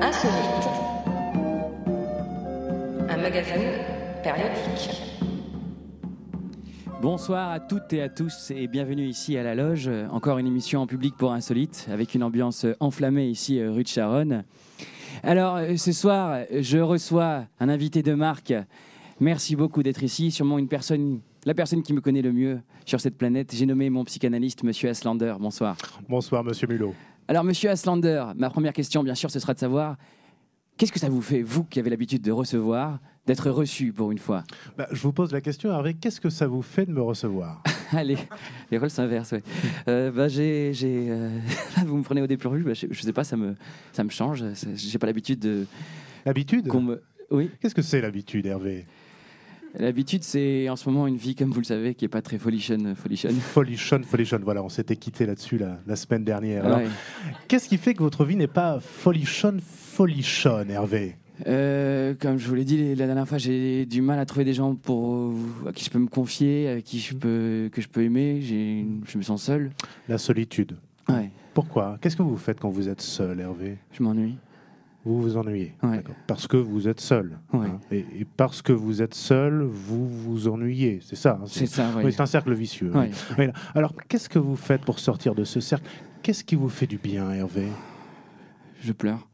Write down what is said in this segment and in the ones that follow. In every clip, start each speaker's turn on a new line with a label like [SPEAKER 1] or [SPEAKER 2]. [SPEAKER 1] Insolite. Un magazine périodique.
[SPEAKER 2] Bonsoir à toutes et à tous et bienvenue ici à la loge. Euh, Encore une émission en public pour Insolite avec une ambiance euh, enflammée ici euh, rue de Charonne. Alors euh, ce soir, euh, je reçois un invité de marque. Merci beaucoup d'être ici, sûrement une personne la personne qui me connaît le mieux sur cette planète. J'ai nommé mon psychanalyste monsieur Aslander. Bonsoir.
[SPEAKER 3] Bonsoir, monsieur Mulot.
[SPEAKER 2] Alors monsieur Aslander, ma première question bien sûr ce sera de savoir qu'est-ce que ça vous fait vous qui avez l'habitude de recevoir d'être reçu pour une fois.
[SPEAKER 3] Bah, je vous pose la question, Hervé, qu'est-ce que ça vous fait de me recevoir
[SPEAKER 2] Allez, les rôles s'inversent, ouais. Euh, bah, j'ai, j'ai, euh, vous me prenez au dépourvu, bah, je, je sais pas, ça me, ça me change. ça- J'ai pas l'habitude de.
[SPEAKER 3] L'habitude
[SPEAKER 2] Qu'on me... Oui,
[SPEAKER 3] Qu'est-ce que c'est l'habitude, Hervé
[SPEAKER 2] l'habitude, c'est en ce moment une vie, comme vous le savez, qui est pas très folichonne. euh, folichonne.
[SPEAKER 3] Folichon, folichon, voilà, on s'était quitté là-dessus la, la semaine dernière. Alors,
[SPEAKER 2] Ouais.
[SPEAKER 3] Qu'est-ce qui fait que votre vie n'est pas folichon, folichon, Hervé
[SPEAKER 2] Euh, comme je vous l'ai dit les- la dernière fois, j'ai du mal à trouver des gens pour, euh, à qui je peux me confier, à qui je peux, que je peux aimer. J'ai une- Je me sens seul.
[SPEAKER 3] La solitude.
[SPEAKER 2] Ouais,
[SPEAKER 3] Pourquoi Qu'est-ce que vous faites quand vous êtes seul, Hervé
[SPEAKER 2] je m'ennuie.
[SPEAKER 3] Vous vous ennuyez.
[SPEAKER 2] Ouais.
[SPEAKER 3] D'accord. Parce que vous êtes seul. hein.
[SPEAKER 2] Ouais.
[SPEAKER 3] Et, et parce que vous êtes seul, vous vous ennuyez. C'est ça. hein,
[SPEAKER 2] C'est ça, ouais.
[SPEAKER 3] Oui, c'est un cercle vicieux.
[SPEAKER 2] Ouais.
[SPEAKER 3] Oui, là. Alors, qu'est-ce que vous faites pour sortir de ce cercle Qu'est-ce qui vous fait du bien, Hervé
[SPEAKER 2] Je pleure.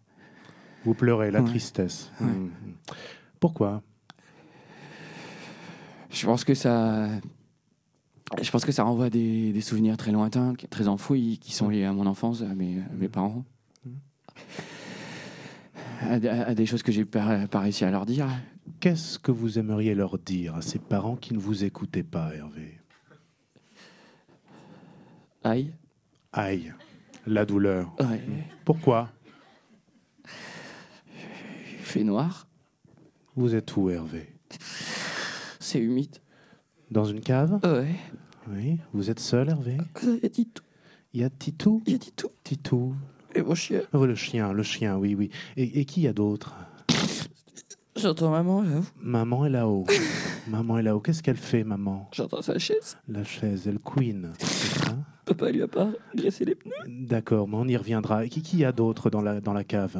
[SPEAKER 3] Vous pleurez, la
[SPEAKER 2] Ouais.
[SPEAKER 3] tristesse.
[SPEAKER 2] Ouais.
[SPEAKER 3] Mm. Pourquoi
[SPEAKER 2] Je pense que ça. Je pense que ça renvoie à des, des souvenirs très lointains, qui- très enfouis, qui sont liés à mon enfance, à mes, à mes parents. À, des- à des choses que j'ai pas, pas réussi à leur dire.
[SPEAKER 3] Qu'est-ce que vous aimeriez leur dire à ces parents qui ne vous écoutaient pas, Hervé
[SPEAKER 2] Aïe.
[SPEAKER 3] Aïe, la douleur.
[SPEAKER 2] Ouais.
[SPEAKER 3] Pourquoi
[SPEAKER 2] Il fait noir,
[SPEAKER 3] Vous êtes où, Hervé
[SPEAKER 2] c'est humide.
[SPEAKER 3] Dans une cave
[SPEAKER 2] Ouais.
[SPEAKER 3] Oui. Vous êtes seul, Hervé
[SPEAKER 2] Il y a dit tout.
[SPEAKER 3] Il y a Titou
[SPEAKER 2] Il y a dit tout.
[SPEAKER 3] Titou.
[SPEAKER 2] Et mon chien.
[SPEAKER 3] Oh, le chien, le chien, oui, oui. Et, et qui y a d'autres
[SPEAKER 2] J'entends maman, j'avoue.
[SPEAKER 3] Maman est là-haut. maman est là-haut. Qu'est-ce qu'elle fait, maman
[SPEAKER 2] J'entends sa chaise.
[SPEAKER 3] La chaise, elle queen. c'est ça
[SPEAKER 2] Papa lui a pas dressé les pneus.
[SPEAKER 3] D'accord, mais on y reviendra. Et qui, qui y a d'autre dans la, dans la cave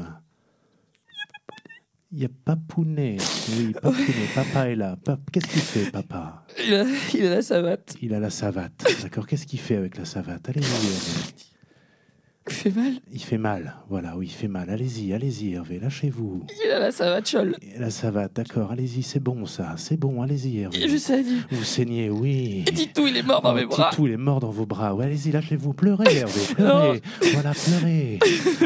[SPEAKER 3] Il y a Papounet. Oui, Papounet. Papa est là. Pa- Qu'est-ce qu'il fait, papa
[SPEAKER 2] Il a, il a la savate.
[SPEAKER 3] Il a la savate. D'accord, qu'est-ce qu'il fait avec la savate Allez-y, Hervé.
[SPEAKER 2] Il fait mal.
[SPEAKER 3] Il fait mal. Voilà, oui, il fait mal. Allez-y, allez-y, Hervé, lâchez-vous.
[SPEAKER 2] Il a la savate chol.
[SPEAKER 3] Et La savate, d'accord, allez-y, c'est bon ça. C'est bon, allez-y, Hervé.
[SPEAKER 2] Je sais, dit.
[SPEAKER 3] Vous saignez, oui.
[SPEAKER 2] tout, il est mort dans mes
[SPEAKER 3] Oh,
[SPEAKER 2] bras.
[SPEAKER 3] Titou, il est mort dans vos bras. Ouais, allez-y, lâchez-vous. Pleurez, Hervé. Pleurez. voilà, pleurez.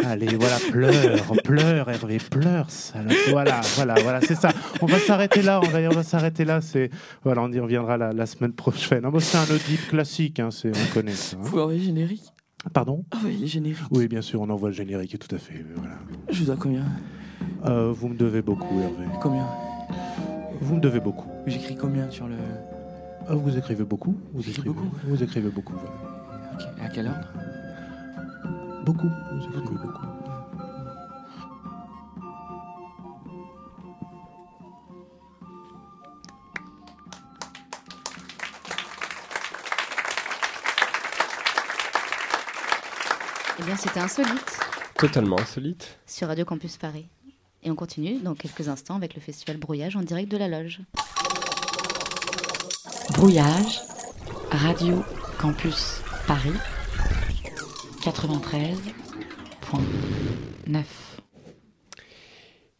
[SPEAKER 3] Allez, voilà, pleure. Pleure, Hervé. Pleure. salope. Voilà, voilà, voilà, c'est ça. On va s'arrêter là. On va, on va s'arrêter là. C'est, voilà, on y reviendra la, la semaine prochaine. Ah, bon, c'est un audit classique. hein, c'est, on connaît ça. hein.
[SPEAKER 2] Vous envoyez générique
[SPEAKER 3] Pardon
[SPEAKER 2] Ah oui, il est générique.
[SPEAKER 3] Oui, bien sûr, on envoie le générique, tout à fait. Voilà.
[SPEAKER 2] Je vous dois combien
[SPEAKER 3] Euh, vous me devez beaucoup, Hervé.
[SPEAKER 2] Combien
[SPEAKER 3] Vous me devez beaucoup.
[SPEAKER 2] J'écris combien sur le.
[SPEAKER 3] Ah, vous écrivez beaucoup Vous
[SPEAKER 2] J'écris
[SPEAKER 3] écrivez
[SPEAKER 2] beaucoup.
[SPEAKER 3] Vous écrivez beaucoup, voilà.
[SPEAKER 2] Ok, à quel ordre
[SPEAKER 3] Beaucoup. Vous écrivez beaucoup.
[SPEAKER 4] Eh bien, c'était insolite
[SPEAKER 5] Totalement insolite.
[SPEAKER 4] sur Radio Campus Paris. Et on continue dans quelques instants avec le festival Brouillage en direct de la loge.
[SPEAKER 6] Brouillage, Radio Campus Paris, 93.9.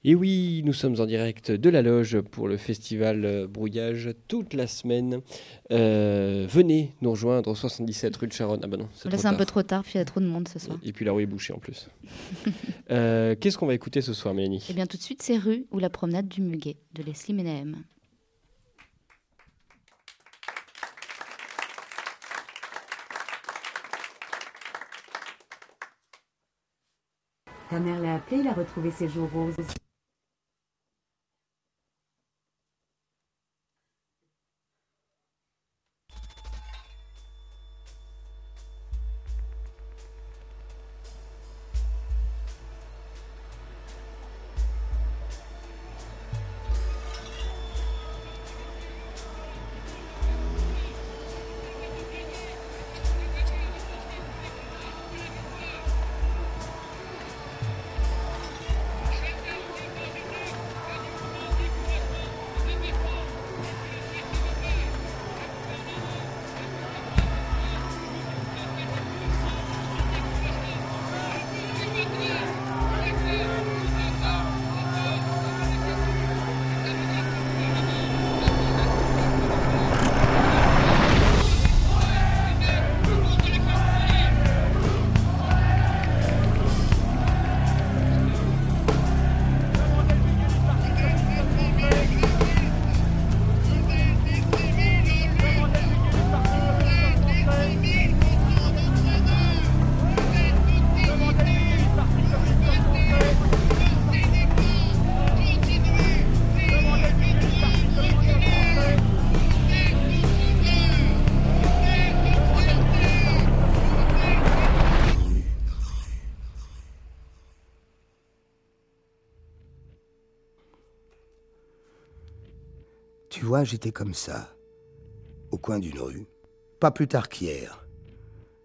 [SPEAKER 5] Et oui, nous sommes en direct de la loge pour le festival euh, Brouillage toute la semaine. Euh, venez nous rejoindre au 77 rue de Charonne. Ah bah non,
[SPEAKER 4] Là,
[SPEAKER 5] c'est trop
[SPEAKER 4] c'est un peu
[SPEAKER 5] tard.
[SPEAKER 4] trop tard, puis il y a trop de monde ce soir.
[SPEAKER 5] Et puis la rue est bouchée en plus. Euh, Qu'est-ce qu'on va écouter ce soir, Mélanie
[SPEAKER 4] Eh bien, tout de suite, c'est Rue ou la promenade du Muguet de Leslie Menahem.
[SPEAKER 7] Ta mère l'a appelé, il a retrouvé ses joues roses.
[SPEAKER 8] Tu vois, j'étais comme ça, au coin d'une rue, pas plus tard qu'hier.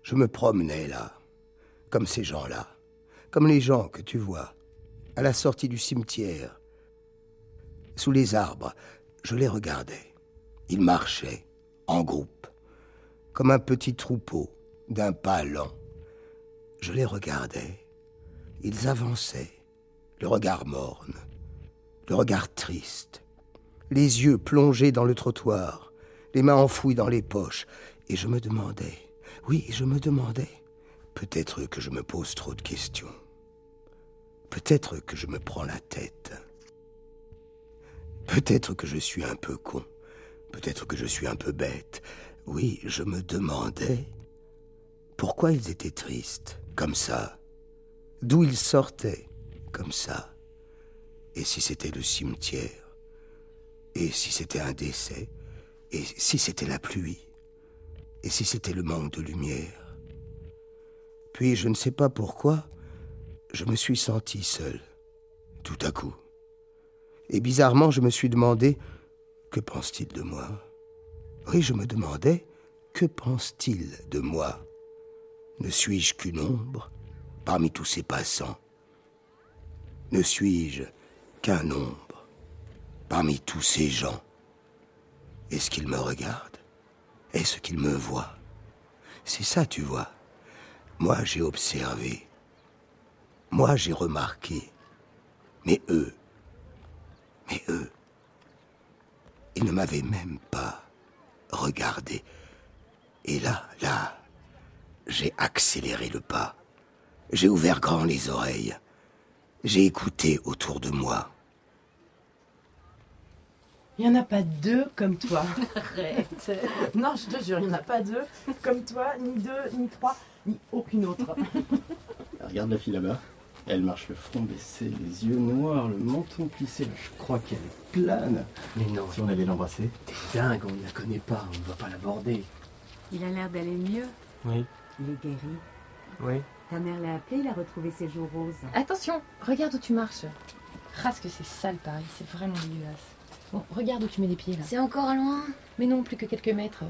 [SPEAKER 8] Je me promenais là, comme ces gens-là, comme les gens que tu vois, à la sortie du cimetière. Sous les arbres, je les regardais. Ils marchaient, en groupe, comme un petit troupeau, d'un pas lent. Je les regardais. Ils avançaient, le regard morne, le regard triste, les yeux plongés dans le trottoir, les mains enfouies dans les poches, et je me demandais, oui, je me demandais, peut-être que je me pose trop de questions, peut-être que je me prends la tête, peut-être que je suis un peu con, peut-être que je suis un peu bête, oui, je me demandais pourquoi ils étaient tristes, comme ça, d'où ils sortaient, comme ça. Et si c'était le cimetière Et si c'était un décès Et si c'était la pluie Et si c'était le manque de lumière Puis, je ne sais pas pourquoi, je me suis senti seul, tout à coup. Et bizarrement, je me suis demandé, que pense-t-il de moi Oui, je me demandais, que pense-t-il de moi Ne suis-je qu'une ombre parmi tous ces passants Ne suis-je qu'un nombre parmi tous ces gens. Est-ce qu'ils me regardent Est-ce qu'ils me voient C'est ça, tu vois. Moi, j'ai observé. Moi, j'ai remarqué. Mais eux, mais eux, ils ne m'avaient même pas regardé. Et là, là, j'ai accéléré le pas. J'ai ouvert grand les oreilles. J'ai écouté autour de moi.
[SPEAKER 9] Il n'y en a pas deux comme toi. Arrête. Non, je te jure, il n'y en a pas deux comme toi, ni deux, ni trois, ni aucune autre.
[SPEAKER 10] Regarde la fille là-bas. Elle marche le front baissé, les yeux noirs, le menton plissé. Je crois qu'elle est plane. Mais non, si on allait l'embrasser. T'es dingue, on ne la connaît pas, on ne va pas l'aborder.
[SPEAKER 11] Il a l'air d'aller mieux.
[SPEAKER 10] Oui.
[SPEAKER 11] Il est guéri.
[SPEAKER 10] Oui.
[SPEAKER 11] Ta mère l'a appelé, il a retrouvé ses jours roses.
[SPEAKER 7] Attention, regarde où tu marches. Rasque que c'est sale Paris, c'est vraiment dégueulasse. Bon, regarde où tu mets les pieds là.
[SPEAKER 6] C'est encore loin. Hum.
[SPEAKER 7] Mais non, plus que quelques mètres.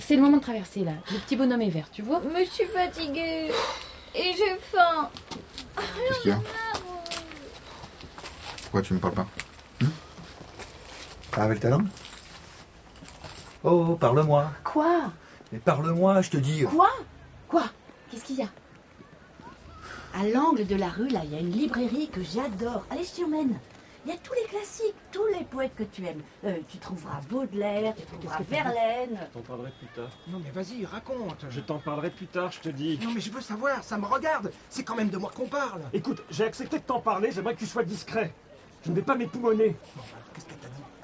[SPEAKER 7] c'est le moment de traverser là. Le petit bonhomme est vert, tu vois
[SPEAKER 6] Mais je suis fatiguée. Et j'ai faim.
[SPEAKER 12] Qu'est-ce qu'il y a Pourquoi tu me parles pas Hein T'as lavé ta langue
[SPEAKER 13] Oh, parle-moi.
[SPEAKER 6] Quoi
[SPEAKER 13] Mais parle-moi, je te dis.
[SPEAKER 6] Quoi Quoi Qu'est-ce qu'il y a À l'angle de la rue, là, il y a une librairie que j'adore. Allez, je t'y emmène. Il y a tous les classiques, tous les poètes que tu aimes. Euh, tu trouveras Baudelaire, tu trouveras
[SPEAKER 13] que t'as dit
[SPEAKER 6] Verlaine.
[SPEAKER 14] Je t'en parlerai plus tard.
[SPEAKER 13] Non mais vas-y, raconte.
[SPEAKER 14] Je t'en parlerai plus tard, je te dis.
[SPEAKER 13] Non mais je veux savoir, ça me regarde. C'est quand même de moi qu'on parle.
[SPEAKER 14] Écoute, j'ai accepté de t'en parler, j'aimerais que tu sois discret. Je ne vais pas m'époumoner.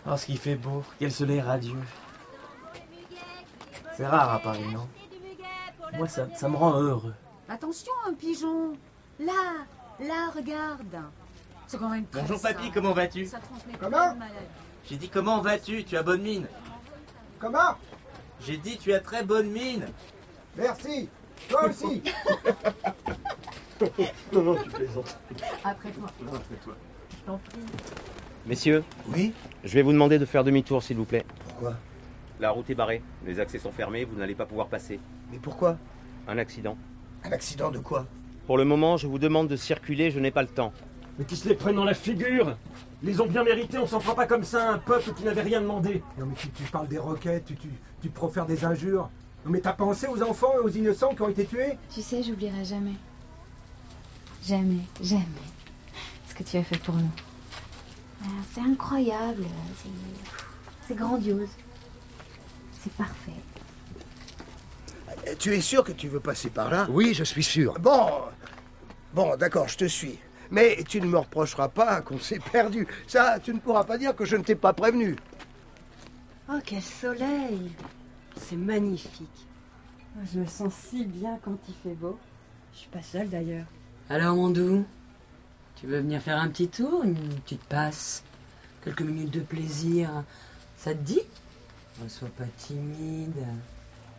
[SPEAKER 10] Oh, ce qu'il fait beau. Quel soleil radieux. C'est rare à Paris, non Moi, ça, ça me rend heureux.
[SPEAKER 6] Attention, un pigeon. Là, là, regarde. C'est quand même très
[SPEAKER 10] Bonjour,
[SPEAKER 6] sain.
[SPEAKER 10] papy, comment vas-tu
[SPEAKER 6] Ça transmet
[SPEAKER 10] Comment
[SPEAKER 6] pas de maladie.
[SPEAKER 10] J'ai dit comment vas-tu Tu as bonne mine. Comment J'ai dit tu as très bonne mine. Merci. Toi aussi.
[SPEAKER 14] non, non, tu plaisantes.
[SPEAKER 6] Après toi.
[SPEAKER 14] Non, après toi.
[SPEAKER 6] Je t'en prie.
[SPEAKER 15] Messieurs
[SPEAKER 8] Oui
[SPEAKER 15] Je vais vous demander de faire demi-tour, s'il vous plaît.
[SPEAKER 8] Pourquoi
[SPEAKER 15] La route est barrée, les accès sont fermés, vous n'allez pas pouvoir passer.
[SPEAKER 8] Mais pourquoi
[SPEAKER 15] Un accident.
[SPEAKER 8] Un accident de quoi
[SPEAKER 15] Pour le moment, je vous demande de circuler, je n'ai pas le temps.
[SPEAKER 14] Mais qui se les prennent dans la figure Ils les ont bien mérité, on s'en fera pas comme ça à un peuple qui n'avait rien demandé.
[SPEAKER 13] Non mais tu, tu parles des roquettes, tu, tu, tu profères des injures. Non mais t'as pensé aux enfants et aux innocents qui ont été tués
[SPEAKER 6] Tu sais, j'oublierai jamais. Jamais, jamais. Ce que tu as fait pour nous. Ah, C'est incroyable. c'est- C'est grandiose. C'est parfait.
[SPEAKER 8] Euh, Tu es sûr que tu veux passer par là
[SPEAKER 10] Oui, je suis sûr.
[SPEAKER 8] Bon, bon, d'accord, je te suis. Mais tu ne me reprocheras pas qu'on s'est perdu. Ça, tu ne pourras pas dire que je ne t'ai pas prévenu.
[SPEAKER 11] Oh, quel soleil C'est magnifique. Oh, Je me sens si bien quand il fait beau. Je suis pas seule d'ailleurs.
[SPEAKER 16] Alors, Mandou, tu veux venir faire un petit tour, une petite passe, quelques minutes de plaisir Ça te dit Ne sois pas timide.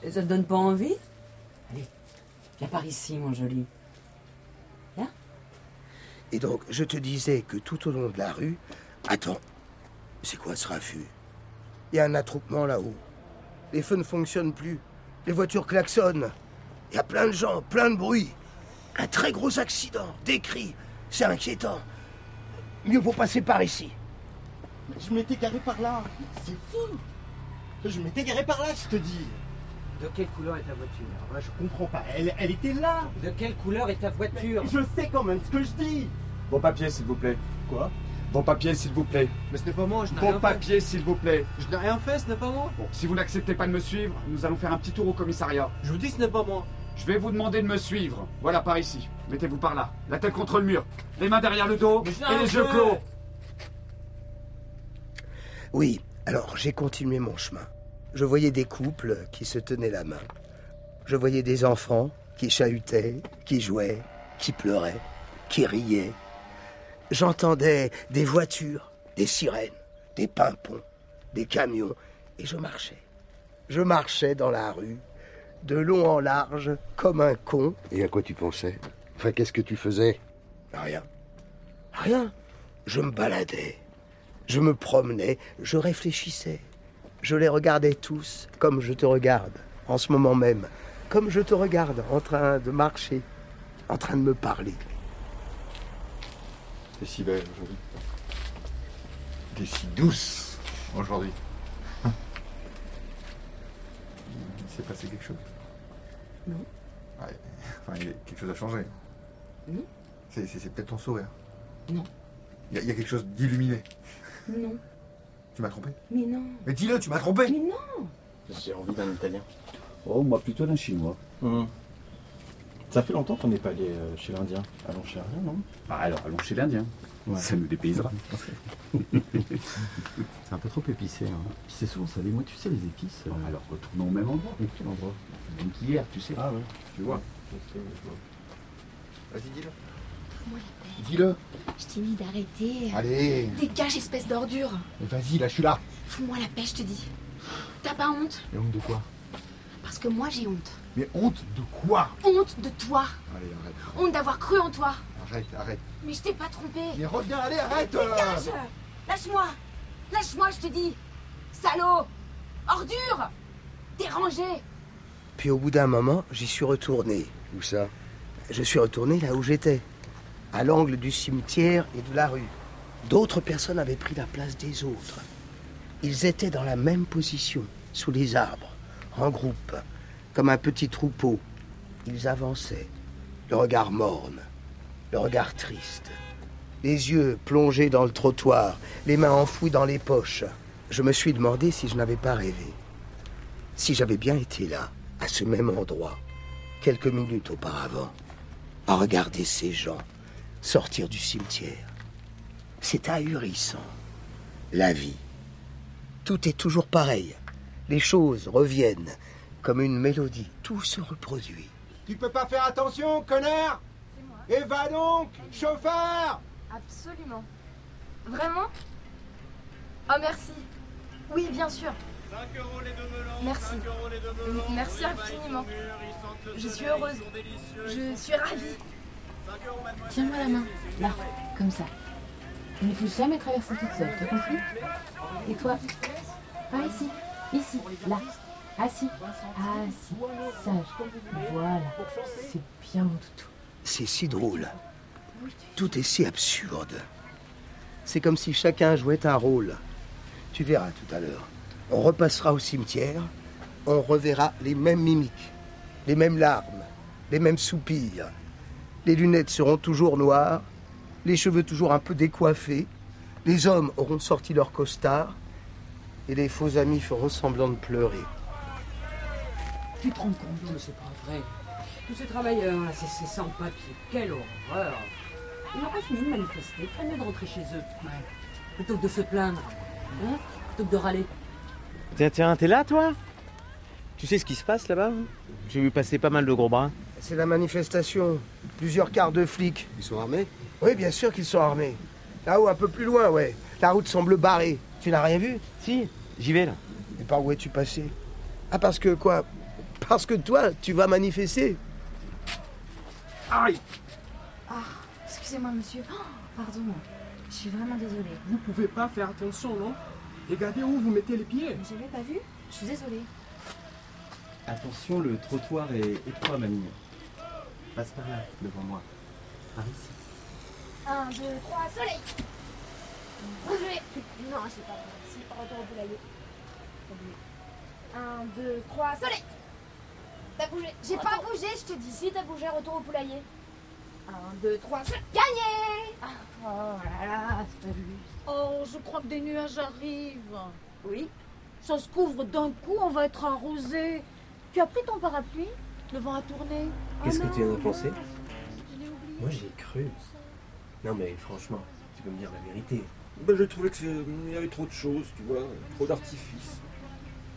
[SPEAKER 16] Et ça te donne pas envie Allez, viens par ici, mon joli.
[SPEAKER 8] Et donc, je te disais que tout au long de la rue. Attends,
[SPEAKER 17] C'est quoi ce raffut Il y a un attroupement là-haut. Les feux ne fonctionnent plus. Les voitures klaxonnent. Il y a plein de gens, plein de bruit. Un très gros accident, des cris. C'est inquiétant. Mieux vaut passer par ici.
[SPEAKER 10] Je m'étais garé par là. C'est fou. Je m'étais garé par là, je te dis.
[SPEAKER 18] De quelle couleur est ta voiture
[SPEAKER 10] Ouais, je comprends pas. Elle, elle était là.
[SPEAKER 18] De quelle couleur est ta voiture
[SPEAKER 10] Je sais quand même ce que je dis.
[SPEAKER 13] Bon papier, s'il vous plaît.
[SPEAKER 10] Quoi
[SPEAKER 13] Bon papier, s'il vous plaît.
[SPEAKER 10] Mais ce n'est pas moi, je n'ai
[SPEAKER 13] Bon
[SPEAKER 10] rien fait.
[SPEAKER 13] papier, s'il vous plaît.
[SPEAKER 10] Je n'ai rien fait, ce n'est pas moi.
[SPEAKER 13] Bon, si vous n'acceptez pas de me suivre, nous allons faire un petit tour au commissariat.
[SPEAKER 10] Je vous dis, ce n'est pas moi.
[SPEAKER 13] Je vais vous demander de me suivre. Voilà, par ici. Mettez-vous par là. La tête contre le mur. Les mains derrière le dos.
[SPEAKER 10] Mais je n'ai
[SPEAKER 13] Et
[SPEAKER 10] rien
[SPEAKER 13] les yeux
[SPEAKER 10] fait.
[SPEAKER 13] clos.
[SPEAKER 17] Oui, alors j'ai continué mon chemin. Je voyais des couples qui se tenaient la main. Je voyais des enfants qui chahutaient, qui jouaient, qui pleuraient, qui riaient. J'entendais des voitures, des sirènes, des pimpons, des camions, et je marchais. Je marchais dans la rue, de long en large, comme un con.
[SPEAKER 19] Et à quoi tu pensais Enfin, qu'est-ce que tu faisais
[SPEAKER 17] Rien. Rien. Je me baladais. Je me promenais. Je réfléchissais. Je les regardais tous comme je te regarde en ce moment même. Comme je te regarde en train de marcher, en train de me parler.
[SPEAKER 13] T'es si belle aujourd'hui. T'es si douce aujourd'hui. Hein Il s'est passé quelque chose.
[SPEAKER 8] Non.
[SPEAKER 13] Ouais, enfin, il y a- quelque chose a changé.
[SPEAKER 8] Non.
[SPEAKER 13] C'est, c'est- c'est peut-être ton sourire.
[SPEAKER 8] Non.
[SPEAKER 13] Il y, a- il y a quelque chose d'illuminé.
[SPEAKER 8] Non.
[SPEAKER 13] Tu m'as trompé
[SPEAKER 8] Mais non.
[SPEAKER 13] Mais dis-le, tu m'as trompé
[SPEAKER 8] Mais non
[SPEAKER 10] J'ai envie d'un italien. Hum.
[SPEAKER 19] Oh, moi plutôt d'un chinois.
[SPEAKER 10] Ça fait longtemps qu'on n'est pas allé euh, chez l'Indien. Allons chez l'Indien, non
[SPEAKER 19] Bah, alors, allons chez l'Indien.
[SPEAKER 10] Ouais.
[SPEAKER 19] Ça nous dépaysera.
[SPEAKER 10] C'est un peu trop épicé. Hein. Puis C'est souvent ça. Moi, tu sais, les épices. euh,
[SPEAKER 19] alors, retournons au même endroit.
[SPEAKER 10] quel endroit
[SPEAKER 19] Même qu'hier, tu sais.
[SPEAKER 10] Ah ouais.
[SPEAKER 19] Tu vois.
[SPEAKER 13] Vas-y, dis-le.
[SPEAKER 19] Dis-le.
[SPEAKER 8] Je t'ai dit d'arrêter.
[SPEAKER 19] Allez.
[SPEAKER 8] Dégage, espèce d'ordure
[SPEAKER 19] Mais vas-y, là, je suis là.
[SPEAKER 8] Fous-moi la paix, je te dis. T'as pas honte
[SPEAKER 19] Et honte de quoi
[SPEAKER 8] Parce que moi, j'ai honte.
[SPEAKER 19] Mais honte de quoi
[SPEAKER 8] Honte de toi
[SPEAKER 19] Allez, arrête.
[SPEAKER 8] Honte d'avoir cru en toi
[SPEAKER 19] Arrête, arrête.
[SPEAKER 8] Mais je t'ai pas trompé
[SPEAKER 19] Mais reviens, allez, arrête euh.
[SPEAKER 8] Dégage Lâche-moi Lâche-moi, je te dis Salaud Ordure Dérangé
[SPEAKER 17] Puis au bout d'un moment, j'y suis retourné. Où ça Je suis retourné là où j'étais, à l'angle du cimetière et de la rue. D'autres personnes avaient pris la place des autres. Ils étaient dans la même position, sous les arbres, en groupe, comme un petit troupeau. Ils avançaient, le regard morne, le regard triste, les yeux plongés dans le trottoir, les mains enfouies dans les poches. Je me suis demandé si je n'avais pas rêvé si j'avais bien été là, à ce même endroit, quelques minutes auparavant, à regarder ces gens sortir du cimetière. C'est ahurissant. La vie. Tout est toujours pareil. Les choses reviennent comme une mélodie. Tout se reproduit.
[SPEAKER 18] Tu peux pas faire attention, connard Et va donc, chauffeur
[SPEAKER 20] Absolument. Vraiment Oh merci. Oui, bien sûr. Merci. Merci infiniment. Je suis heureuse. Je suis ravie.
[SPEAKER 14] Tiens-moi la main. Là, comme ça. Il ne faut jamais traverser toute seule, t'as compris Et toi Par ici. Ici. Là. Assis. Assis. Sage. Voilà. C'est bien mon toutou.
[SPEAKER 17] C'est si drôle. Tout est si absurde. C'est comme si chacun jouait un rôle. Tu verras tout à l'heure. On repassera au cimetière, on reverra les mêmes mimiques, les mêmes larmes, les mêmes soupirs. Les lunettes seront toujours noires, les cheveux toujours un peu décoiffés, les hommes auront sorti leur costard et les faux amis feront semblant de pleurer.
[SPEAKER 4] Tu te rends compte Non, mais c'est pas vrai. Tous ces travailleurs, là, c'est c'est sans papier. Quelle horreur Ils n'ont pas fini de manifester. Ils mieux de rentrer chez eux. Plutôt que de se plaindre. Hein Plutôt que de râler.
[SPEAKER 5] Tiens, tiens, t'es là, toi Tu sais ce qui se passe là-bas hein J'ai vu passer pas mal de gros bras.
[SPEAKER 17] C'est la manifestation. Plusieurs quarts de flics. Ils sont armés Oui, bien sûr qu'ils sont armés. Là-haut, un peu plus loin, ouais. La route semble barrée. Tu n'as rien vu Si, j'y vais là. Et par où es-tu passé Ah, parce que quoi Parce que toi, tu vas manifester
[SPEAKER 13] Aïe
[SPEAKER 8] Ah, excuse
[SPEAKER 6] Excusez-moi, monsieur. Oh, pardon. Je suis vraiment désolée.
[SPEAKER 17] Vous pouvez pas faire attention, non Regardez où vous mettez les pieds.
[SPEAKER 6] Je l'ai pas vu. Je suis désolée.
[SPEAKER 10] Attention, le trottoir est étroit, mamie. Passe par là, devant moi. Par ici.
[SPEAKER 6] 1, 2, 3, soleil Bougez Non, c'est pas vrai. C'est retour au poulailler. 1, 2, 3, soleil T'as bougé J'ai pas bougé, je te dis. Si t'as bougé, retour au poulailler. 1, 2, 3, soleil Gagné
[SPEAKER 21] Oh là là, c'est pas lui.
[SPEAKER 7] Oh, je crois que des nuages arrivent. Oui. Ça se couvre d'un coup, on va être arrosé. Tu as pris ton parapluie Le vent a tourné. Oh
[SPEAKER 10] Qu'est-ce que
[SPEAKER 7] non.
[SPEAKER 10] tu en as pensé Moi j'ai cru. Non mais franchement, tu peux me dire la vérité.
[SPEAKER 5] Ben, j'ai trouvé qu'il y avait trop de choses, tu vois, trop d'artifices.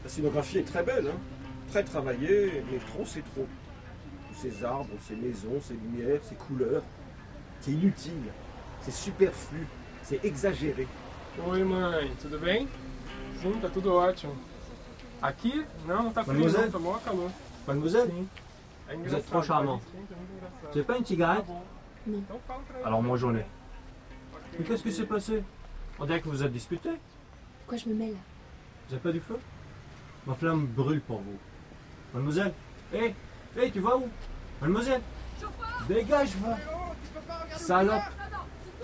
[SPEAKER 5] La scénographie est très belle, hein, très travaillée, mais trop c'est trop. Tous Ces arbres, ces maisons, ces lumières, ces couleurs, c'est inutile, c'est superflu, c'est exagéré.
[SPEAKER 22] Oi, mãe, tudo bem? Sim, tá tudo ótimo. Aqui? Não, tá frio,
[SPEAKER 10] Mademoiselle.
[SPEAKER 22] não, tá mó calor.
[SPEAKER 10] Mademoiselle
[SPEAKER 22] É
[SPEAKER 10] Vous
[SPEAKER 22] engraçado,
[SPEAKER 10] êtes trop charmant. Tu veux pas une cigarette Alors moi j'en ai. Mais qu'est-ce qui s'est passé On dirait que vous êtes disputé.
[SPEAKER 7] Pourquoi je me mêle
[SPEAKER 10] Vous avez pas du feu Ma flamme brûle pour vous. Mademoiselle Hé Hé, tu vas où Mademoiselle Dégage, va Salope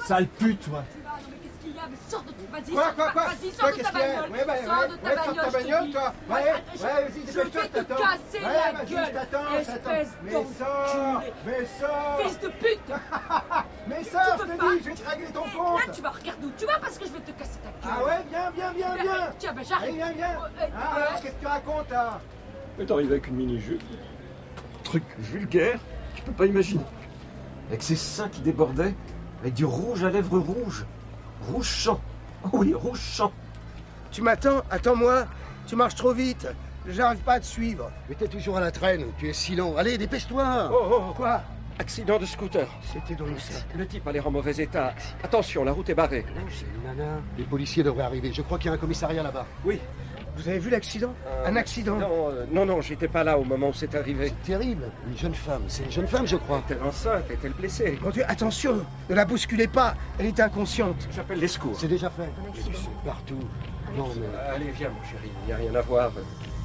[SPEAKER 10] Sale pute, toi
[SPEAKER 13] Qu'est-ce qu'il y a Mais sors de ta vas-y,
[SPEAKER 17] Quoi,
[SPEAKER 13] sors de
[SPEAKER 17] quoi,
[SPEAKER 13] ta-
[SPEAKER 17] quoi
[SPEAKER 13] vas-y,
[SPEAKER 17] Quoi,
[SPEAKER 13] sors de ta
[SPEAKER 17] qu'est-ce qu'il y a Ouais, bah, ouais, ouais, sors de ta
[SPEAKER 13] bagnole Sors de ta bagnole, je te
[SPEAKER 17] bagnole,
[SPEAKER 13] dis.
[SPEAKER 17] toi.
[SPEAKER 13] Moi,
[SPEAKER 17] Ouais,
[SPEAKER 13] attends, je-
[SPEAKER 17] ouais, vas-y,
[SPEAKER 13] Je
[SPEAKER 17] dépêche-toi,
[SPEAKER 13] vais te
[SPEAKER 17] t'attends.
[SPEAKER 13] casser
[SPEAKER 17] Ouais,
[SPEAKER 13] la
[SPEAKER 17] vas-y,
[SPEAKER 13] gueule
[SPEAKER 17] t'attends, t'attends.
[SPEAKER 13] Espèce
[SPEAKER 17] Mais sors,
[SPEAKER 13] d'enculé
[SPEAKER 17] mais sors.
[SPEAKER 13] Fils de pute
[SPEAKER 17] Mais
[SPEAKER 13] Tu
[SPEAKER 17] sors,
[SPEAKER 13] peux
[SPEAKER 17] je te dis,
[SPEAKER 13] pas.
[SPEAKER 17] Ah, je vais te régler ton
[SPEAKER 13] Et
[SPEAKER 17] compte.
[SPEAKER 13] Eh, Là, tu vas regarder où tu vas parce que je vais te casser ta gueule
[SPEAKER 17] Ah ouais, viens, viens, viens,
[SPEAKER 13] Ben,
[SPEAKER 17] viens.
[SPEAKER 13] Tiens, ben j'arrive
[SPEAKER 17] Allez, viens, viens.
[SPEAKER 13] Oh,
[SPEAKER 17] Ah,
[SPEAKER 13] euh, euh,
[SPEAKER 17] alors, qu'est-ce que tu racontes, là
[SPEAKER 5] Mais t'arrives avec une mini-jupe. Truc vulgaire, tu peux pas imaginer.
[SPEAKER 10] Avec ses seins qui débordaient, avec du rouge à lèvres rouges. Rouge champ. Oh oui, rouge champ.
[SPEAKER 17] Tu m'attends Attends-moi. Tu marches trop vite. J'arrive pas à te suivre.
[SPEAKER 23] Mais t'es toujours à la traîne, tu es si lent. Allez, dépêche-toi
[SPEAKER 5] Oh, oh, oh.
[SPEAKER 23] Quoi
[SPEAKER 5] Accident de scooter.
[SPEAKER 23] C'était donc ça.
[SPEAKER 5] Le type a l'air en mauvais état. Attention, la route est barrée.
[SPEAKER 23] Nana, les policiers devraient arriver. Je crois qu'il y a un commissariat là-bas.
[SPEAKER 5] Oui.
[SPEAKER 23] Vous avez vu l'accident Un accident
[SPEAKER 5] Non, Ah, euh, non, non, j'étais pas là au moment où c'est arrivé.
[SPEAKER 23] Terrible. Une jeune femme. C'est une jeune femme, je crois.
[SPEAKER 5] T'es enceinte, t'es le blessé.
[SPEAKER 17] Mon Dieu, attention Ne la bousculez pas. Elle est inconsciente.
[SPEAKER 5] J'appelle les secours.
[SPEAKER 23] C'est déjà fait. Mais tu sais partout. Non, mais...
[SPEAKER 5] Allez, viens, mon chéri, il n'y a rien à voir.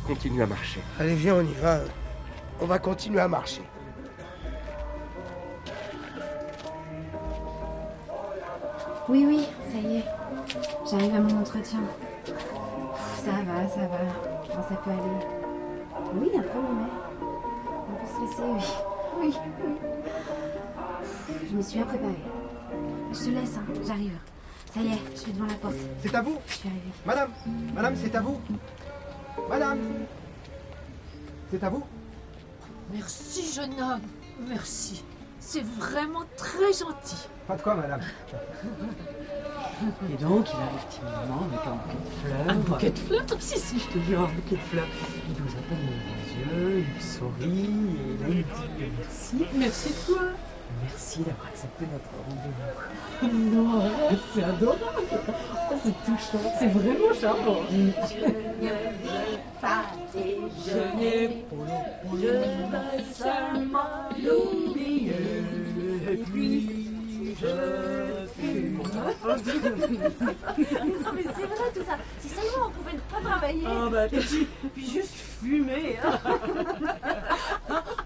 [SPEAKER 5] Continue à marcher.
[SPEAKER 17] Allez, viens, on y va. On va continuer à marcher.
[SPEAKER 24] Oui, oui, ça y est. J'arrive à mon entretien. Pff, Ça va, ça va. Enfin, ça peut aller. Oui, après on mai. On peut se laisser, oui. Oui, oui. Pff, Je me suis bien préparée. Je te laisse, hein, j'arrive. Ça y est, je suis devant la porte.
[SPEAKER 17] C'est à vous
[SPEAKER 24] Je suis arrivée.
[SPEAKER 17] Madame Madame, c'est à vous Madame C'est à vous
[SPEAKER 7] Merci, jeune homme. Merci. C'est vraiment très gentil.
[SPEAKER 17] Pas de quoi, madame.
[SPEAKER 25] Et donc, il arrive timidement avec un bouquet de fleurs.
[SPEAKER 7] Un bouquet de fleurs Si, si,
[SPEAKER 25] je te jure, un bouquet de fleurs. Il nous appelle dans les yeux, il sourit, et nous il dit merci.
[SPEAKER 7] Merci de quoi
[SPEAKER 25] Merci d'avoir accepté notre rendez-vous. Non, arrête, c'est adorable. Oh, C'est touchant, c'est vraiment charmant.
[SPEAKER 14] Je ne veux pas déjeuner, je veux seulement l'oublier. Et puis, je fume.
[SPEAKER 21] Non mais c'est vrai tout ça. Si seulement on pouvait ne pas travailler.
[SPEAKER 14] Ah bah, puis, puis juste fumer. hein.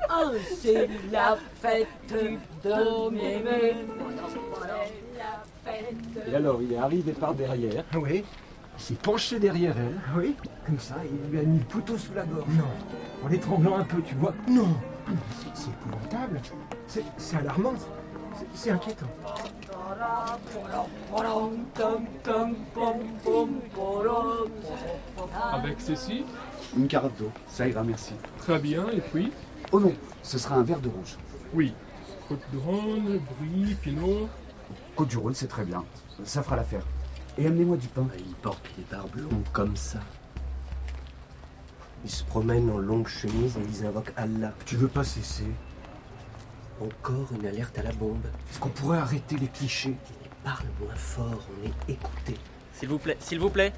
[SPEAKER 14] Ah, c'est la fête du 1er mai.
[SPEAKER 10] Et alors, il est arrivé par derrière.
[SPEAKER 17] Oui.
[SPEAKER 10] Il s'est penché derrière elle.
[SPEAKER 17] Oui.
[SPEAKER 10] Comme ça, il lui a mis le couteau sous la gorge. Non.
[SPEAKER 17] En l'étranglant un peu, tu vois. Non C'est épouvantable. C'est c'est alarmant. C'est- C'est inquiétant.
[SPEAKER 22] Avec ceci,
[SPEAKER 26] Une carafe d'eau, ça ira, merci.
[SPEAKER 22] très bien, et puis
[SPEAKER 26] Oh non, ce sera un verre de rouge.
[SPEAKER 22] Oui. Côte de Rhône, Brie, Pinot.
[SPEAKER 26] Côte du Rhône, c'est très bien. Ça fera l'affaire. Et amenez-moi du pain.
[SPEAKER 10] Il porte des barbelons comme ça. Ils se promènent en longue chemise et ils invoquent Allah. Tu veux pas cesser Encore une alerte à la bombe. Est-ce qu'on pourrait arrêter les clichés Parle moins fort, on est écouté.
[SPEAKER 27] S'il vous plaît, s'il vous plaît.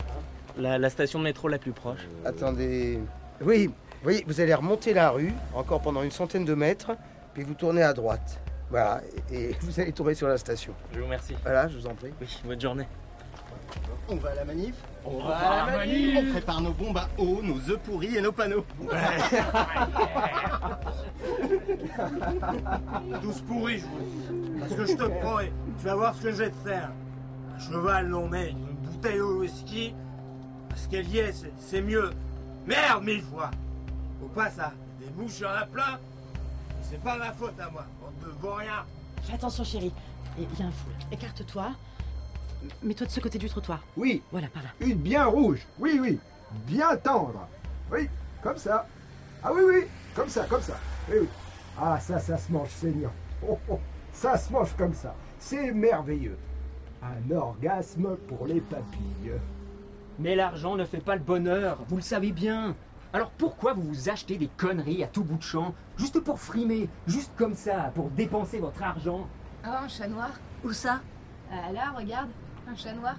[SPEAKER 27] La, la station de métro la plus proche.
[SPEAKER 17] Euh,
[SPEAKER 23] Attendez.
[SPEAKER 17] Oui, vous voyez, vous allez remonter la rue, encore pendant une centaine de mètres, puis vous tournez à droite. Voilà, et et vous allez tomber sur la station.
[SPEAKER 28] Je vous remercie.
[SPEAKER 17] Voilà, je vous en prie.
[SPEAKER 28] Oui, bonne journée.
[SPEAKER 15] On va à la manif On,
[SPEAKER 17] va à la manif.
[SPEAKER 15] On prépare nos bombes à eau, nos œufs pourris et nos panneaux
[SPEAKER 29] 12 pourris, je vous Parce que je te promets, tu vas voir ce que je vais te faire. Un cheval, non, mais une bouteille au whisky, parce qu'elle y est, c'est- c'est mieux. Merde, mille fois Faut pas ça, des mouches, il y en a plein. Et C'est pas ma faute à moi, on ne vaut rien.
[SPEAKER 30] Fais attention, chérie. Il y a un fou. Écarte-toi. Mets-toi de ce côté du trottoir.
[SPEAKER 10] Oui.
[SPEAKER 30] Voilà, par là.
[SPEAKER 10] Une bien rouge. Oui, oui. Bien tendre. Oui, comme ça. Ah oui, oui. Comme ça, comme ça. Oui, oui. Ah, ça, ça se mange, Seigneur. Oh, oh. Ça se mange comme ça. C'est merveilleux. Un orgasme pour les papilles.
[SPEAKER 16] Mais l'argent ne fait pas le bonheur, vous le savez bien. Alors pourquoi vous vous achetez des conneries à tout bout de champ, juste pour frimer, juste comme ça, pour dépenser votre argent
[SPEAKER 31] Ah, un chat noir Où ça
[SPEAKER 32] Euh,
[SPEAKER 31] Là, regarde, un chat noir.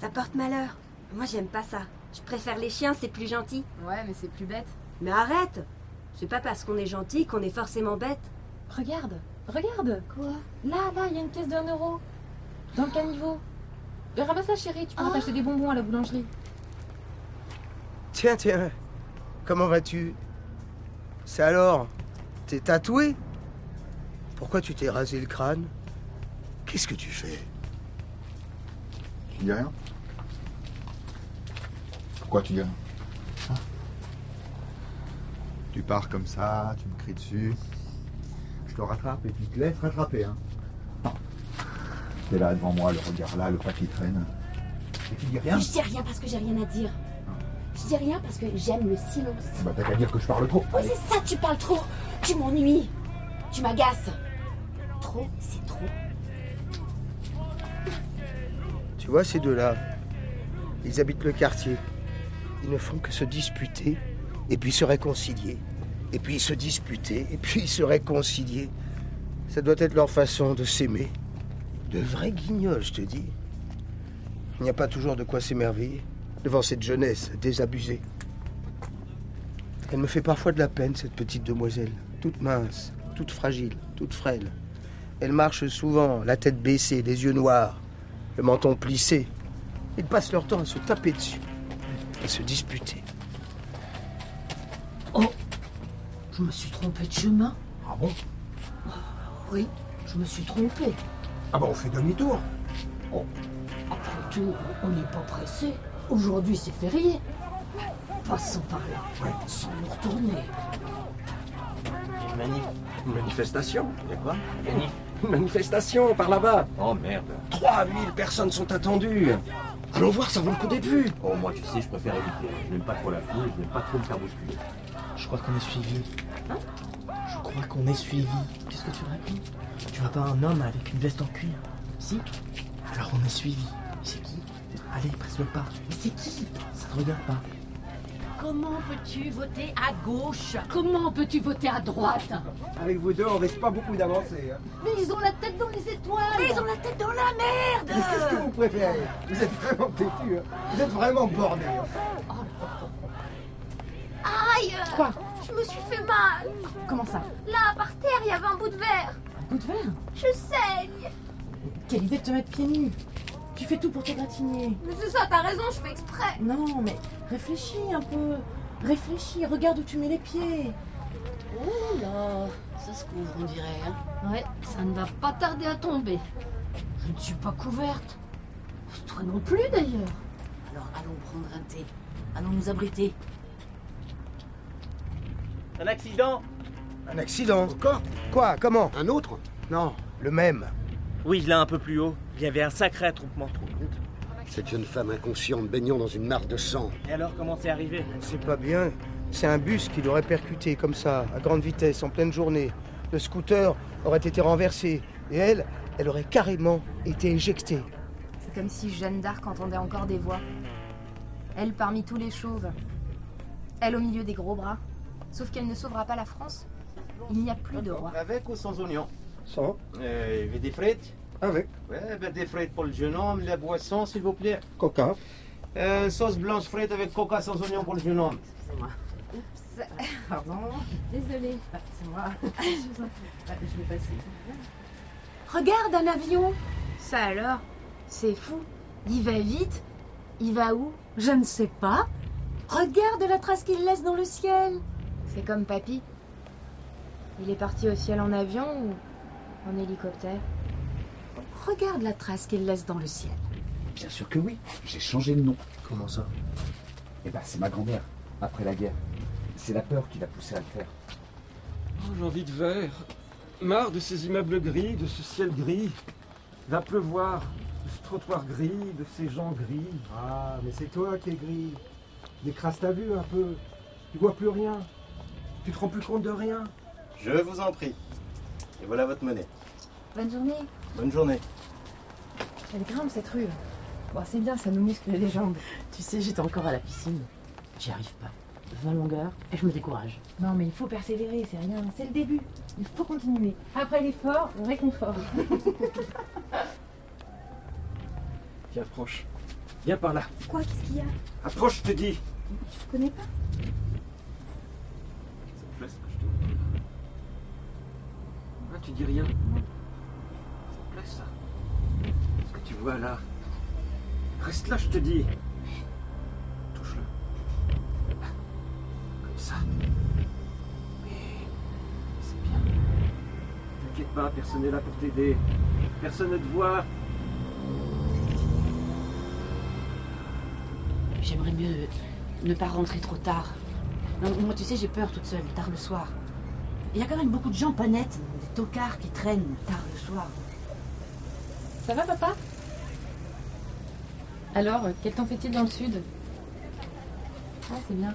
[SPEAKER 31] Ça porte malheur. Moi, j'aime pas ça. Je préfère les chiens, c'est plus gentil. Ouais, mais c'est plus bête. Mais arrête C'est pas parce qu'on est gentil qu'on est forcément bête.
[SPEAKER 32] Regarde, regarde. Quoi Là, là, il y a une pièce d'un euro. Dans le caniveau. Mais Ramasse-la, chérie, tu pourras
[SPEAKER 31] Ah.
[SPEAKER 32] t'acheter des bonbons à la boulangerie.
[SPEAKER 17] Tiens, tiens, comment vas-tu C'est alors T'es tatoué Pourquoi tu t'es rasé le crâne Qu'est-ce que tu fais
[SPEAKER 13] Tu dis rien Pourquoi tu dis rien Hein Tu pars comme ça, tu me cries dessus. Je te rattrape et tu te laisses rattraper. Hein. Non. T'es là devant moi, le regard là, le pas qui traîne. Et tu dis rien
[SPEAKER 6] Je dis rien parce que j'ai rien à dire. Je dis rien parce que j'aime le silence.
[SPEAKER 13] Bah t'as qu'à dire que je parle trop.
[SPEAKER 6] Oui, c'est ça, tu parles trop. Tu m'ennuies. Tu m'agaces. Trop, c'est trop.
[SPEAKER 17] Tu vois ces deux-là Ils habitent le quartier. Ils ne font que se disputer et puis se réconcilier. Et puis se disputer et puis se réconcilier. Ça doit être leur façon de s'aimer. De vrais guignols, je te dis. Il n'y a pas toujours de quoi s'émerveiller devant cette jeunesse désabusée. Elle me fait parfois de la peine, cette petite demoiselle, toute mince, toute fragile, toute frêle. Elle marche souvent, la tête baissée, les yeux noirs, le menton plissé. Ils passent leur temps à se taper dessus, à se disputer.
[SPEAKER 6] Oh. Je me suis trompée de chemin.
[SPEAKER 10] Ah bon
[SPEAKER 6] Oui, je me suis trompée. Oh.
[SPEAKER 10] Ah bah on fait demi-tour.
[SPEAKER 6] Après tout, on n'est pas pressé. Aujourd'hui, c'est férié. Passons par là, sans nous retourner.
[SPEAKER 15] Une manif. Une manifestation Y'a quoi Une manifestation par là-bas Oh merde 3000 personnes sont attendues Allons voir, ça vaut le coup d'être vu
[SPEAKER 33] Oh, moi, tu sais, je préfère éviter. Je n'aime pas trop la foule, je n'aime pas trop me faire bousculer.
[SPEAKER 28] Je crois qu'on est suivi.
[SPEAKER 6] Hein
[SPEAKER 28] Je crois qu'on est suivi. Qu'est-ce que tu racontes Tu vois pas un homme avec une veste en cuir Si Alors on est suivi. C'est qui Allez, presse le
[SPEAKER 15] Bah,
[SPEAKER 28] pas. Mais c'est qui Ça te regarde pas.
[SPEAKER 6] Comment peux-tu voter à gauche Comment peux-tu voter à droite
[SPEAKER 10] Avec vous deux, on risque pas beaucoup d'avancer. hein.
[SPEAKER 6] Mais ils ont la tête dans les étoiles Mais ils ont la tête dans la merde
[SPEAKER 10] Mais qu'est-ce que vous préférez Vous êtes vraiment têtu. hein. Vous êtes vraiment borné.
[SPEAKER 34] hein.
[SPEAKER 35] Aïe
[SPEAKER 30] Quoi
[SPEAKER 35] Je me suis fait mal
[SPEAKER 30] Comment ça
[SPEAKER 35] Là, par terre, il y avait un bout de verre
[SPEAKER 30] Un bout de verre
[SPEAKER 35] Je saigne
[SPEAKER 30] Quelle idée de te mettre pieds nus Tu fais tout pour te gratigner.
[SPEAKER 35] Mais c'est ça, t'as raison, je fais exprès
[SPEAKER 30] Non, mais réfléchis un peu. Réfléchis, regarde où tu mets les pieds.
[SPEAKER 6] Oh là Ça se couvre, on dirait. Hein. Ouais, ça ne va pas tarder à tomber. Je ne suis pas couverte. Toi non plus, d'ailleurs. Alors allons prendre un thé. Allons nous abriter.
[SPEAKER 28] Un accident
[SPEAKER 17] Un accident Encore Quoi Comment Un autre Non, le même.
[SPEAKER 28] Oui, là un peu plus haut. Il y avait un sacré attroupement.
[SPEAKER 23] Cette jeune femme inconsciente baignant dans une mare de sang.
[SPEAKER 28] Et alors, comment c'est arrivé
[SPEAKER 17] C'est pas bien. C'est un bus qui l'aurait percuté comme ça, à grande vitesse, en pleine journée. Le scooter aurait été renversé et elle, elle aurait carrément été éjectée.
[SPEAKER 31] C'est comme si Jeanne d'Arc entendait encore des voix. Elle parmi tous les chauves. Elle au milieu des gros bras. Sauf qu'elle ne sauvera pas la France. Il n'y a plus de roi.
[SPEAKER 15] Avec ou sans oignon
[SPEAKER 17] Sans.
[SPEAKER 15] Euh, il veut des frites
[SPEAKER 17] Avec.
[SPEAKER 15] Ouais, ben des frites pour le jeune homme, la boisson, s'il vous plaît.
[SPEAKER 17] Coca.
[SPEAKER 15] Euh, sauce blanche frite avec coca sans oignon pour le jeune homme.
[SPEAKER 31] Oups. Pardon. Désolée. C'est moi. je vais passer.
[SPEAKER 36] Regarde un avion Ça alors C'est fou. Il va vite Il va où Je ne sais pas. Regarde la trace qu'il laisse dans le ciel C'est comme papy. Il est parti au ciel en avion ou en hélicoptère Regarde la trace qu'il laisse dans le ciel.
[SPEAKER 37] Bien sûr que oui, j'ai changé de nom. Comment ça Eh ben, c'est ma grand-mère, après la guerre. C'est la peur qui l'a poussée à le faire.
[SPEAKER 10] Oh, j'ai envie de verre. Marre de ces immeubles gris, de ce ciel gris. Va pleuvoir, de ce trottoir gris, de ces gens gris.
[SPEAKER 34] Ah, mais c'est toi qui es gris. Décrase ta vue un peu. Tu vois plus rien. Tu te rends plus compte de rien.
[SPEAKER 5] Je vous en prie. Et voilà votre monnaie.
[SPEAKER 6] Bonne journée.
[SPEAKER 5] Bonne journée.
[SPEAKER 6] Elle grimpe cette rue. Bon, c'est bien, ça nous muscle les jambes.
[SPEAKER 38] Tu sais, j'étais encore à la piscine. J'y arrive pas. 20 longueurs et je me décourage.
[SPEAKER 6] Non, mais il faut persévérer, c'est rien, c'est le début. Il faut continuer. Après l'effort, le réconfort.
[SPEAKER 10] Viens, approche. Viens par là.
[SPEAKER 6] Quoi, qu'est-ce qu'il y a
[SPEAKER 10] Approche, je te dis.
[SPEAKER 6] Je connais pas.
[SPEAKER 10] Ah, tu dis rien. Ça te plaît, ça Ce que tu vois là. Reste là, je te dis. Touche-le. Là. Comme ça. Oui. C'est bien. T'inquiète pas, personne n'est là pour t'aider. Personne ne te voit.
[SPEAKER 38] J'aimerais mieux ne pas rentrer trop tard. Non, moi, tu sais, j'ai peur toute seule, tard le soir. Il y a quand même beaucoup de gens pas nets, des tocards qui traînent tard le soir.
[SPEAKER 6] Ça va, papa Alors, quel temps fait-il dans le sud Ah, c'est bien.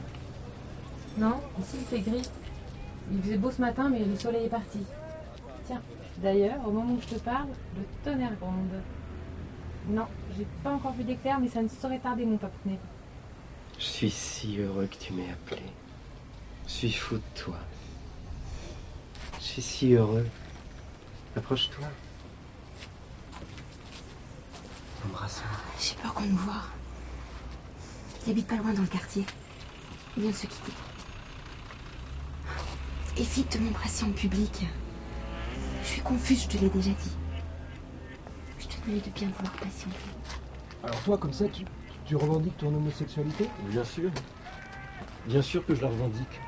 [SPEAKER 6] Non, ici c'est gris. Il faisait beau ce matin, mais le soleil est parti. Tiens, d'ailleurs, au moment où je te parle, le tonnerre gronde. Non, j'ai pas encore vu d'éclair, mais ça ne saurait tarder, mon papounet.
[SPEAKER 5] Je suis si heureux que tu m'aies appelé. Je suis fou de toi. Je suis si heureux. Approche-toi. Embrasse-moi.
[SPEAKER 6] J'ai peur qu'on nous voit. Il habite pas loin dans le quartier. Il vient de se quitter. Évite de m'embrasser en public. Je suis confuse, je te l'ai déjà dit. Je te demandais de bien vouloir patienter.
[SPEAKER 34] Alors toi, comme ça, tu, tu revendiques ton homosexualité
[SPEAKER 10] Bien sûr. Bien sûr que je la revendique.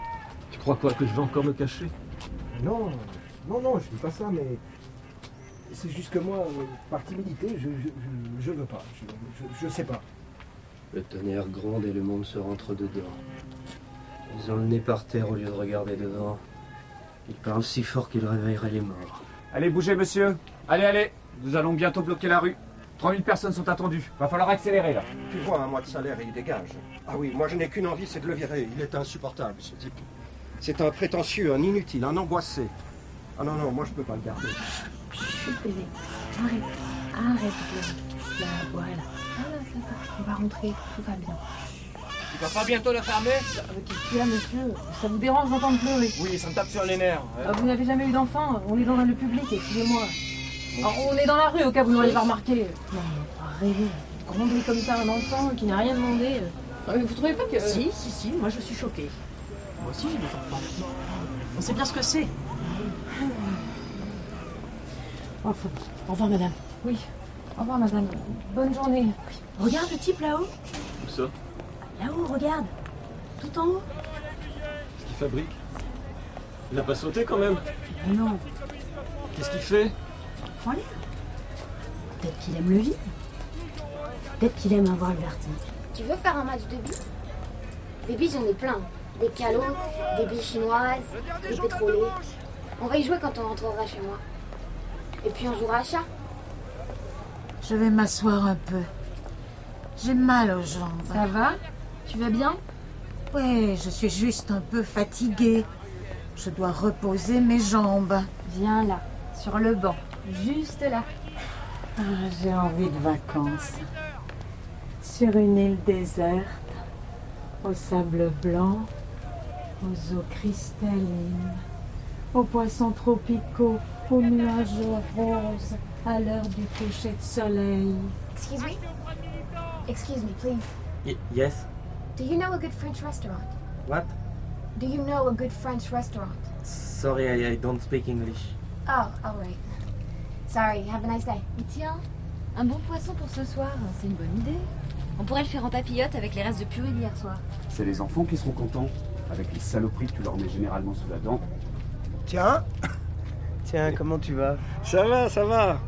[SPEAKER 10] Tu crois quoi Que je vais encore me cacher
[SPEAKER 34] Non, non, non, je dis pas ça, mais c'est juste que moi, euh, par timidité, je, je, je- je veux pas. Je, je- je sais pas.
[SPEAKER 5] Le tonnerre gronde et le monde se rentre dedans. Ils ont le nez par terre au lieu de regarder devant. Ils parlent si fort qu'ils réveilleraient les morts.
[SPEAKER 39] Allez, bougez, monsieur. Allez, allez. Nous allons bientôt bloquer la rue. 3000 personnes sont attendues. Va falloir accélérer, là.
[SPEAKER 10] Tu vois, un mois de salaire, il dégage. Ah oui, moi je n'ai qu'une envie, c'est de le virer. Il est insupportable, ce type. C'est un prétentieux, un inutile, un angoissé. Ah non, non, moi je peux pas le garder.
[SPEAKER 6] Bébé, arrête, arrête. bébé. Là, voilà. Ah, ça va. On va rentrer, tout va bien.
[SPEAKER 39] Tu vas pas bientôt la fermer
[SPEAKER 6] Qu'est-ce qu'il y a, monsieur Ça vous dérange d'entendre pleurer
[SPEAKER 39] Oui, ça me tape sur les nerfs.
[SPEAKER 6] Ah, Vous n'avez jamais eu d'enfant, on est dans le public, excusez-moi. Alors, Oh, on est dans la rue, au cas où vous n'auriez pas remarqué. Non, mais arrêtez. Gronder comme ça un enfant qui n'a rien demandé. Non, mais vous trouvez pas que.
[SPEAKER 38] Si, si, si, moi je suis choquée. Moi aussi j'ai des enfants. On sait bien ce que c'est.
[SPEAKER 6] Ah.
[SPEAKER 38] Enfin, au revoir madame.
[SPEAKER 6] Oui. Au revoir, madame. Bonne journée. Regarde le type là-haut.
[SPEAKER 10] Tout ça
[SPEAKER 6] Là-haut, regarde. Tout en haut.
[SPEAKER 10] Qu'est-ce qu'il fabrique Il n'a pas sauté quand même
[SPEAKER 6] Non.
[SPEAKER 10] Qu'est-ce qu'il fait
[SPEAKER 6] Prends-les. Peut-être qu'il aime le vide. Peut-être qu'il aime avoir le vertige.
[SPEAKER 40] Tu veux faire un match de billes Des billes, j'en ai plein. Des calots, des billes chinoises, des pétrolées. On va y jouer quand on rentrera chez moi. Et puis on jouera à chat.
[SPEAKER 36] Je vais m'asseoir un peu. J'ai mal aux jambes. Ça va Tu vas bien Ouais, je suis juste un peu fatiguée. Je dois reposer mes jambes.
[SPEAKER 6] Viens là, sur le banc. Juste là.
[SPEAKER 7] Ah, J'ai envie de vacances. Sur une île déserte, au sable blanc, aux eaux cristallines, aux poissons tropicaux, aux nuages roses, à l'heure du coucher de soleil.
[SPEAKER 40] Excuse me. Excuse me, please.
[SPEAKER 39] yes.
[SPEAKER 40] Do you know a good French restaurant?
[SPEAKER 39] What?
[SPEAKER 40] Do you know a good French restaurant?
[SPEAKER 39] Sorry, I, I don't speak English.
[SPEAKER 40] Oh, alright.
[SPEAKER 14] Sorry, have a nice day. Tiens, un bon poisson pour ce soir, c'est une bonne idée.
[SPEAKER 1] On pourrait le faire en papillote avec les restes de purée d'hier soir.
[SPEAKER 41] C'est les enfants qui seront contents, avec les saloperies que tu leur mets généralement sous la dent.
[SPEAKER 17] Tiens Tiens, comment tu vas Ça va, ça va.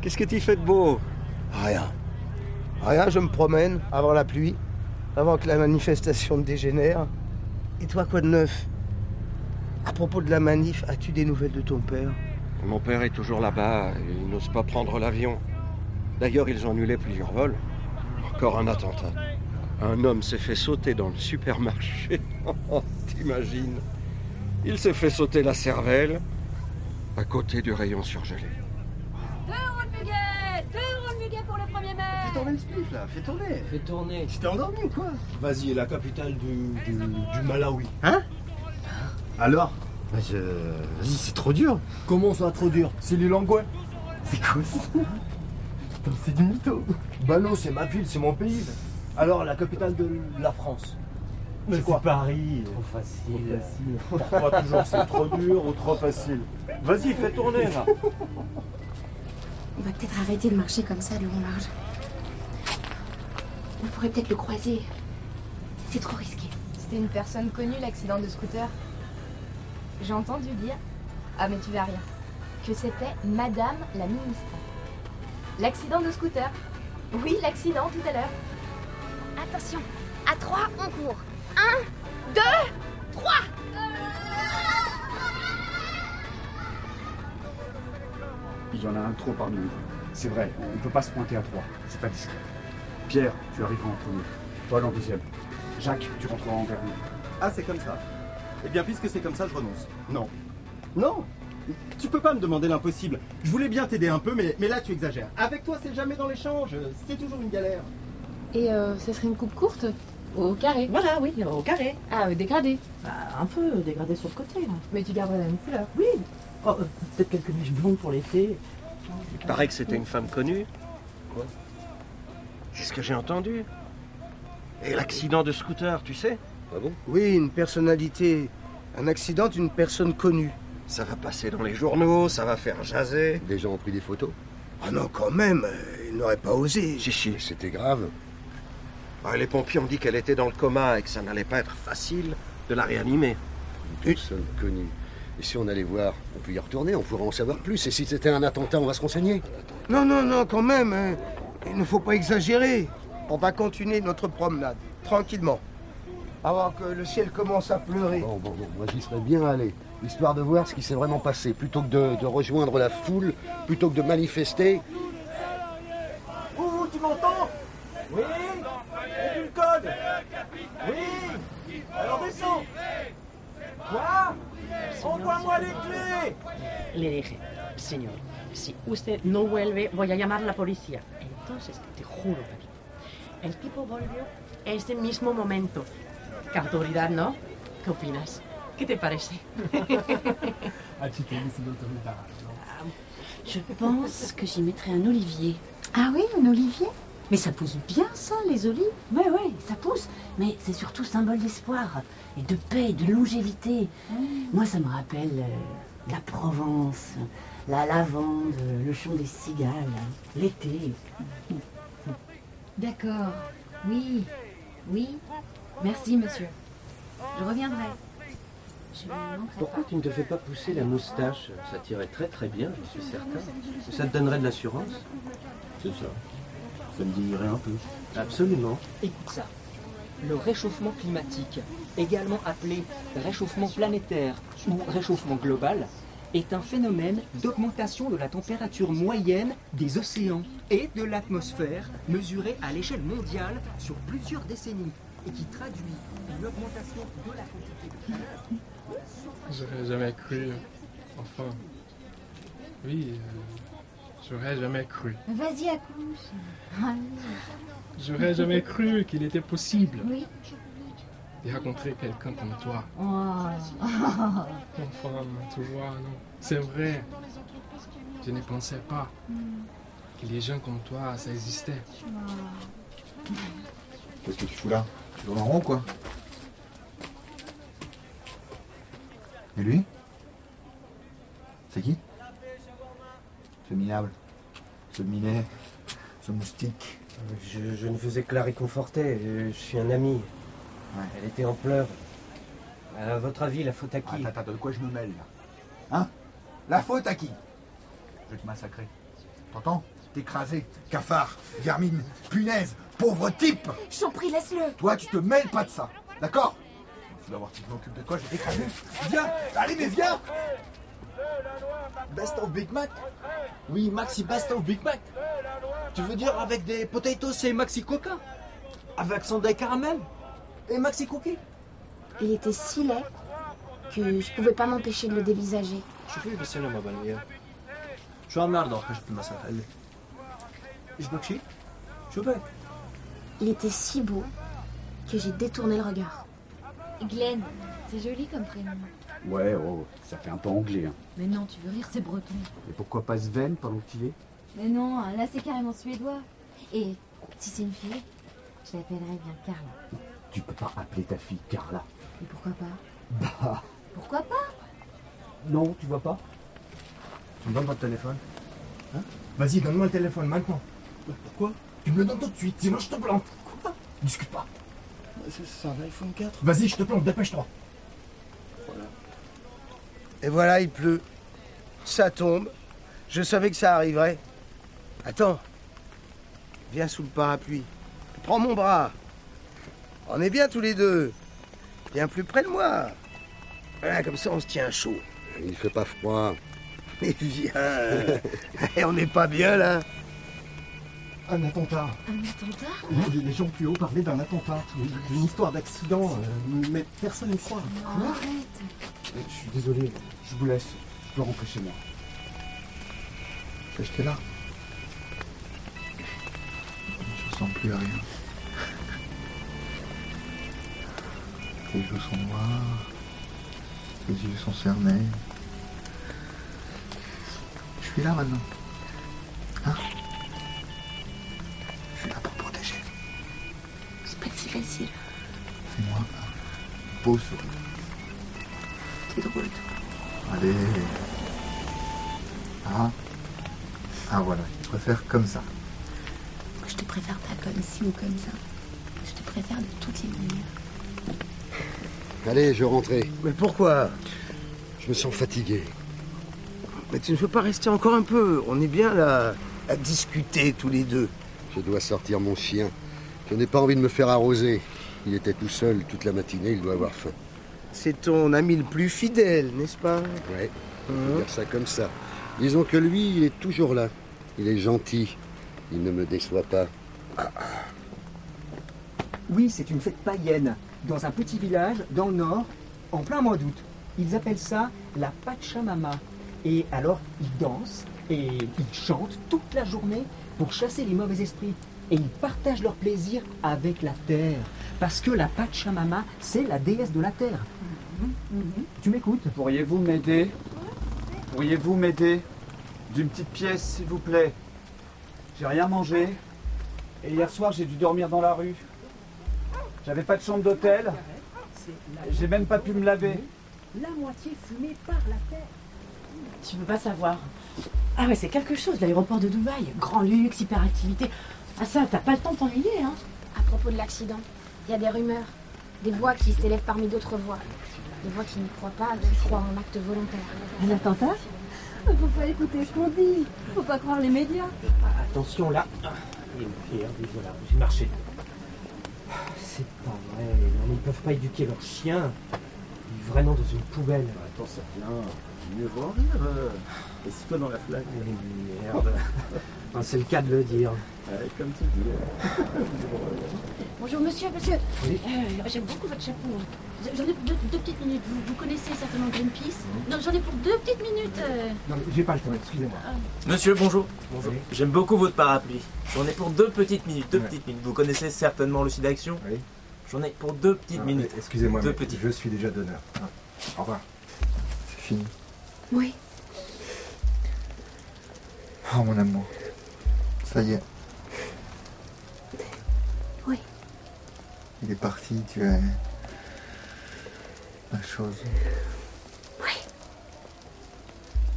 [SPEAKER 17] Qu'est-ce que tu fais de beau Rien. Rien, je me promène avant la pluie, avant que la manifestation ne dégénère. Et toi, quoi de neuf À propos de la manif, as-tu des nouvelles de ton père
[SPEAKER 10] Mon père est toujours là-bas, et il n'ose pas prendre l'avion. D'ailleurs, ils ont annulé plusieurs vols. Encore un attentat. Un homme s'est fait sauter dans le supermarché. T'imagines Il s'est fait sauter la cervelle à côté du rayon surgelé.
[SPEAKER 1] 2 euros le muguet 2 euros le muguet pour le 1er mai
[SPEAKER 17] Fais tourner le spliff là, fais tourner
[SPEAKER 16] Fais tourner
[SPEAKER 17] Tu t'es endormi ou quoi
[SPEAKER 10] Vas-y, la capitale du,
[SPEAKER 17] Malawi. Hein Alors je... Vas-y, c'est trop dur Comment ça trop dur C'est les Langouin C'est quoi ça Putain, c'est du mytho Bah non, c'est ma ville, c'est mon pays. Alors, la capitale de la France
[SPEAKER 16] C'est quoi Paris Trop
[SPEAKER 17] facile.
[SPEAKER 10] Pourquoi toujours c'est trop dur ou trop facile Vas-y, fais tourner là
[SPEAKER 42] On va peut-être arrêter de marcher comme ça le long large. On pourrait peut-être le croiser. C'est trop risqué.
[SPEAKER 1] C'était une personne connue l'accident de scooter.
[SPEAKER 43] J'ai entendu dire, ah mais tu vas rien, que c'était Madame la ministre. L'accident de scooter. Oui, l'accident tout à l'heure.
[SPEAKER 42] Attention, à trois, on court. Un, deux, trois
[SPEAKER 41] Il y en a un de trop parmi nous. C'est vrai, on ne peut pas se pointer à trois. C'est pas discret. Pierre, tu arriveras en premier. Paul en deuxième. Jacques, tu rentreras en dernier.
[SPEAKER 17] Ah, c'est comme ça. Eh bien, puisque c'est comme ça, je renonce. Non. Non Tu peux pas me demander l'impossible. Je voulais bien t'aider un peu, mais, mais là, tu exagères. Avec toi, c'est jamais dans l'échange. C'est toujours une galère.
[SPEAKER 44] Et euh, ça serait une coupe courte Au carré Voilà, oui, au carré. Ah, euh, dégradé
[SPEAKER 7] Bah,
[SPEAKER 16] un peu dégradé sur le côté là.
[SPEAKER 44] Mais tu garderais la même couleur.
[SPEAKER 16] Oui. Oh, euh, peut-être quelques mèches blondes pour l'été.
[SPEAKER 10] Il paraît que c'était une femme connue. Quoi C'est ce que j'ai entendu. Et l'accident de scooter, tu sais Ah bon
[SPEAKER 17] Oui, une personnalité. Un accident d'une personne connue.
[SPEAKER 10] Ça va passer dans les journaux, ça va faire jaser.
[SPEAKER 23] Les gens ont pris des photos.
[SPEAKER 17] Ah non, quand même, il n'aurait pas osé.
[SPEAKER 23] C'était grave.
[SPEAKER 10] Ah, les pompiers ont dit qu'elle était dans le coma et que ça n'allait pas être facile de la réanimer.
[SPEAKER 23] Une personne connue. Et si on allait voir, on peut y retourner, on pourra en savoir plus. Et si c'était un attentat, on va se renseigner.
[SPEAKER 17] Non, non, non, quand même. hein. Il ne faut pas exagérer. On va continuer notre promenade, tranquillement. Avant que le ciel commence à pleurer.
[SPEAKER 23] Bon, bon, bon, moi j'y serais bien allé. Histoire de voir ce qui s'est vraiment passé. Plutôt que de, de rejoindre la foule, plutôt que de manifester.
[SPEAKER 17] Ouh, Oh, tu m'entends Oui Et le code Oui Alors descends Quoi Envoie-moi les clés
[SPEAKER 7] Le dije, señor, si usted no vuelve, voy a llamar a la policía. Entonces, te juro, Paquito, el tipo volvió ese mismo momento. Qué autoridad, ¿no? ¿Qué opinas? ¿Qué te parece?
[SPEAKER 6] Ah, Je pense que j'y mettrai un olivier.
[SPEAKER 14] Ah oui, un olivier
[SPEAKER 6] Mais ça pousse bien, ça, les olives Oui, oui, ça pousse. Mais c'est surtout symbole d'espoir, et de paix, de longévité. Moi, ça me rappelle euh, la Provence, la lavande, le chant des cigales, l'été.
[SPEAKER 14] D'accord. Oui, oui. Merci, monsieur. Je reviendrai. Je ne manquerai
[SPEAKER 10] Pourquoi tu ne te fais pas pousser la moustache Ça t'irait très très bien, j'en suis certain. Ça te donnerait de l'assurance
[SPEAKER 17] C'est ça. Ça me diminuerait un peu.
[SPEAKER 10] Absolument.
[SPEAKER 16] Écoute ça. Le réchauffement climatique, également appelé réchauffement planétaire ou réchauffement global, est un phénomène d'augmentation de la température moyenne des océans et de l'atmosphère mesurée à l'échelle mondiale sur plusieurs décennies et qui traduit une augmentation de la quantité de chaleur.
[SPEAKER 22] J'aurais jamais cru. euh, Enfin. Oui, euh, j'aurais jamais cru.
[SPEAKER 14] Vas-y, accouche. Ah
[SPEAKER 22] J'aurais jamais cru qu'il était possible
[SPEAKER 14] Oui.
[SPEAKER 22] de rencontrer quelqu'un comme toi.
[SPEAKER 14] Oh.
[SPEAKER 22] Enfin, tu vois, non. C'est vrai. Je ne pensais pas que les gens comme toi, ça existait.
[SPEAKER 13] Qu'est-ce que tu fous là Tu tournes en rond, quoi Et lui C'est qui ce minable, ce minet, ce moustique.
[SPEAKER 10] Je, je ne faisais que la réconforter. Je suis un ami. Elle était en pleurs. À votre avis, la faute à qui
[SPEAKER 13] Attends, attends, de quoi je me mêle là Hein La faute à qui Je vais te massacrer. T'entends T'écraser, cafard, vermine, punaise, pauvre type
[SPEAKER 45] J'en prie, laisse-le
[SPEAKER 13] Toi, tu te mêles pas de ça, d'accord Tu vas voir si tu m'occupes de quoi, je vais t'écraser. Viens Allez, mais viens
[SPEAKER 46] Best of Big Mac Oui, Maxi Best of Big Mac Tu veux dire avec des potatoes et Maxi Coca Avec sundae caramel Et Maxi Cookie
[SPEAKER 6] Il était si laid que je pouvais pas m'empêcher de le dévisager.
[SPEAKER 46] Je suis passionné, ma bonne hier. Je suis un merde après, je peux massacrer. Je me chie Je veux.
[SPEAKER 6] Il était si beau que j'ai détourné le regard.
[SPEAKER 7] Glenn, c'est joli comme prénom.
[SPEAKER 47] Ouais, oh, ça fait un peu anglais. Hein.
[SPEAKER 7] Mais non, tu veux rire, c'est breton.
[SPEAKER 47] Et pourquoi pas Sven pendant qu'il est
[SPEAKER 7] Mais non, là c'est carrément suédois. Et si c'est une fille, je l'appellerai bien Carla.
[SPEAKER 47] Tu peux pas appeler ta fille Carla.
[SPEAKER 7] Et pourquoi pas
[SPEAKER 47] Bah,
[SPEAKER 7] Pourquoi pas
[SPEAKER 47] non, tu vois pas
[SPEAKER 46] Tu me donnes votre téléphone Hein Vas-y, donne-moi le téléphone maintenant.
[SPEAKER 48] Euh,
[SPEAKER 46] Pourquoi Tu me le donnes tout de suite, sinon je te plante. Quoi Discute pas.
[SPEAKER 48] Bah,
[SPEAKER 10] C'est un iPhone 4
[SPEAKER 46] Vas-y, je te plante, dépêche-toi.
[SPEAKER 17] Et voilà, il pleut. Ça tombe. Je savais que ça arriverait. Attends. Viens sous le parapluie. Prends mon bras. On est bien tous les deux. Viens plus près de moi. Voilà, comme ça on se tient chaud.
[SPEAKER 49] Il fait pas froid.
[SPEAKER 17] Mais viens. Et on n'est pas bien là.
[SPEAKER 48] Un attentat.
[SPEAKER 7] Un attentat
[SPEAKER 48] Oui, les- Les gens plus haut parlaient d'un attentat, oui, d'une histoire d'accident, euh, mais personne n'y croit.
[SPEAKER 7] Arrête
[SPEAKER 48] Euh, Je suis désolé, je vous laisse, je dois rentrer chez moi.
[SPEAKER 13] J'étais là. Je ressemble plus à rien. Tes joues sont noires. Tes yeux sont cernés. Je suis là maintenant. Hein Je suis là pour protéger.
[SPEAKER 7] C'est pas si facile.
[SPEAKER 13] C'est moi. Un beau sourire.
[SPEAKER 7] T'es drôle, toi.
[SPEAKER 13] Allez. Ah. Ah voilà, je préfère comme ça.
[SPEAKER 7] Je te préfère pas comme ci ou comme ça. Je te préfère de toutes les manières.
[SPEAKER 23] Allez, je rentrais.
[SPEAKER 17] Mais pourquoi
[SPEAKER 23] Je me sens fatigué.
[SPEAKER 17] Mais tu ne veux pas rester encore un peu. On est bien là à discuter tous les deux.
[SPEAKER 23] Je dois sortir mon chien. Je n'ai pas envie de me faire arroser. Il était tout seul toute la matinée, il doit avoir faim.
[SPEAKER 17] C'est ton ami le plus fidèle, n'est-ce pas
[SPEAKER 23] Ouais, on peut
[SPEAKER 17] Mhm.
[SPEAKER 23] dire ça comme ça. Disons que lui, il est toujours là. Il est gentil. Il ne me déçoit pas.
[SPEAKER 16] Oui, c'est une fête païenne, dans un petit village dans le nord, en plein mois d'août. Ils appellent ça la Pachamama. Et alors, ils dansent et ils chantent toute la journée pour chasser les mauvais esprits. Et ils partagent leur plaisir avec la terre. Parce que la Pachamama, c'est la déesse de la terre.
[SPEAKER 11] Mhm,
[SPEAKER 16] Tu m'écoutes
[SPEAKER 50] Pourriez-vous m'aider Pourriez-vous m'aider D'une petite pièce, s'il vous plaît. J'ai rien mangé. Et hier soir, j'ai dû dormir dans la rue. J'avais pas de chambre d'hôtel. J'ai même pas pu me laver.
[SPEAKER 11] La moitié fumée par la terre. Tu peux pas savoir. Ah ouais, c'est quelque chose, l'aéroport de Dubaï. Grand luxe, hyperactivité. Ah ça, t'as pas le temps de t'ennuyer, hein
[SPEAKER 6] À propos de l'accident, il y a des rumeurs, des voix qui s'élèvent parmi d'autres voix. Des voix qui ne croient pas, qui croient en acte volontaire.
[SPEAKER 11] Un attentat
[SPEAKER 7] Faut pas écouter ce qu'on dit. Faut pas croire les médias.
[SPEAKER 10] Attention là. Ah, Et merde, hein, voilà, j'ai marché. Ah, C'est pas vrai. Non, mais ils peuvent pas éduquer leur chien. Il est vraiment dans une poubelle. Bah, Attends, ça vient. Mieux vaut rire. euh. Et si toi dans la flaque. merde. Enfin, C'est le cas de le dire. comme tu
[SPEAKER 6] Bonjour monsieur, monsieur.
[SPEAKER 10] Oui.
[SPEAKER 6] Euh, J'aime beaucoup votre chapeau. hein. J'en ai pour deux, deux petites minutes. Vous, vous connaissez certainement Greenpeace Non, j'en ai pour deux petites minutes. euh.
[SPEAKER 48] Non, mais j'ai pas le temps, excusez-moi.
[SPEAKER 46] Monsieur, bonjour.
[SPEAKER 48] Bonjour.
[SPEAKER 46] J'aime beaucoup votre parapluie. J'en ai pour deux petites minutes, deux petites minutes. Vous connaissez certainement le site d'action
[SPEAKER 48] Oui.
[SPEAKER 46] J'en ai pour deux petites
[SPEAKER 48] Non,
[SPEAKER 46] minutes.
[SPEAKER 48] mais Excusez-moi,
[SPEAKER 46] Deux
[SPEAKER 48] mais je suis déjà d'honneur. Hein. Au revoir. C'est fini.
[SPEAKER 7] Oui.
[SPEAKER 13] Oh mon amour. Ça y est.
[SPEAKER 7] Oui.
[SPEAKER 13] Il est parti, tu es. La chose.
[SPEAKER 7] Oui.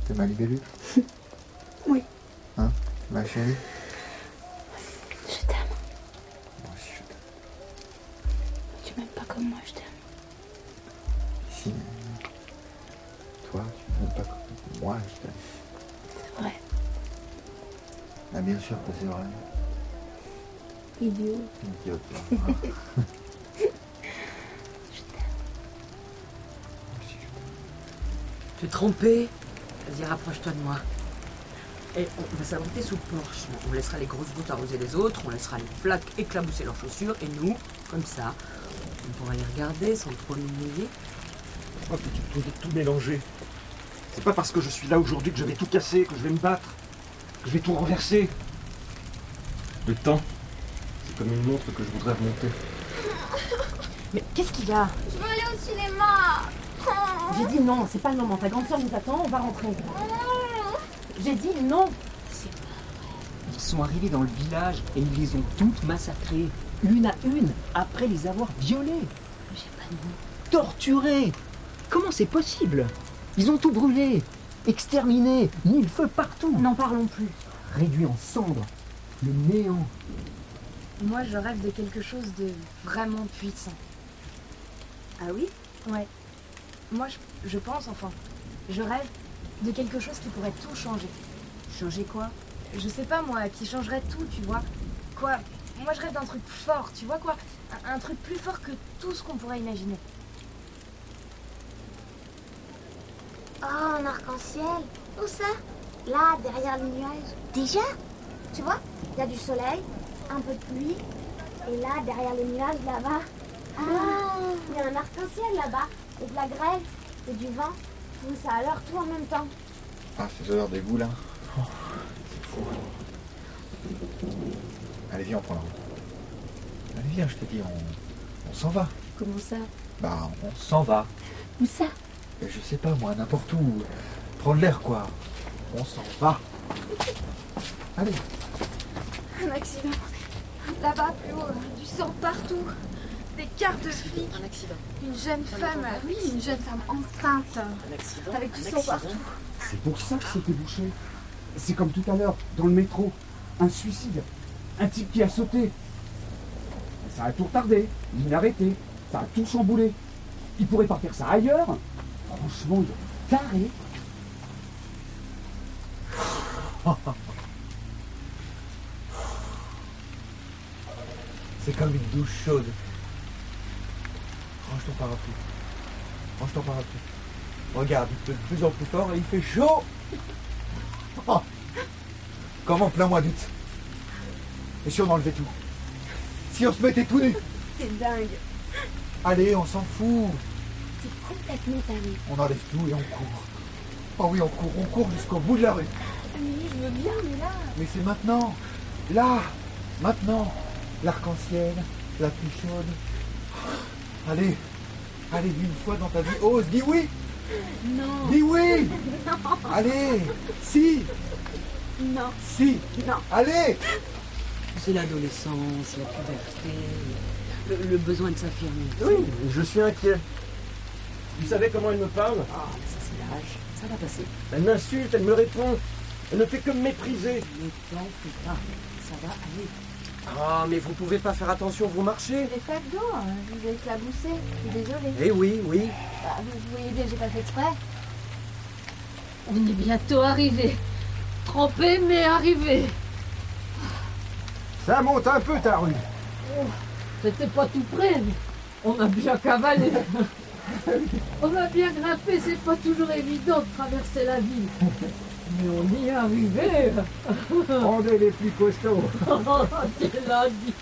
[SPEAKER 13] T'es ma libellule
[SPEAKER 7] Oui.
[SPEAKER 13] Hein, Ma chérie
[SPEAKER 51] Je t'aime. Tu m'aimes pas comme moi, je t'aime.
[SPEAKER 13] Si. Toi, tu n'aimes pas comme moi, je t'aime.
[SPEAKER 51] C'est vrai.
[SPEAKER 13] Ah, bien sûr que c'est vrai.
[SPEAKER 51] Idiot.
[SPEAKER 13] Idiote. hein. toi.
[SPEAKER 52] Tu es trompé Vas-y, rapproche-toi de moi. Et on va s'abriter sous le porche. On laissera les grosses gouttes arroser les autres, on laissera les flaques éclabousser leurs chaussures, et nous, comme ça, on pourra les regarder sans trop nous mouiller.
[SPEAKER 10] Oh, que tu peux tout mélanger. C'est pas parce que je suis là aujourd'hui que je vais tout casser, que je vais me battre, que je vais tout renverser.
[SPEAKER 22] Le temps, c'est comme une montre que je voudrais remonter.
[SPEAKER 52] Mais qu'est-ce qu'il y a
[SPEAKER 51] Je veux aller au cinéma. Oh.
[SPEAKER 53] J'ai dit non, c'est pas le moment. Ta grande soeur nous attend, on va rentrer.
[SPEAKER 51] Oh.
[SPEAKER 53] J'ai dit non.
[SPEAKER 16] Ils sont arrivés dans le village et ils les ont toutes massacrées, une à une, après les avoir violées. Torturées Comment c'est possible Ils ont tout brûlé, exterminé, mis le feu partout. N'en parlons plus. Réduits en cendres, le néant.
[SPEAKER 54] Moi, je rêve de quelque chose de vraiment puissant. Ah oui Ouais. Moi, je, je pense, enfin, je rêve de quelque chose qui pourrait tout changer. Changer quoi Je sais pas, moi, qui changerait tout, tu vois. Quoi Moi, je rêve d'un truc fort, tu vois quoi un, un truc plus fort que tout ce qu'on pourrait imaginer.
[SPEAKER 6] Oh, un arc-en-ciel. Où ça Là, derrière les nuages. Déjà Tu vois, il y a du soleil, un peu de pluie. Et là, derrière les nuages, là-bas. Ah, il y a un arc-en-ciel là-bas. Et de la grêle, et du vent. Tout ça, alors tout en même temps.
[SPEAKER 13] Ah, ces odeurs d'égout là. Allez, viens, on prend la route. Allez, viens, je te dis, on, on s'en va.
[SPEAKER 51] Comment ça
[SPEAKER 13] Bah, on s'en va.
[SPEAKER 51] Où ça
[SPEAKER 13] Et Je sais pas, moi, n'importe où. Prendre l'air, quoi. On s'en va. Allez.
[SPEAKER 6] Un accident. Là-bas, plus haut, du sang partout. Des cartes de flics. Un accident. Une jeune femme. Oui, une jeune femme enceinte. Un accident. Avec du sang partout.
[SPEAKER 55] C'est pour ça que c'était bouché. C'est comme tout à l'heure, dans le métro. Un suicide. Un type qui a sauté. Ça a tout retardé, inarrêté. Ça a tout chamboulé. Il pourrait pas faire ça ailleurs. Franchement, il est taré.
[SPEAKER 13] C'est comme une douche chaude. Range ton parapluie. Range ton parapluie. Regarde, il pleut de plus en plus fort et il fait chaud. Oh. Comme en plein mois d'août. Et si on enlevait tout Si on se mettait tout nu
[SPEAKER 6] T'es dingue.
[SPEAKER 13] Allez, on s'en fout.
[SPEAKER 6] T'es complètement dingue.
[SPEAKER 13] On enlève tout et on court. Oh oui, on court, on court jusqu'au bout de la rue.
[SPEAKER 6] Ah, Mais je veux bien, mais là.
[SPEAKER 13] Mais c'est maintenant. Là. Maintenant. L'arc-en-ciel, la pluie chaude. Allez. Allez, dis une fois dans ta vie, ose, dis oui.
[SPEAKER 6] Non.
[SPEAKER 13] Dis oui.
[SPEAKER 6] Non.
[SPEAKER 13] Allez. Si.
[SPEAKER 6] Non.
[SPEAKER 13] Si.
[SPEAKER 6] Non.
[SPEAKER 13] Allez.
[SPEAKER 52] C'est l'adolescence, la puberté, le, le besoin de s'affirmer.
[SPEAKER 10] Oui, je suis inquiet. Vous savez comment elle me parle Ah,
[SPEAKER 52] ça c'est l'âge, ça va passer.
[SPEAKER 10] Elle m'insulte, elle me répond. Elle ne fait que me mépriser.
[SPEAKER 52] Mais t'en fais pas, ça va aller.
[SPEAKER 10] Ah, mais vous pouvez pas faire attention, vous marchez.
[SPEAKER 51] Les flaques d'eau, hein, je vous ai éclaboussé. Je suis désolée.
[SPEAKER 10] Eh oui, oui.
[SPEAKER 51] Bah, vous vous voyez bien, j'ai pas fait exprès. On est bientôt arrivé.
[SPEAKER 14] Trempé, mais arrivé.
[SPEAKER 13] Ça monte un peu ta rue.
[SPEAKER 14] Oh, C'était pas tout près, mais on a bien cavalé. on a bien grimpé, c'est pas toujours évident de traverser la ville. Mais on y est arrivé.
[SPEAKER 13] On est les plus costauds.
[SPEAKER 14] Oh, tu l'as dit.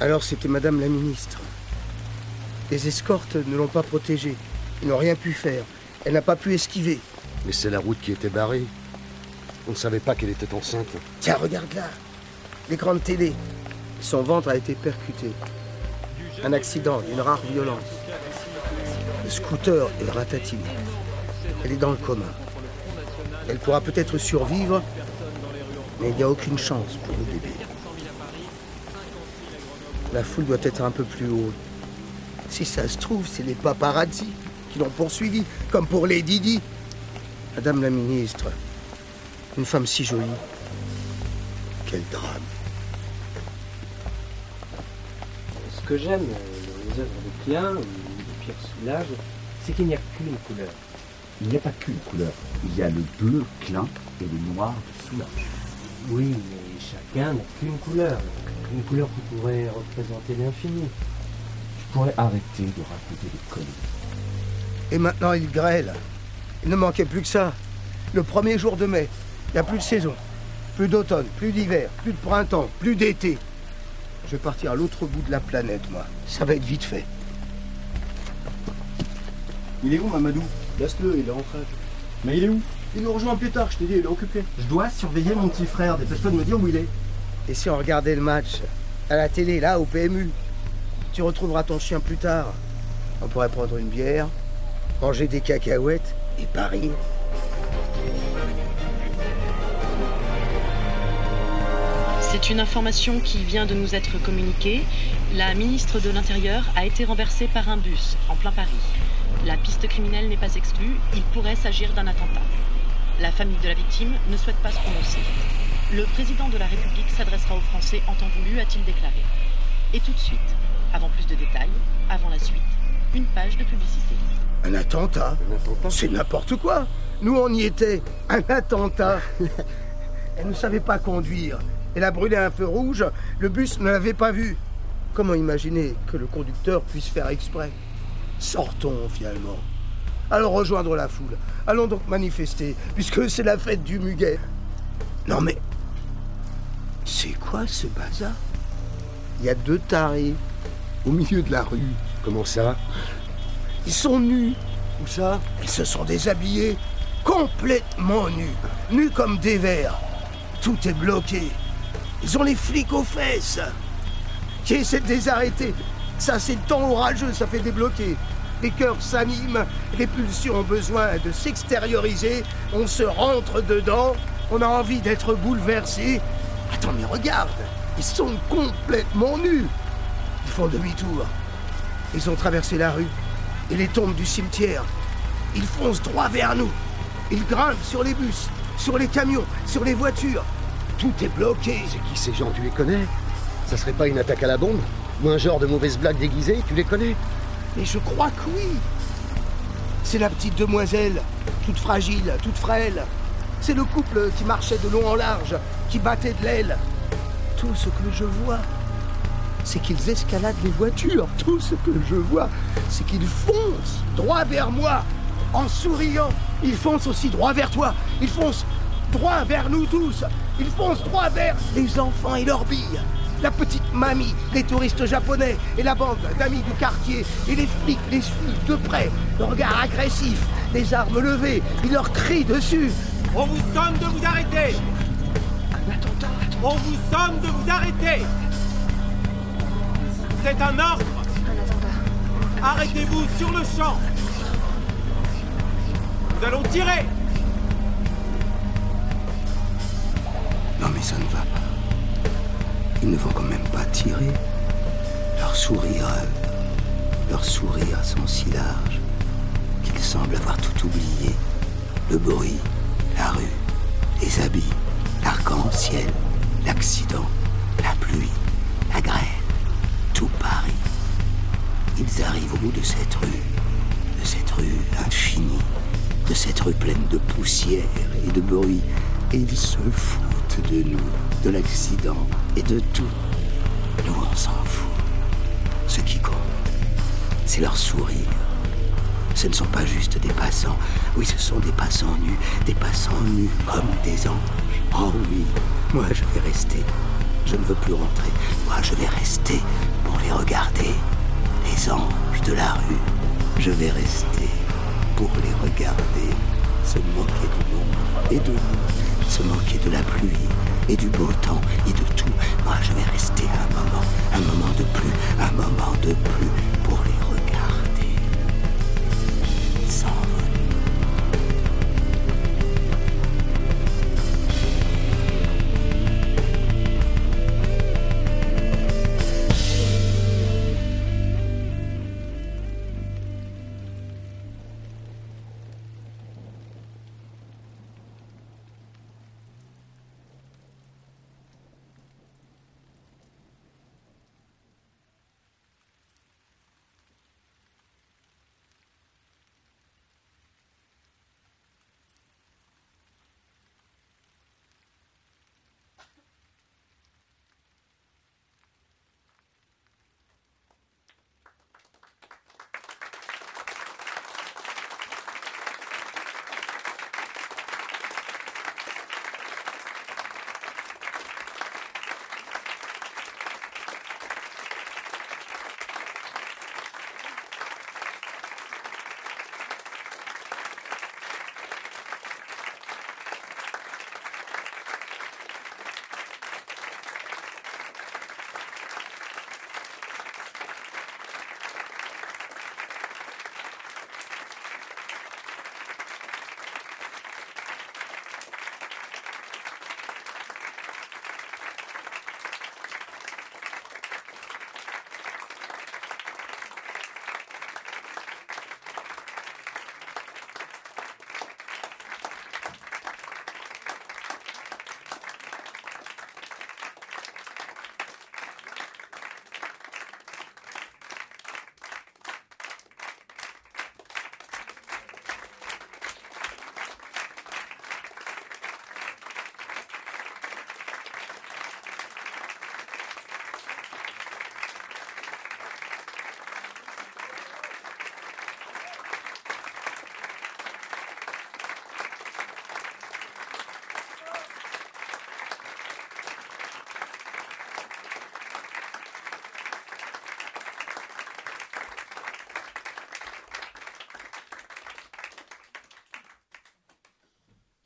[SPEAKER 17] Alors c'était Madame la ministre. Les escortes ne l'ont pas protégée. Ils n'ont rien pu faire. Elle n'a pas pu esquiver.
[SPEAKER 23] Mais c'est la route qui était barrée. On ne savait pas qu'elle était enceinte.
[SPEAKER 17] Tiens, regarde là. Les grandes télés. Son ventre a été percuté. Un accident d'une rare violence. Le scooter est ratatine. Elle est dans le coma. Elle pourra peut-être survivre, mais il n'y a aucune chance pour le bébé. La foule doit être un peu plus haute. Si ça se trouve, c'est les paparazzi qui l'ont poursuivi, comme pour les Didi. Madame la ministre, une femme si jolie. Quel drame.
[SPEAKER 10] Ce que j'aime euh, dans les œuvres de Klein ou de Pierre Soulages, c'est qu'il n'y a qu'une couleur.
[SPEAKER 39] Il n'y a pas qu'une couleur. Il y a le bleu clin et le noir de soulage.
[SPEAKER 56] Oui, mais chacun n'a qu'une couleur. Une couleur qui pourrait représenter l'infini.
[SPEAKER 39] Je pourrais arrêter de raconter des conneries.
[SPEAKER 17] Et maintenant, il grêle. Il ne manquait plus que ça. Le premier jour de mai, il n'y a plus de saison. Plus d'automne, plus d'hiver, plus de printemps, plus d'été. Je vais partir à l'autre bout de la planète, moi. Ça va être vite fait.
[SPEAKER 10] Il est où, Mamadou Laisse-le, il est rentré. Mais il est où Il nous rejoint plus tard, je t'ai dit, il est occupé. Je dois surveiller mon petit frère, dépêche-toi de me dire où il est.
[SPEAKER 17] Et si on regardait le match À la télé, là, au PMU. Tu retrouveras ton chien plus tard. On pourrait prendre une bière, manger des cacahuètes et parier.
[SPEAKER 6] C'est une information qui vient de nous être communiquée. La ministre de l'Intérieur a été renversée par un bus en plein Paris. La piste criminelle n'est pas exclue, il pourrait s'agir d'un attentat. La famille de la victime ne souhaite pas se prononcer. Le président de la République s'adressera aux Français en temps voulu, a-t-il déclaré. Et tout de suite, avant plus de détails, avant la suite, une page de publicité.
[SPEAKER 17] Un attentat C'est n'importe quoi Nous, on y était Un attentat Elle ne savait pas conduire. Elle a brûlé un feu rouge, le bus ne l'avait pas vu. Comment imaginer que le conducteur puisse faire exprès Sortons finalement. Allons rejoindre la foule. Allons donc manifester, puisque c'est la fête du muguet. Non mais. C'est quoi ce bazar Il y a deux tarés au milieu de la rue.
[SPEAKER 23] Comment ça
[SPEAKER 17] Ils sont nus. Où ça Ils se sont déshabillés. Complètement nus. Nus comme des vers. Tout est bloqué. Ils ont les flics aux fesses. Qui essaient de les arrêter. Ça, c'est le temps orageux, ça fait débloquer. Les cœurs s'animent, les pulsions ont besoin de s'extérioriser, on se rentre dedans, on a envie d'être bouleversé. Attends, mais regarde, ils sont complètement nus. Ils font demi-tour. Ils ont traversé la rue et les tombes du cimetière. Ils foncent droit vers nous. Ils grimpent sur les bus, sur les camions, sur les voitures. Tout est bloqué.
[SPEAKER 23] C'est qui ces gens Tu les connais Ça serait pas une attaque à la bombe Ou un genre de mauvaise blague déguisée Tu les connais
[SPEAKER 17] Mais je crois que oui. C'est la petite demoiselle, toute fragile, toute frêle. C'est le couple qui marchait de long en large, qui battait de l'aile. Tout ce que je vois, c'est qu'ils escaladent les voitures. Tout ce que je vois, c'est qu'ils foncent droit vers moi. En souriant, ils foncent aussi droit vers toi. Ils foncent droit vers nous tous. Ils foncent droit vers les enfants et leurs billes. La petite mamie, les touristes japonais et la bande d'amis du quartier et les flics les suivent de près, le regard agressif, les armes levées, ils leur crient dessus.
[SPEAKER 15] On vous somme de vous arrêter On vous somme de vous arrêter C'est un ordre Arrêtez-vous sur le champ Nous allons tirer
[SPEAKER 8] Non mais ça ne va pas. Ils ne vont quand même pas tirer. Leur sourire, à eux, leurs sourires sont si larges qu'ils semblent avoir tout oublié. Le bruit, la rue, les habits, l'arc-en-ciel, l'accident, la pluie, la grêle, tout Paris. Ils arrivent au bout de cette rue, de cette rue infinie, de cette rue pleine de poussière et de bruit, et ils se foutent de nous, de l'accident et de tout. Nous, on s'en fout. Ce qui compte, c'est leur sourire. Ce ne sont pas juste des passants. Oui, ce sont des passants nus, des passants nus comme des anges. Oh oui, moi je vais rester. Je ne veux plus rentrer. Moi je vais rester pour les regarder. Les anges de la rue. Je vais rester pour les regarder. Se moquer de nous et de nous. Se moquer de la pluie et du beau temps et de tout. Moi je vais rester un moment, un moment de plus, un moment de plus pour les regarder. Sans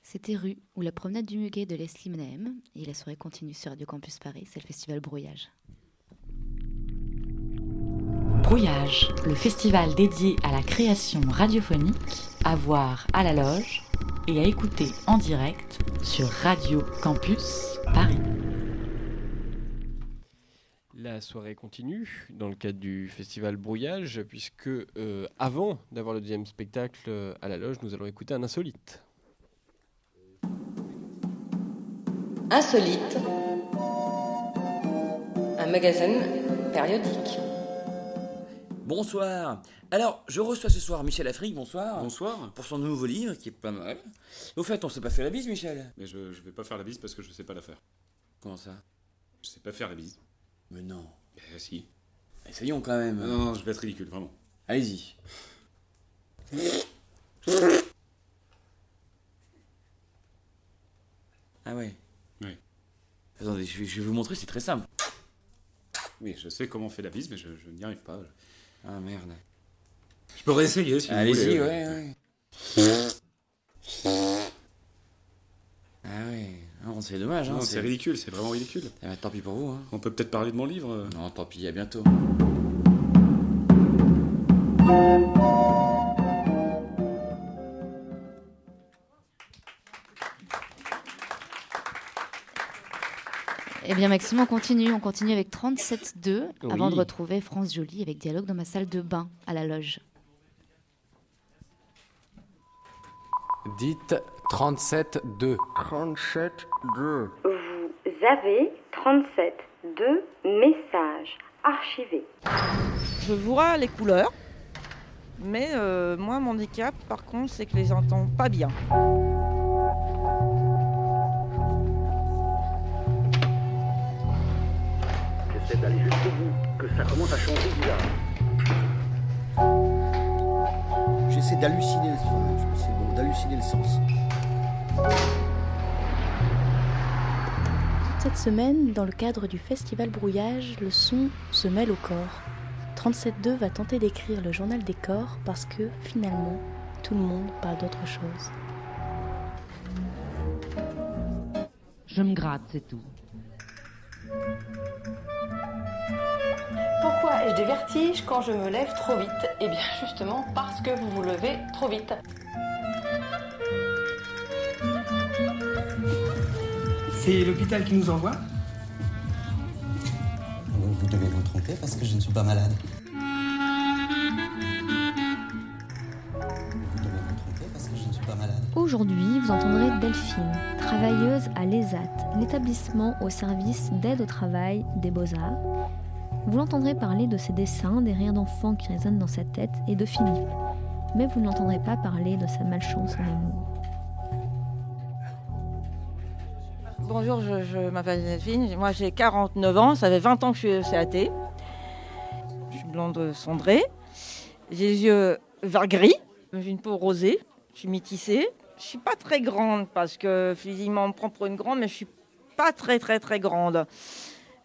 [SPEAKER 4] C'était rue ou la promenade du Muguet de Leslie Menahem et la soirée continue sur Radio Campus Paris, c'est le festival Brouillage.
[SPEAKER 57] Brouillage, le festival dédié à la création radiophonique, à voir à la loge et à écouter en direct sur Radio Campus Paris.
[SPEAKER 5] La soirée continue dans le cadre du festival Brouillage, puisque euh, avant d'avoir le deuxième spectacle euh, à la loge, nous allons écouter un insolite.
[SPEAKER 7] Insolite. Un magasin périodique.
[SPEAKER 2] Bonsoir. Alors, je reçois ce soir Michel Afrique, bonsoir. Bonsoir. Pour son nouveau livre qui est pas mal. Au fait, on s'est pas fait la bise, Michel.
[SPEAKER 39] Mais je, je vais pas faire la bise parce que je sais pas la faire.
[SPEAKER 2] Comment ça
[SPEAKER 39] Je sais pas faire la bise.
[SPEAKER 2] Mais non.
[SPEAKER 39] Ben si.
[SPEAKER 2] Essayons quand même.
[SPEAKER 39] Non, non, non, je vais être ridicule, vraiment.
[SPEAKER 2] Allez-y. Ah ouais
[SPEAKER 39] Oui.
[SPEAKER 2] Attendez, je vais, je vais vous montrer, c'est très simple.
[SPEAKER 39] Oui, je sais comment on fait la bise, mais je, je n'y arrive pas.
[SPEAKER 2] Ah merde.
[SPEAKER 39] Je peux réessayer si vous
[SPEAKER 2] Allez-y,
[SPEAKER 39] voulez.
[SPEAKER 2] ouais, ouais. Ah ouais. Ah, bon, c'est dommage, hein.
[SPEAKER 39] Non, c'est ridicule, c'est vraiment ridicule.
[SPEAKER 2] Ah bah, tant pis pour vous, hein.
[SPEAKER 39] On peut peut-être parler de mon livre. euh.
[SPEAKER 2] Non, tant pis, à bientôt.
[SPEAKER 4] Eh bien Maxime, on continue, on continue avec 37.2
[SPEAKER 2] Oui.
[SPEAKER 4] avant de retrouver France Jolie avec Dialogue dans ma salle de bain à la loge.
[SPEAKER 58] Dites 37-2.
[SPEAKER 59] 37-2.
[SPEAKER 60] Vous avez 37 2 messages archivés.
[SPEAKER 61] Je vois les couleurs, mais euh, moi, mon handicap, par contre, c'est que je les entends pas bien.
[SPEAKER 62] J'essaie d'aller jusqu'au bout, que ça commence à changer bizarre.
[SPEAKER 10] J'essaie d'halluciner le sens. C'est bon, d'halluciner le sens.
[SPEAKER 6] Cette semaine, dans le cadre du festival Brouillage, le son se mêle au corps. 37.2 va tenter d'écrire le journal des corps parce que, finalement, tout le monde parle d'autre chose.
[SPEAKER 63] Je me gratte, c'est tout.
[SPEAKER 64] Pourquoi ai-je des vertiges quand je me lève trop vite Eh bien justement parce que vous vous levez trop vite.
[SPEAKER 14] C'est l'hôpital qui nous envoie
[SPEAKER 16] Vous devez vous tromper parce que je ne suis pas malade.
[SPEAKER 6] Aujourd'hui, vous entendrez Delphine, travailleuse à l'ESAT, l'établissement au service d'aide au travail des beaux-arts. Vous l'entendrez parler de ses dessins, des rires d'enfants qui résonnent dans sa tête et de Philippe. Mais vous ne l'entendrez pas parler de sa malchance en amour.
[SPEAKER 61] Bonjour, je, je m'appelle Delphine, moi j'ai 49 ans, ça fait 20 ans que je suis CAT. Je suis blonde cendrée, j'ai les yeux vert gris, j'ai une peau rosée, je suis métissée. Je suis pas très grande parce que physiquement on me prend pour une grande, mais je suis pas très très très grande.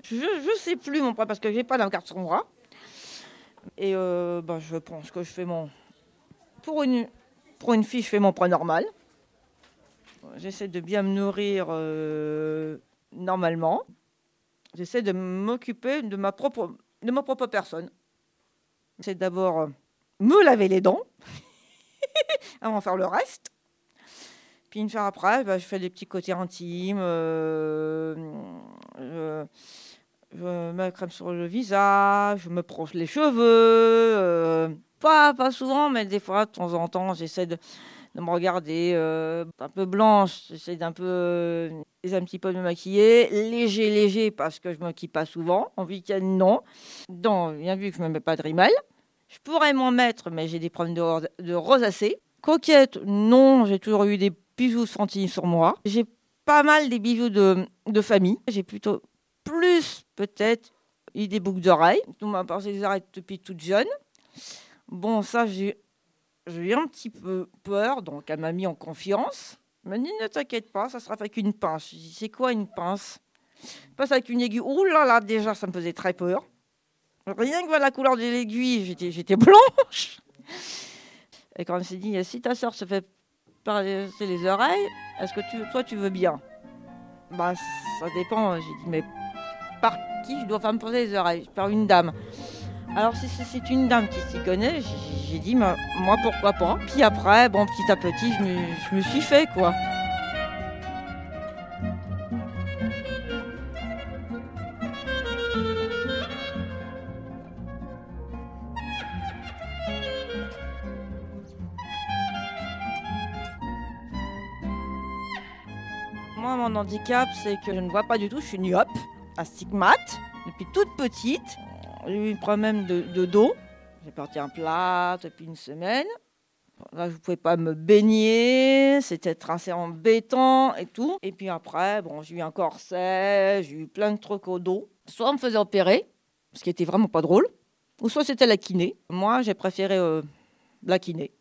[SPEAKER 61] Je, je sais plus mon poids parce que j'ai pas la carte sur moi. Et euh, ben, je pense que je fais mon... Pour une, pour une fille, je fais mon poids normal. J'essaie de bien me nourrir euh, normalement. J'essaie de m'occuper de ma propre, de ma propre personne. C'est d'abord euh, me laver les dents avant de faire le reste. Puis une fois après, bah, je fais des petits côtés intimes. euh, je, je mets la crème sur le visage, je me brosse les cheveux. euh, pas, pas souvent, mais des fois, de temps en temps, j'essaie de, de me regarder euh, un peu blanche. J'essaie d'un peu, euh, un petit peu de me maquiller. Léger, léger, parce que je me maquille pas souvent. En week-end, non. Donc, bien vu que je me mets pas de rimel. Je pourrais m'en mettre, mais j'ai des problèmes de, ros- de rosacée. Coquette, non, j'ai toujours eu des bijoux de Fantine sur moi. J'ai pas mal des bijoux de, de famille. J'ai plutôt plus, peut-être, eu des boucles d'oreilles. Tout m'a porté des oreilles depuis toute jeune. Bon, ça, j'ai j'ai eu un petit peu peur, donc elle m'a mis en confiance. Elle m'a dit ne t'inquiète pas, ça sera avec une pince. J'ai dit c'est quoi une pince Une Pince avec une aiguille. Ouh là là, déjà, ça me faisait très peur. Rien que voir la couleur de l'aiguille, j'étais j'étais blanche. Et quand elle s'est dit si ta soeur se fait par les, c'est les oreilles. Est-ce que tu, toi, tu veux bien Bah, ça dépend. J'ai dit, mais par qui je dois faire me poser les oreilles Par une dame. Alors, si si c'est une dame qui s'y connaît, j'ai- j'ai dit, mais moi, pourquoi pas Puis après, bon, petit à petit, je me, je me suis fait, quoi. Moi, mon handicap, c'est que je ne vois pas du tout. Je suis myope, astigmate, depuis toute petite. J'ai eu un problème de, de dos. J'ai porté un plat depuis une semaine. Bon, Là, je ne pouvais pas me baigner, c'était assez embêtant et tout. Et puis après, bon, j'ai eu un corset, j'ai eu plein de trucs au dos. Soit on me faisait opérer, ce qui était vraiment pas drôle, ou soit c'était la kiné. Moi, j'ai préféré euh, la kiné.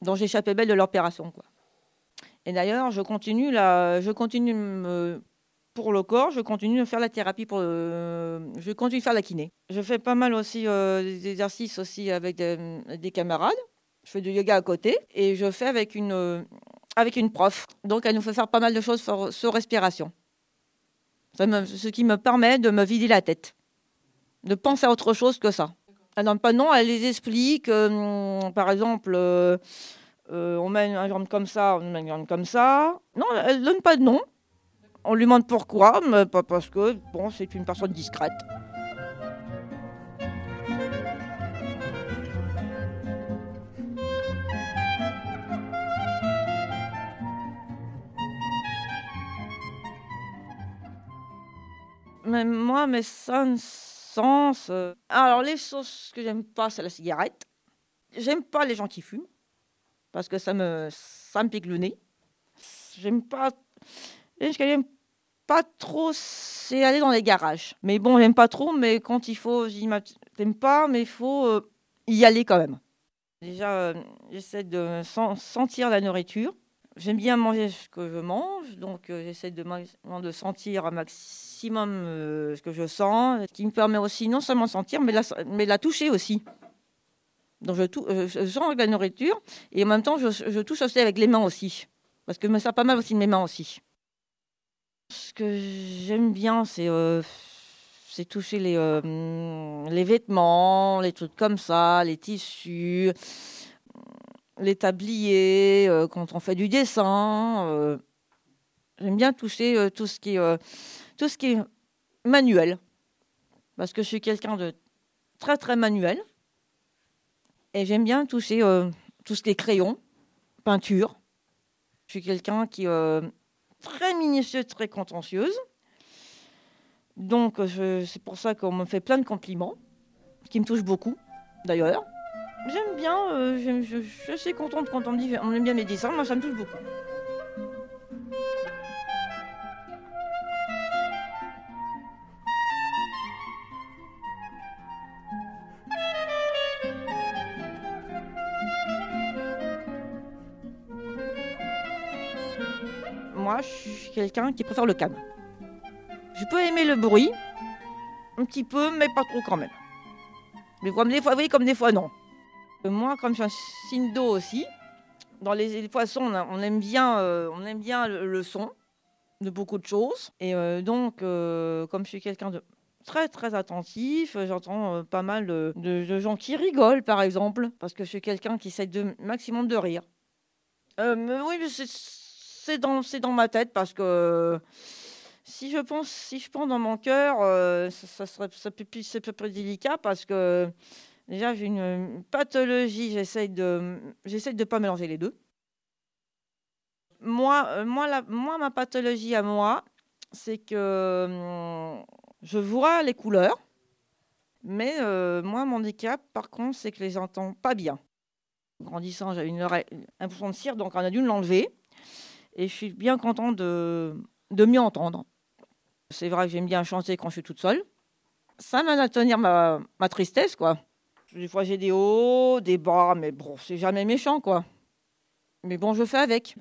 [SPEAKER 61] Donc j'échappais belle de l'opération, quoi. Et d'ailleurs, je continue là, je continue me- pour le corps, je continue de faire la thérapie pour, le- je continue de faire la kiné. Je fais pas mal aussi euh, des exercices aussi avec des, des camarades. Je fais du yoga à côté et je fais avec une euh, avec une prof. Donc elle nous fait faire pas mal de choses sur, sur respiration. Ça me- ce qui me permet de me vider la tête, de penser à autre chose que ça. Elle donne pas de nom, elle les explique. euh, hum, par exemple. euh, euh, on met un jambe comme ça, on met une jambe comme ça. Non, elle donne pas de nom. On lui demande pourquoi, mais pas parce que, bon, c'est une personne discrète. Mais moi, mes cinq sens. euh, Alors, les choses que j'aime pas, c'est la cigarette. J'aime pas les gens qui fument parce que ça me, ça me pique le nez. J'aime pas. et Ce que j'aime pas trop, c'est aller dans les garages. Mais bon, j'aime pas trop, mais quand il faut, j'y m'a- j'aime pas, mais il faut euh, y aller quand même. Déjà, euh, j'essaie de sen- sentir la nourriture. J'aime bien manger ce que je mange, donc euh, j'essaie de, ma- de sentir un maximum euh, ce que je sens, ce qui me permet aussi non seulement de sentir, mais de la, mais de la toucher aussi. Donc je, tou- euh, je sens avec la nourriture et en même temps je, je touche aussi avec les mains aussi. Parce que je me sers pas mal aussi de mes mains aussi. Ce que j'aime bien c'est euh, c'est toucher les, euh, les vêtements, les trucs comme ça, les tissus, les tabliers, euh, quand on fait du dessin. euh, j'aime bien toucher euh, tout, ce qui est, euh, tout ce qui est manuel. Parce que je suis quelqu'un de très très manuel. Et j'aime bien toucher euh, tout ce qui est crayon, peinture. Je suis quelqu'un qui euh, est très minutieuse, très contentieuse. Donc euh, je- c'est pour ça qu'on me fait plein de compliments, ce qui me touche beaucoup d'ailleurs. J'aime bien, euh, j'aime- je, je suis contente quand on me dit on aime bien mes dessins, moi ça me touche beaucoup. Moi, je suis quelqu'un qui préfère le calme. Je peux aimer le bruit, un petit peu, mais pas trop quand même. Mais comme des fois oui, comme des fois non. Euh, Moi, comme je suis un signe d'eau aussi, dans les, les poissons, on, a- on aime bien, euh, on aime bien le, le son de beaucoup de choses. Et euh, donc, euh, comme je suis quelqu'un de très très attentif, euh, j'entends euh, pas mal de, de- de gens qui rigolent, par exemple, parce que je suis quelqu'un qui essaie de maximum de rire. Euh, mais oui, mais c'est- c'est dans, c'est dans ma tête parce que si je pense, si je pense dans mon cœur, euh, ça, ça serait, ça peut plus- c'est peu près délicat parce que déjà j'ai une, une pathologie, j'essaye de, j'essaye de pas mélanger les deux. Moi, euh, moi, la- moi, ma pathologie à moi, c'est que hum, je vois les couleurs, mais euh, moi, mon handicap, par contre, c'est que je les entends pas bien grandissant, j'avais une oreille, un bouchon de cire, donc on a dû l'enlever. Et je suis bien contente de, de mieux entendre. C'est vrai que j'aime bien chanter quand je suis toute seule. Ça m'aide à tenir ma, ma tristesse, quoi. Des fois, j'ai des hauts, des bas, mais bon, c'est jamais méchant, quoi. Mais bon, je fais avec.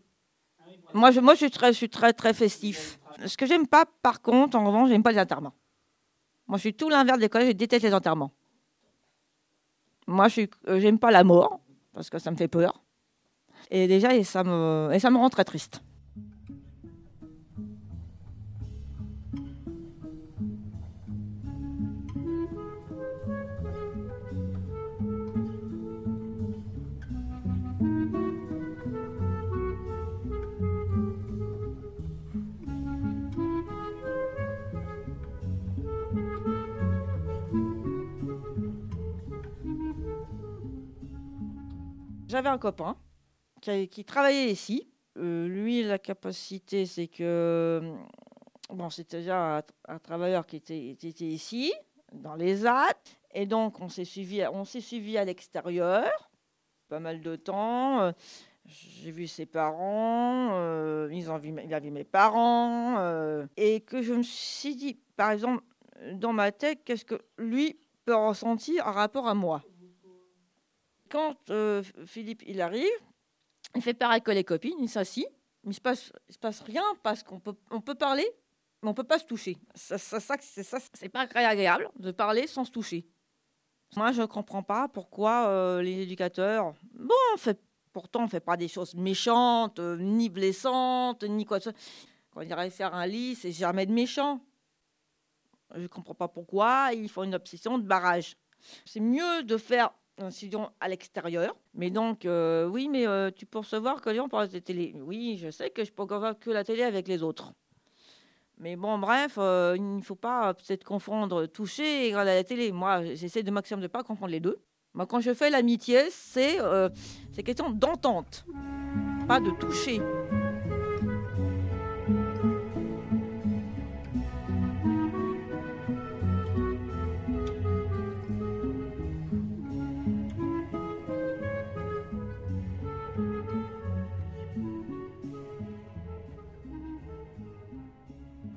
[SPEAKER 61] Moi, je, moi, je suis très, je suis très, très festif. Ce que j'aime pas, par contre, en revanche, j'aime pas les enterrements. Moi, je suis tout l'inverse des collègues, je déteste les enterrements. Moi, je suis- euh, j'aime pas la mort, parce que ça me fait peur. Et déjà, et ça, me, et ça me rend très triste. J'avais un copain qui, qui travaillait ici. Euh, lui, la capacité, c'est que. euh, Bon, c'était déjà un, un travailleur qui était, qui était ici, dans les AT. Et donc, on s'est suivi, on s'est suivi à l'extérieur, pas mal de temps. Euh, J'ai vu ses parents, euh, ils ont vu, il a vu mes parents. euh, et que je me suis dit, par exemple, dans ma tête, qu'est-ce que lui peut ressentir en rapport à moi quand euh, Philippe il arrive, il fait pareil que les copines, il s'assit, mais il se passe, il se passe rien parce qu'on peut, on peut parler, mais on peut pas se toucher. Ça, ça, ça, c'est ça, c'est pas très agréable de parler sans se toucher. Moi, je comprends pas pourquoi euh, les éducateurs, bon, on fait, pourtant, on fait pas des choses méchantes, euh, ni blessantes, ni quoi que ce soit. Quand il arrive à faire un lit, c'est jamais de méchant. Je comprends pas pourquoi ils font une obsession de barrage. C'est mieux de faire un studio à l'extérieur. Mais donc, euh, oui, mais euh, tu peux recevoir que les gens parlent de télé. Oui, je sais que je peux recevoir que la télé avec les autres. Mais bon, bref, euh, il ne faut pas euh, peut-être confondre toucher et regarder la télé. Moi, j'essaie de maximum de pas confondre les deux. Moi, quand je fais l'amitié, c'est euh, c'est question d'entente, pas de toucher.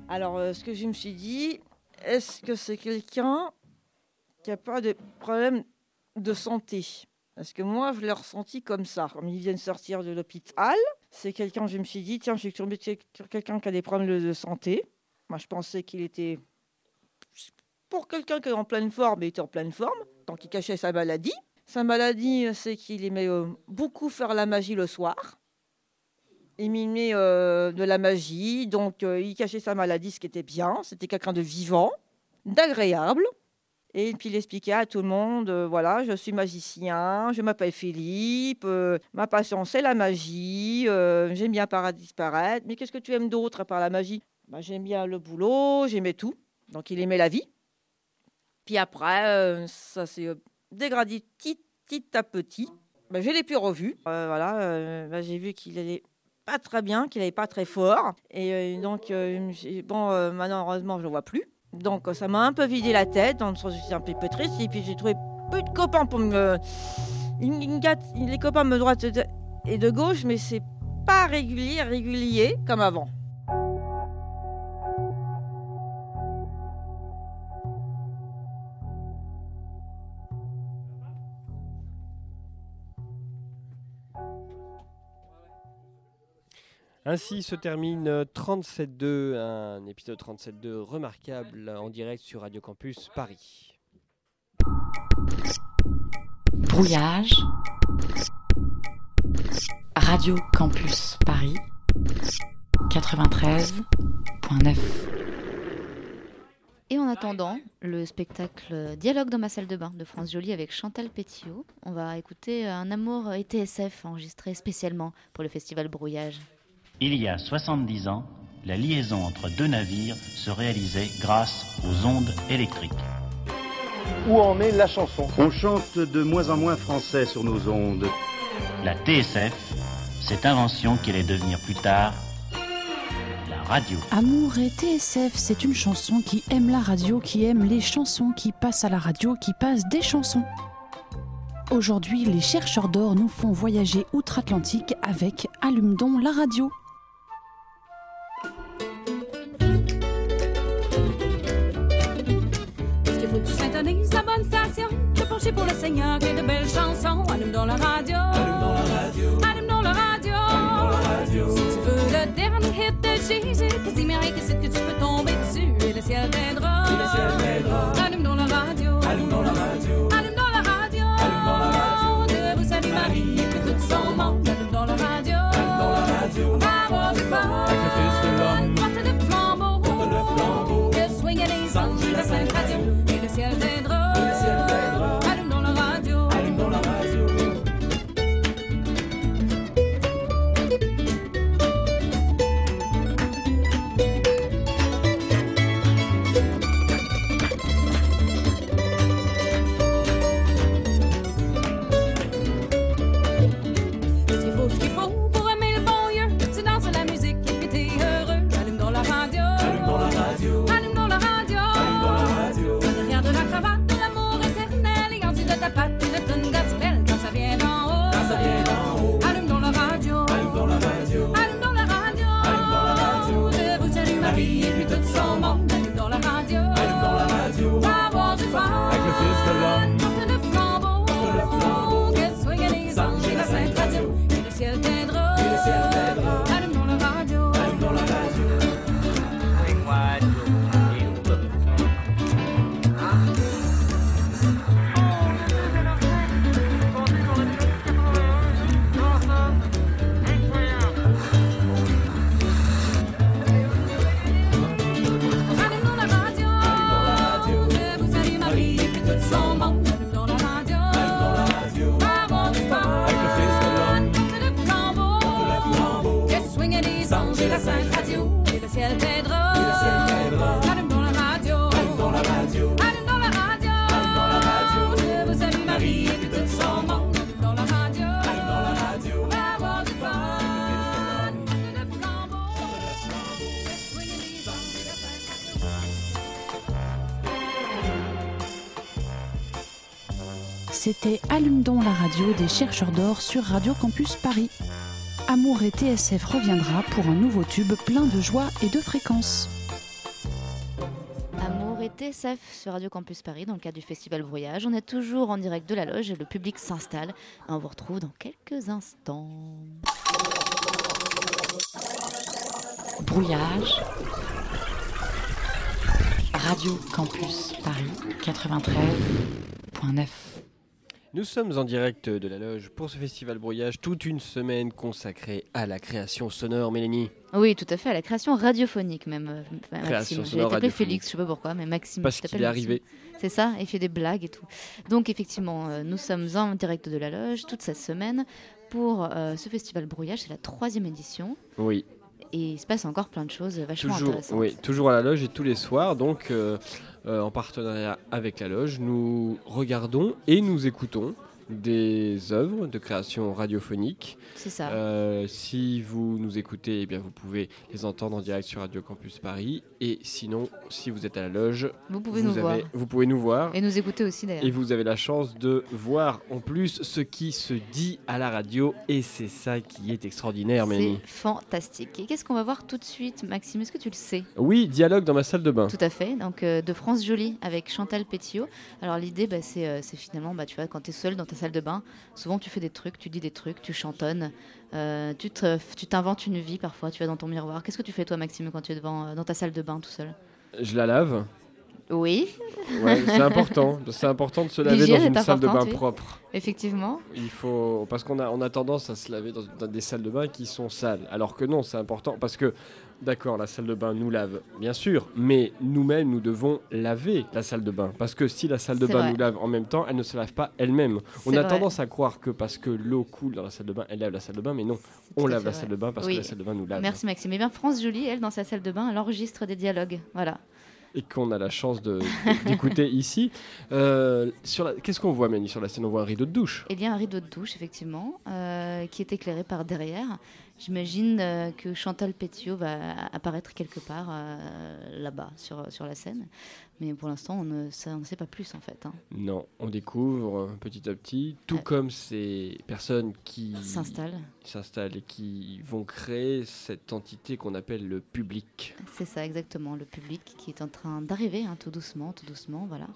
[SPEAKER 61] Alors, euh, ce que je me suis dit, est-ce que c'est quelqu'un qui a pas de problème de santé Parce que moi, je l'ai ressenti comme ça. Comme ils viennent sortir de l'hôpital, c'est quelqu'un, je me suis dit, tiens, je suis tombée sur sur quelqu'un qui a des problèmes de- de santé. Moi, je pensais qu'il était. Pour quelqu'un qui est en pleine forme, il était en pleine forme, tant qu'il cachait sa maladie. Sa maladie, euh, c'est qu'il aimait euh, beaucoup faire la magie le soir il mimait euh, de la magie, donc euh, il cachait sa maladie, ce qui était bien. C'était quelqu'un de vivant, d'agréable. Et puis il expliquait à tout le monde, euh, voilà, je suis magicien, je m'appelle Philippe, euh, ma passion c'est la magie, euh, j'aime bien paraître disparaître, mais qu'est-ce que tu aimes d'autre à part la magie Bah, J'aime bien le boulot, j'aimais tout, donc il aimait la vie. Puis après, euh, ça s'est euh, dégradé petit, petit à petit. Ben, je l'ai plus revu. Euh, voilà, euh, ben, j'ai vu qu'il allait pas très bien, qu'il allait pas très fort. Et euh, donc, euh, je me suis dit, bon, euh, malheureusement, je le vois plus. Donc, euh, ça m'a un peu vidé la tête. Dans le sens où j'étais un petit peu triste. Et puis, j'ai trouvé peu de copains pour me. une- une gâte- les copains de droite et de gauche, mais c'est pas régulier, régulier comme avant.
[SPEAKER 5] Ainsi se termine euh, 37.2, un épisode 37.2 remarquable euh, en direct sur Radio Campus Paris.
[SPEAKER 20] Brouillage. Radio Campus Paris 93.9.
[SPEAKER 4] Et en attendant, le spectacle Dialogue dans ma salle de bain de France Jolie avec Chantal Pétillot, on va écouter un amour ETSF enregistré spécialement pour le festival Brouillage.
[SPEAKER 65] Il y a 70 ans, la liaison entre deux navires se réalisait grâce aux ondes électriques.
[SPEAKER 2] Où en est la chanson On chante de moins en moins français sur nos ondes.
[SPEAKER 65] La TSF, cette invention qui allait devenir plus tard la radio.
[SPEAKER 3] Amour et TSF, c'est une chanson qui aime la radio, qui aime les chansons, qui passe à la radio, qui passe des chansons. Aujourd'hui, les chercheurs d'or nous font voyager outre-Atlantique avec Allume donc la radio.
[SPEAKER 1] Parce qu'il faut que tu syntonises la bonne station. Te pencher pour le Seigneur et de belles chansons. Allume dans la radio. Allume dans la radio. Allume dans la radio. Si tu veux le dernier hit de Jésus, que dis que c'est que tu peux tomber dessus. Et le ciel t'aidera. le ciel Allume dans la radio. Allume dans la radio. Allume dans la radio. Allume dans la radio. Dieu vous salue Marie et que tout son monde. Allume dans la radio. Eh, Eh,
[SPEAKER 3] C'était Allume donc la radio des chercheurs d'or sur Radio Campus Paris. Amour et TSF reviendra pour un nouveau tube plein de joie et de fréquences.
[SPEAKER 4] Amour et TSF sur Radio Campus Paris dans le cadre du Festival Voyage. On est toujours en direct de la loge et le public s'installe. Et On vous retrouve dans quelques instants.
[SPEAKER 20] Brouillage. Radio Campus Paris 93.9.
[SPEAKER 5] Nous sommes en direct de la loge pour ce festival brouillage, toute une semaine consacrée à la création sonore, Mélanie.
[SPEAKER 4] Oui, tout à fait, à la création radiophonique même. euh, enfin,
[SPEAKER 5] Création
[SPEAKER 4] Maxime. Je l'ai
[SPEAKER 5] sonore
[SPEAKER 4] appelé
[SPEAKER 5] radiophonique.
[SPEAKER 4] Félix, je sais pas pourquoi, mais Maxime.
[SPEAKER 5] Parce
[SPEAKER 4] je t'appelle
[SPEAKER 5] qu'il est
[SPEAKER 4] Maxime.
[SPEAKER 5] arrivé.
[SPEAKER 4] C'est ça, il fait des blagues et tout. Donc effectivement, euh, nous sommes en direct de la loge toute cette semaine pour euh, ce festival brouillage, c'est la troisième édition.
[SPEAKER 5] Oui,
[SPEAKER 4] Et il se passe encore plein de choses vachement
[SPEAKER 5] toujours,
[SPEAKER 4] intéressantes.
[SPEAKER 5] oui, toujours à la loge et tous les soirs, donc euh, euh, en partenariat avec la loge, nous regardons et nous écoutons des œuvres de création radiophonique.
[SPEAKER 4] C'est ça.
[SPEAKER 5] Euh, si vous nous écoutez, eh bien vous pouvez les entendre en direct sur Radio Campus Paris. Et sinon, si vous êtes à la loge,
[SPEAKER 4] Vous pouvez nous
[SPEAKER 5] avez-
[SPEAKER 4] voir.
[SPEAKER 5] Vous pouvez nous voir.
[SPEAKER 4] Et nous écouter aussi d'ailleurs.
[SPEAKER 5] Et vous avez la chance de voir en plus ce qui se dit à la radio. Et c'est ça qui est extraordinaire,
[SPEAKER 4] C'est
[SPEAKER 5] Mélanie.
[SPEAKER 4] fantastique. Et qu'est-ce qu'on va voir tout de suite, Maxime Est-ce que tu le sais
[SPEAKER 5] Oui, dialogue dans ma salle de bain.
[SPEAKER 4] Tout à fait, donc euh, de France Jolie avec Chantal Pétillot. Alors l'idée, bah, c'est euh, c'est finalement, bah, tu vois, quand tu es seul dans ta salle de bain, souvent tu fais des trucs, tu dis des trucs, tu chantonnes, euh, tu te- tu t'inventes une vie parfois, tu vas dans ton miroir. Qu'est-ce que tu fais toi, Maxime, quand tu es devant, euh, dans ta salle de bain tout seul
[SPEAKER 5] Je la lave.
[SPEAKER 4] Oui.
[SPEAKER 5] Ouais, c'est important. C'est important de se laver dans
[SPEAKER 4] L'hygiène
[SPEAKER 5] une
[SPEAKER 4] est
[SPEAKER 5] salle de bain
[SPEAKER 4] importante, oui.
[SPEAKER 5] propre.
[SPEAKER 4] Effectivement.
[SPEAKER 5] Il faut parce qu'on a on a tendance à se laver dans, dans des salles de bain qui sont sales. Alors que non, c'est important parce que d'accord, la salle de bain nous lave, bien sûr, mais nous-mêmes nous devons laver la salle de bain parce que si la salle de
[SPEAKER 7] C'est
[SPEAKER 5] bain
[SPEAKER 7] vrai.
[SPEAKER 5] nous lave en même temps, elle ne se lave pas elle-même. On
[SPEAKER 7] C'est
[SPEAKER 5] a
[SPEAKER 7] vrai.
[SPEAKER 5] tendance à croire que parce que l'eau coule dans la salle de bain, elle lave la salle de bain, mais non, on
[SPEAKER 4] Tout à
[SPEAKER 5] lave
[SPEAKER 4] fait
[SPEAKER 5] la
[SPEAKER 4] vrai.
[SPEAKER 5] salle de bain parce
[SPEAKER 4] Oui.
[SPEAKER 5] que la salle de bain nous lave.
[SPEAKER 4] Merci Maxime. Et bien France Jolie, elle, dans sa salle de bain, elle enregistre des dialogues. Voilà.
[SPEAKER 5] et qu'on a la chance de- d'écouter ici. Euh, sur la- Qu'est-ce qu'on voit, Mani, sur la scène On voit un rideau de douche.
[SPEAKER 4] Il y a Eh un rideau de douche, effectivement, euh, qui est éclairé par derrière. J'imagine euh, que Chantal Pétiot va apparaître quelque part euh, là-bas, sur, sur la scène. Mais pour l'instant, on ne, ça- on ne sait pas plus, en fait. hein.
[SPEAKER 5] Non, on découvre euh, petit à petit, tout comme ces personnes qui
[SPEAKER 4] S'installent.
[SPEAKER 5] s'installent et qui vont créer cette entité qu'on appelle le public.
[SPEAKER 4] C'est ça, exactement, le public qui est en train d'arriver, hein, tout doucement, tout doucement, voilà.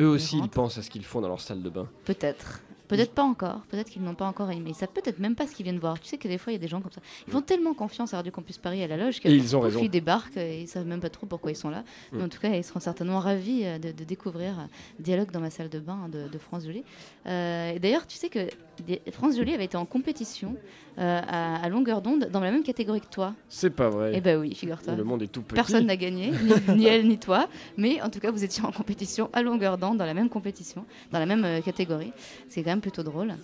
[SPEAKER 5] Eux aussi, ils
[SPEAKER 4] rentrent.
[SPEAKER 5] pensent à ce qu'ils font dans leur salle de bain.
[SPEAKER 4] Peut-être. Peut-être pas encore, peut-être qu'ils n'ont pas encore aimé. Ils savent peut-être même pas ce qu'ils viennent voir. Tu sais que des fois, il y a des gens comme ça. Ils font tellement confiance à Radio Campus Paris et à la loge que
[SPEAKER 5] Et ils ont
[SPEAKER 4] pouf,
[SPEAKER 5] raison.
[SPEAKER 4] Ils débarquent et ils savent même pas trop pourquoi ils sont là. Mais
[SPEAKER 5] Mm.
[SPEAKER 4] en tout cas, ils seront certainement ravis euh, de, de découvrir euh, Dialogue dans ma salle de bain hein, de, de France Jolie. Euh, et D'ailleurs, tu sais que Di- France Jolie avait été en compétition euh, à, à longueur d'onde dans la même catégorie que toi.
[SPEAKER 5] C'est pas vrai.
[SPEAKER 4] Eh ben oui, figure-toi.
[SPEAKER 5] Le monde est tout petit.
[SPEAKER 4] Personne n'a gagné, ni, ni elle ni toi. Mais en tout cas, vous étiez en compétition à longueur d'onde, dans la même compétition, dans la même euh, catégorie. C'est quand même plutôt drôle.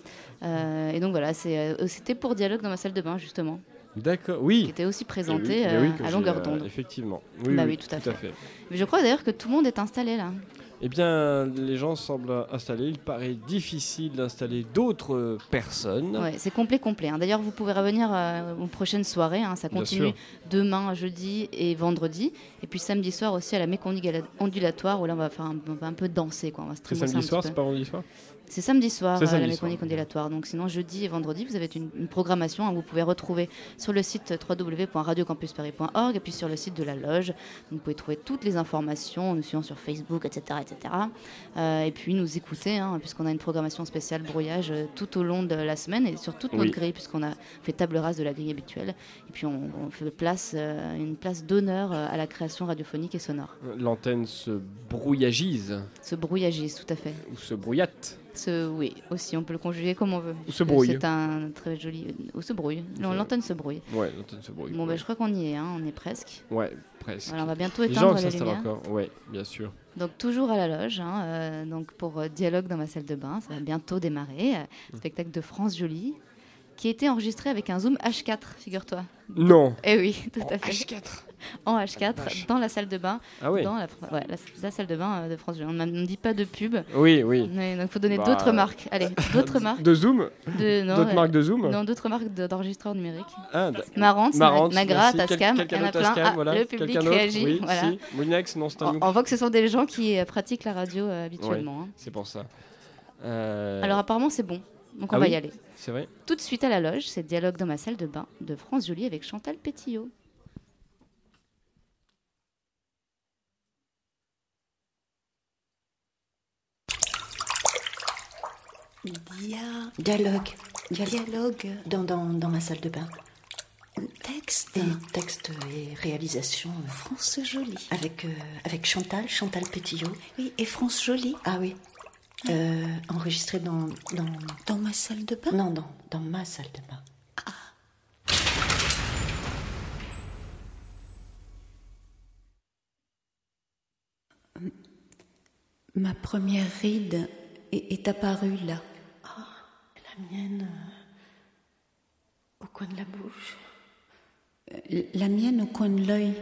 [SPEAKER 4] Euh, et donc voilà, c'est, euh, c'était pour dialogue dans ma salle de bain justement.
[SPEAKER 5] D'accord, oui.
[SPEAKER 4] Qui était aussi
[SPEAKER 5] Eh
[SPEAKER 4] présenté
[SPEAKER 5] oui,
[SPEAKER 4] euh,
[SPEAKER 5] mais oui, que
[SPEAKER 4] à
[SPEAKER 5] j'ai,
[SPEAKER 4] longueur
[SPEAKER 5] euh,
[SPEAKER 4] d'onde.
[SPEAKER 5] effectivement.
[SPEAKER 4] Bah oui, tout à fait. Mais je crois d'ailleurs que tout le monde est installé là.
[SPEAKER 5] Eh bien, les gens semblent installés. Il paraît difficile d'installer d'autres personnes.
[SPEAKER 4] Ouais, c'est complet, complet. hein. D'ailleurs, vous pouvez revenir euh, aux prochaines soirées. hein. Ça
[SPEAKER 5] Bien
[SPEAKER 4] continue
[SPEAKER 5] sûr.
[SPEAKER 4] demain, jeudi et vendredi. Et puis samedi soir aussi à la mécanique ondulatoire où là on va faire un, on va un peu danser. Quoi. On va
[SPEAKER 5] C'est
[SPEAKER 4] streamer ça un
[SPEAKER 5] samedi
[SPEAKER 4] petit
[SPEAKER 5] soir,
[SPEAKER 4] peu.
[SPEAKER 5] c'est pas vendredi soir
[SPEAKER 4] C'est samedi soir,
[SPEAKER 5] C'est
[SPEAKER 4] euh,
[SPEAKER 5] samedi
[SPEAKER 4] la
[SPEAKER 5] soir.
[SPEAKER 4] mécanique ondulatoire. Donc sinon, jeudi et vendredi, vous avez une, une programmation. hein, vous pouvez retrouver sur le site www.radiocampusparis.org et puis sur le site de la loge. Vous pouvez trouver toutes les informations en nous suivant sur Facebook, etc. etc. Euh, et puis nous écouter, hein, puisqu'on a une programmation spéciale brouillage euh, tout au long de la semaine et sur toute
[SPEAKER 5] Oui.
[SPEAKER 4] notre grille, puisqu'on a fait table rase de la grille habituelle. Et puis on, on fait place, euh, une place d'honneur euh, à la création radiophonique et sonore.
[SPEAKER 5] L'antenne se brouillagise,
[SPEAKER 4] Ce brouillagiste, tout à fait.
[SPEAKER 5] ou se brouillate.
[SPEAKER 4] Ce, oui, aussi, on peut le conjuguer comme on veut.
[SPEAKER 5] Ou se brouille.
[SPEAKER 4] C'est un très joli. Ou se brouille. Non, L'antenne se brouille.
[SPEAKER 5] Ouais, l'antenne se brouille.
[SPEAKER 4] Bon, ben,
[SPEAKER 5] ouais.
[SPEAKER 4] je crois qu'on y est, hein, on est presque.
[SPEAKER 5] Ouais, presque.
[SPEAKER 4] Voilà, on va bientôt
[SPEAKER 5] les
[SPEAKER 4] éteindre
[SPEAKER 5] gens qui
[SPEAKER 4] les
[SPEAKER 5] s'installent
[SPEAKER 4] lumières.
[SPEAKER 5] encore, ouais, bien sûr.
[SPEAKER 4] Donc, toujours à la loge, hein, euh, donc pour euh, Dialogue dans ma salle de bain, ça va bientôt démarrer. euh,
[SPEAKER 5] Mmh.
[SPEAKER 4] spectacle de France Jolie, qui a été enregistré avec un Zoom H4, figure-toi.
[SPEAKER 5] Non.
[SPEAKER 4] Eh oui, tout
[SPEAKER 5] En
[SPEAKER 4] à fait.
[SPEAKER 5] H4
[SPEAKER 4] En
[SPEAKER 5] Ah, la vache.
[SPEAKER 4] H4, dans la salle de bain.
[SPEAKER 5] Ah oui.
[SPEAKER 4] Dans la, ouais, la- la salle de bain euh, de France Jolie. On ne dit pas de pub.
[SPEAKER 5] Oui, oui.
[SPEAKER 4] Mais, donc, faut donner
[SPEAKER 5] Bah,
[SPEAKER 4] d'autres marques. Allez, d'autres marques.
[SPEAKER 5] De Zoom
[SPEAKER 4] De- non,
[SPEAKER 5] D'autres
[SPEAKER 4] ouais.
[SPEAKER 5] marques de Zoom
[SPEAKER 4] Non, d'autres marques de- d'enregistreurs numériques.
[SPEAKER 5] Ah, d-
[SPEAKER 4] Marantz,
[SPEAKER 5] Marantz,
[SPEAKER 4] Nagra,
[SPEAKER 5] merci. Quel-
[SPEAKER 4] Tascam,
[SPEAKER 5] quelqu'un
[SPEAKER 4] il y en a
[SPEAKER 5] d'autre,
[SPEAKER 4] plein.
[SPEAKER 5] Tascam,
[SPEAKER 4] Ah,
[SPEAKER 5] voilà.
[SPEAKER 4] le public
[SPEAKER 5] Quelqu'un d'autre
[SPEAKER 4] réagit,
[SPEAKER 5] Oui,
[SPEAKER 4] voilà.
[SPEAKER 5] si. Moulinex, non, c'est un
[SPEAKER 4] On,
[SPEAKER 5] nous.
[SPEAKER 4] on voit que ce sont des gens qui euh, pratiquent la radio euh,
[SPEAKER 5] Ouais,
[SPEAKER 4] habituellement. hein.
[SPEAKER 5] c'est pour ça. Euh,
[SPEAKER 4] Alors apparemment c'est bon, donc on
[SPEAKER 5] ah
[SPEAKER 4] va
[SPEAKER 5] oui
[SPEAKER 4] y aller.
[SPEAKER 5] C'est vrai
[SPEAKER 4] Tout de suite à la loge, c'est Dialogue dans ma salle de bain de France Jolie avec Chantal Pétillot.
[SPEAKER 7] Dia-
[SPEAKER 11] Dialogue.
[SPEAKER 7] Dialogue
[SPEAKER 11] Dans, dans, dans ma salle de bain.
[SPEAKER 7] texte.
[SPEAKER 11] Et texte et réalisation. euh,
[SPEAKER 7] France Jolie.
[SPEAKER 11] Avec, euh, avec Chantal, Chantal Pétillot.
[SPEAKER 7] Oui, et France Jolie.
[SPEAKER 11] Ah oui. Euh, enregistré dans, dans.
[SPEAKER 7] Dans ma salle de bain Ah.
[SPEAKER 11] Non, dans, dans ma salle de bain.
[SPEAKER 7] Ma première ride est, est apparue là.
[SPEAKER 11] Ah, La mienne. euh, au coin de la bouche.
[SPEAKER 7] Euh, La mienne au coin de l'œil.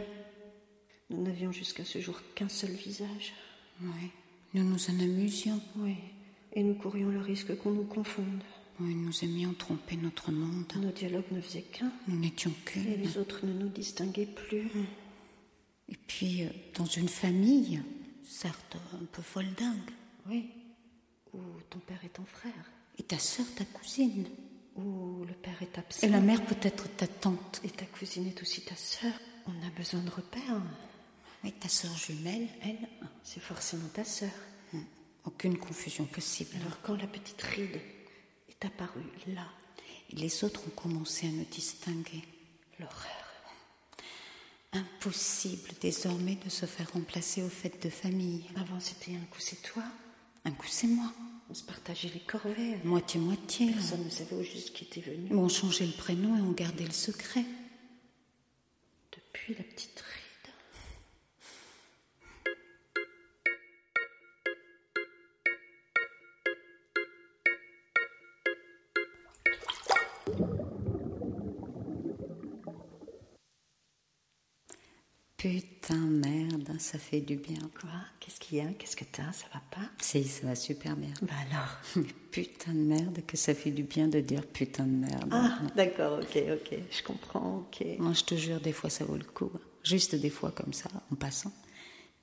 [SPEAKER 11] Nous n'avions jusqu'à ce jour qu'un seul visage.
[SPEAKER 7] Oui, nous nous en amusions.
[SPEAKER 11] Oui. Et nous courions le risque qu'on nous confonde.
[SPEAKER 7] Oui, nous aimions tromper notre monde.
[SPEAKER 11] Nos dialogues ne faisaient qu'un.
[SPEAKER 7] Nous n'étions Mm. qu'une.
[SPEAKER 11] Et les autres ne nous distinguaient plus.
[SPEAKER 7] Et puis, euh, dans une famille, certes un peu folle dingue,
[SPEAKER 11] Oui. Ou ton père et ton frère.
[SPEAKER 7] et ta sœur, ta cousine,
[SPEAKER 11] Ou le père est absent.
[SPEAKER 7] et la mère peut-être ta tante,
[SPEAKER 11] Et ta cousine est aussi ta sœur. On a besoin de repères.
[SPEAKER 7] et ta sœur jumelle, Hum.
[SPEAKER 11] Elle, c'est forcément ta sœur.
[SPEAKER 7] aucune confusion possible.
[SPEAKER 11] Alors quand la petite ride est apparue là,
[SPEAKER 7] Et les autres ont commencé à me distinguer.
[SPEAKER 11] l'horreur.
[SPEAKER 7] Impossible désormais de se faire remplacer aux fêtes de famille.
[SPEAKER 11] Avant c'était un coup c'est toi,
[SPEAKER 7] Un coup c'est moi,
[SPEAKER 11] on se partageait les corvées.
[SPEAKER 7] moitié-moitié.
[SPEAKER 11] Personne ne savait au juste qui était venu.
[SPEAKER 7] Ou on changeait le prénom et on gardait le secret.
[SPEAKER 11] Depuis la petite ride.
[SPEAKER 7] Putain, merde, ça fait du bien.
[SPEAKER 11] Quoi Qu'est-ce qu'il y a Qu'est-ce que t'as Ça va pas
[SPEAKER 7] Si, ça va super bien.
[SPEAKER 11] Bah alors.
[SPEAKER 7] Mais putain de merde, que ça fait du bien de dire putain de merde.
[SPEAKER 11] Ah, d'accord, ok, ok, je comprends, ok.
[SPEAKER 7] Moi, je te jure, des fois, ça vaut le coup. hein. Juste des fois, comme ça, en passant.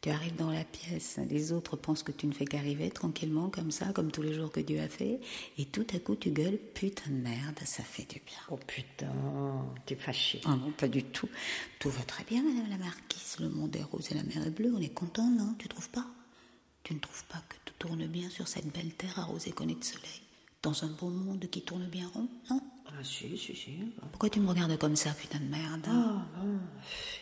[SPEAKER 7] Tu arrives dans la pièce, les autres pensent que tu ne fais qu'arriver tranquillement, comme ça, comme tous les jours que Dieu a fait, et tout à coup, tu gueules putain de merde, ça fait du bien.
[SPEAKER 11] Oh putain, t'es fâché.
[SPEAKER 7] Ah non, pas du tout. Tout va très bien, madame la marquise. Le monde est rose et la mer est bleue. On est content, non Tu trouves pas Tu ne trouves pas que tout tourne bien sur cette belle terre arrosée connue de soleil Dans un beau monde qui tourne bien rond, non
[SPEAKER 11] Ah si, si, si.
[SPEAKER 7] Pourquoi tu me regardes comme ça, putain de merde
[SPEAKER 11] Ah bon,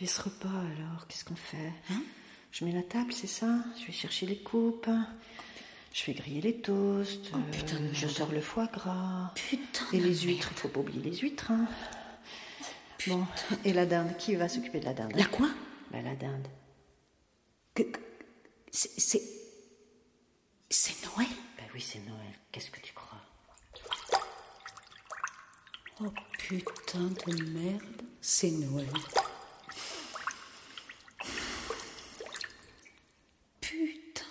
[SPEAKER 11] et ce repas alors, qu'est-ce qu'on fait
[SPEAKER 7] Hein
[SPEAKER 11] Je mets la table, c'est ça Je vais chercher les coupes. Je fais griller les toasts.
[SPEAKER 7] Oh, putain de
[SPEAKER 11] je
[SPEAKER 7] merde.
[SPEAKER 11] sors le foie gras.
[SPEAKER 7] Putain
[SPEAKER 11] Et
[SPEAKER 7] de
[SPEAKER 11] les huîtres, il faut pas oublier les huîtres. hein. Bon, et la dinde, qui va s'occuper de la dinde
[SPEAKER 7] La quoi
[SPEAKER 11] Bah, La dinde.
[SPEAKER 7] Que- que- C'est. C'est. C'est Noël
[SPEAKER 11] Bah oui, c'est Noël, qu'est-ce que tu crois
[SPEAKER 7] Oh putain de merde, c'est Noël. Putain.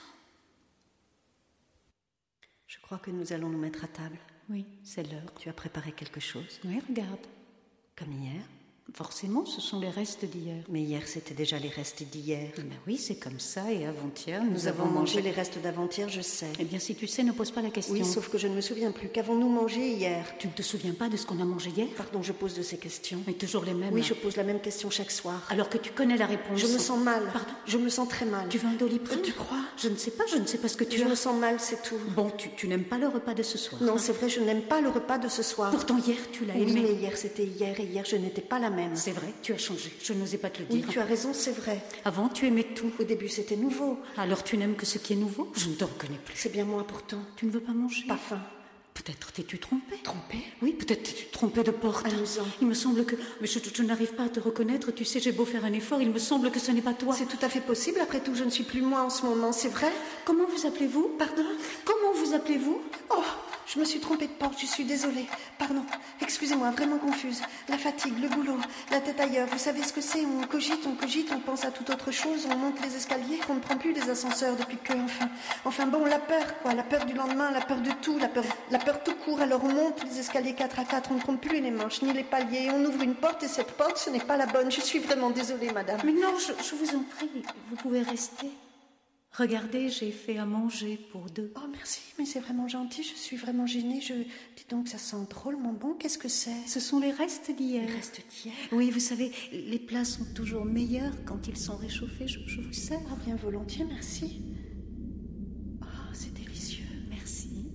[SPEAKER 11] Je crois que nous allons nous mettre à table.
[SPEAKER 7] Oui, c'est l'heure.
[SPEAKER 11] Tu as préparé quelque chose,
[SPEAKER 7] Oui, regarde.
[SPEAKER 11] comme hier.
[SPEAKER 7] Forcément, ce sont les restes d'hier.
[SPEAKER 11] Mais hier, c'était déjà les restes d'hier.
[SPEAKER 7] Ah ben oui, c'est comme ça, et avant-hier,
[SPEAKER 11] Nous avons mangé les restes d'avant-hier, je sais.
[SPEAKER 7] Eh bien, si tu sais, ne pose pas la question.
[SPEAKER 11] Oui, sauf que je ne me souviens plus. Qu'avons-nous mangé hier
[SPEAKER 7] Tu ne te souviens pas de ce qu'on a mangé hier
[SPEAKER 11] Pardon, je pose de ces questions.
[SPEAKER 7] Mais toujours les mêmes.
[SPEAKER 11] Oui,
[SPEAKER 7] hein.
[SPEAKER 11] je pose la même question chaque soir.
[SPEAKER 7] Alors que tu connais la réponse.
[SPEAKER 11] je me sens mal.
[SPEAKER 7] Pardon
[SPEAKER 11] Je me sens très mal. Euh,
[SPEAKER 7] Tu veux un doliprane
[SPEAKER 11] Tu crois
[SPEAKER 7] Je ne sais pas, je ne sais pas ce que tu
[SPEAKER 11] Je
[SPEAKER 7] as.
[SPEAKER 11] me sens mal, c'est tout.
[SPEAKER 7] Bon, tu, tu n'aimes pas le repas de ce soir.
[SPEAKER 11] Non, c'est vrai, je n'aime pas le repas de ce soir.
[SPEAKER 7] Pourtant, hier, tu l'as
[SPEAKER 11] oui,
[SPEAKER 7] aimé.
[SPEAKER 11] mais hier, c'était hier, et hier, je n'étais pas la même.
[SPEAKER 7] C'est vrai, tu as changé. Je n'osais pas te le
[SPEAKER 11] Oui,
[SPEAKER 7] dire.
[SPEAKER 11] tu as raison, c'est vrai.
[SPEAKER 7] Avant, tu aimais tout.
[SPEAKER 11] Au début, c'était nouveau.
[SPEAKER 7] Alors tu n'aimes que ce qui est nouveau Je ne te reconnais plus.
[SPEAKER 11] C'est bien moins important.
[SPEAKER 7] Tu ne veux pas manger
[SPEAKER 11] Pas faim.
[SPEAKER 7] Peut-être t'es-tu trompée
[SPEAKER 11] Trompée
[SPEAKER 7] Oui, peut-être t'es-tu trompée de porte.
[SPEAKER 11] Allons-en.
[SPEAKER 7] Il me semble que... Mais je, je n'arrive pas à te reconnaître. Tu sais, j'ai beau faire un effort, il me semble que ce n'est pas toi.
[SPEAKER 11] C'est tout à fait possible. Après tout, je ne suis plus moi en ce moment, c'est vrai
[SPEAKER 7] Comment vous appelez-vous Pardon Comment vous appelez-vous
[SPEAKER 11] Oh, je me suis trompée de porte, je suis désolée. Pardon, excusez-moi, vraiment confuse. La fatigue, le boulot, la tête ailleurs. Vous savez ce que c'est On cogite, on cogite, on pense à toute autre chose, on monte les escaliers, on ne prend plus les ascenseurs depuis que, enfin, enfin bon, la peur, quoi. La peur du lendemain, la peur de tout, la peur, la peur tout court. Alors on monte les escaliers 4 à 4, on ne compte plus les manches ni les paliers, on ouvre une porte et cette porte, ce n'est pas la bonne. Je suis vraiment désolée, madame.
[SPEAKER 7] Mais non, je, je vous en prie. Vous pouvez rester. Regardez, j'ai fait à manger pour deux.
[SPEAKER 11] Oh merci, mais c'est vraiment gentil, je suis vraiment gênée. Je... Dis donc, ça sent drôlement bon, qu'est-ce que c'est
[SPEAKER 7] Ce sont les restes d'hier.
[SPEAKER 11] Les restes d'hier
[SPEAKER 7] Oui, vous savez, les plats sont toujours meilleurs quand ils sont réchauffés, je, je vous sers.
[SPEAKER 11] Ah bien volontiers, merci. Oh, c'est délicieux.
[SPEAKER 7] Merci.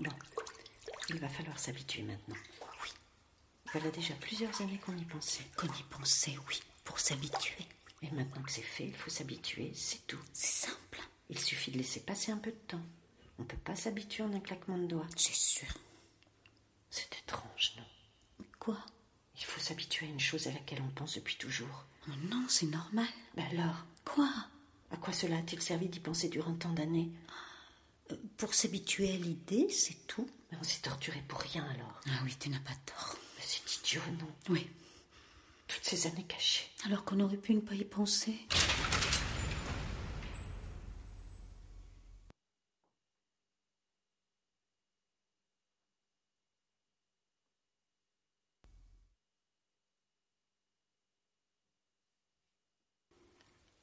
[SPEAKER 7] Bon, il va falloir s'habituer maintenant. Oui. Voilà déjà plusieurs années qu'on y pensait. Qu'on y pensait, oui, pour s'habituer. Mais maintenant que c'est fait, il faut s'habituer, c'est tout. C'est simple.
[SPEAKER 11] Il suffit de laisser passer un peu de temps. On peut pas s'habituer en un claquement de doigts.
[SPEAKER 7] C'est sûr.
[SPEAKER 11] C'est étrange, non
[SPEAKER 7] Quoi
[SPEAKER 11] Il faut s'habituer à une chose à laquelle on pense depuis toujours.
[SPEAKER 7] Oh non, c'est normal.
[SPEAKER 11] Ben alors
[SPEAKER 7] Quoi
[SPEAKER 11] À quoi cela a-t-il servi d'y penser durant tant d'années
[SPEAKER 7] Euh, Pour s'habituer à l'idée, c'est tout.
[SPEAKER 11] Mais on s'est torturé pour rien alors.
[SPEAKER 7] Ah oui, tu n'as pas tort.
[SPEAKER 11] Mais c'est idiot, non
[SPEAKER 7] Oui.
[SPEAKER 11] Toutes ces années cachées.
[SPEAKER 7] Alors qu'on aurait pu ne pas y penser.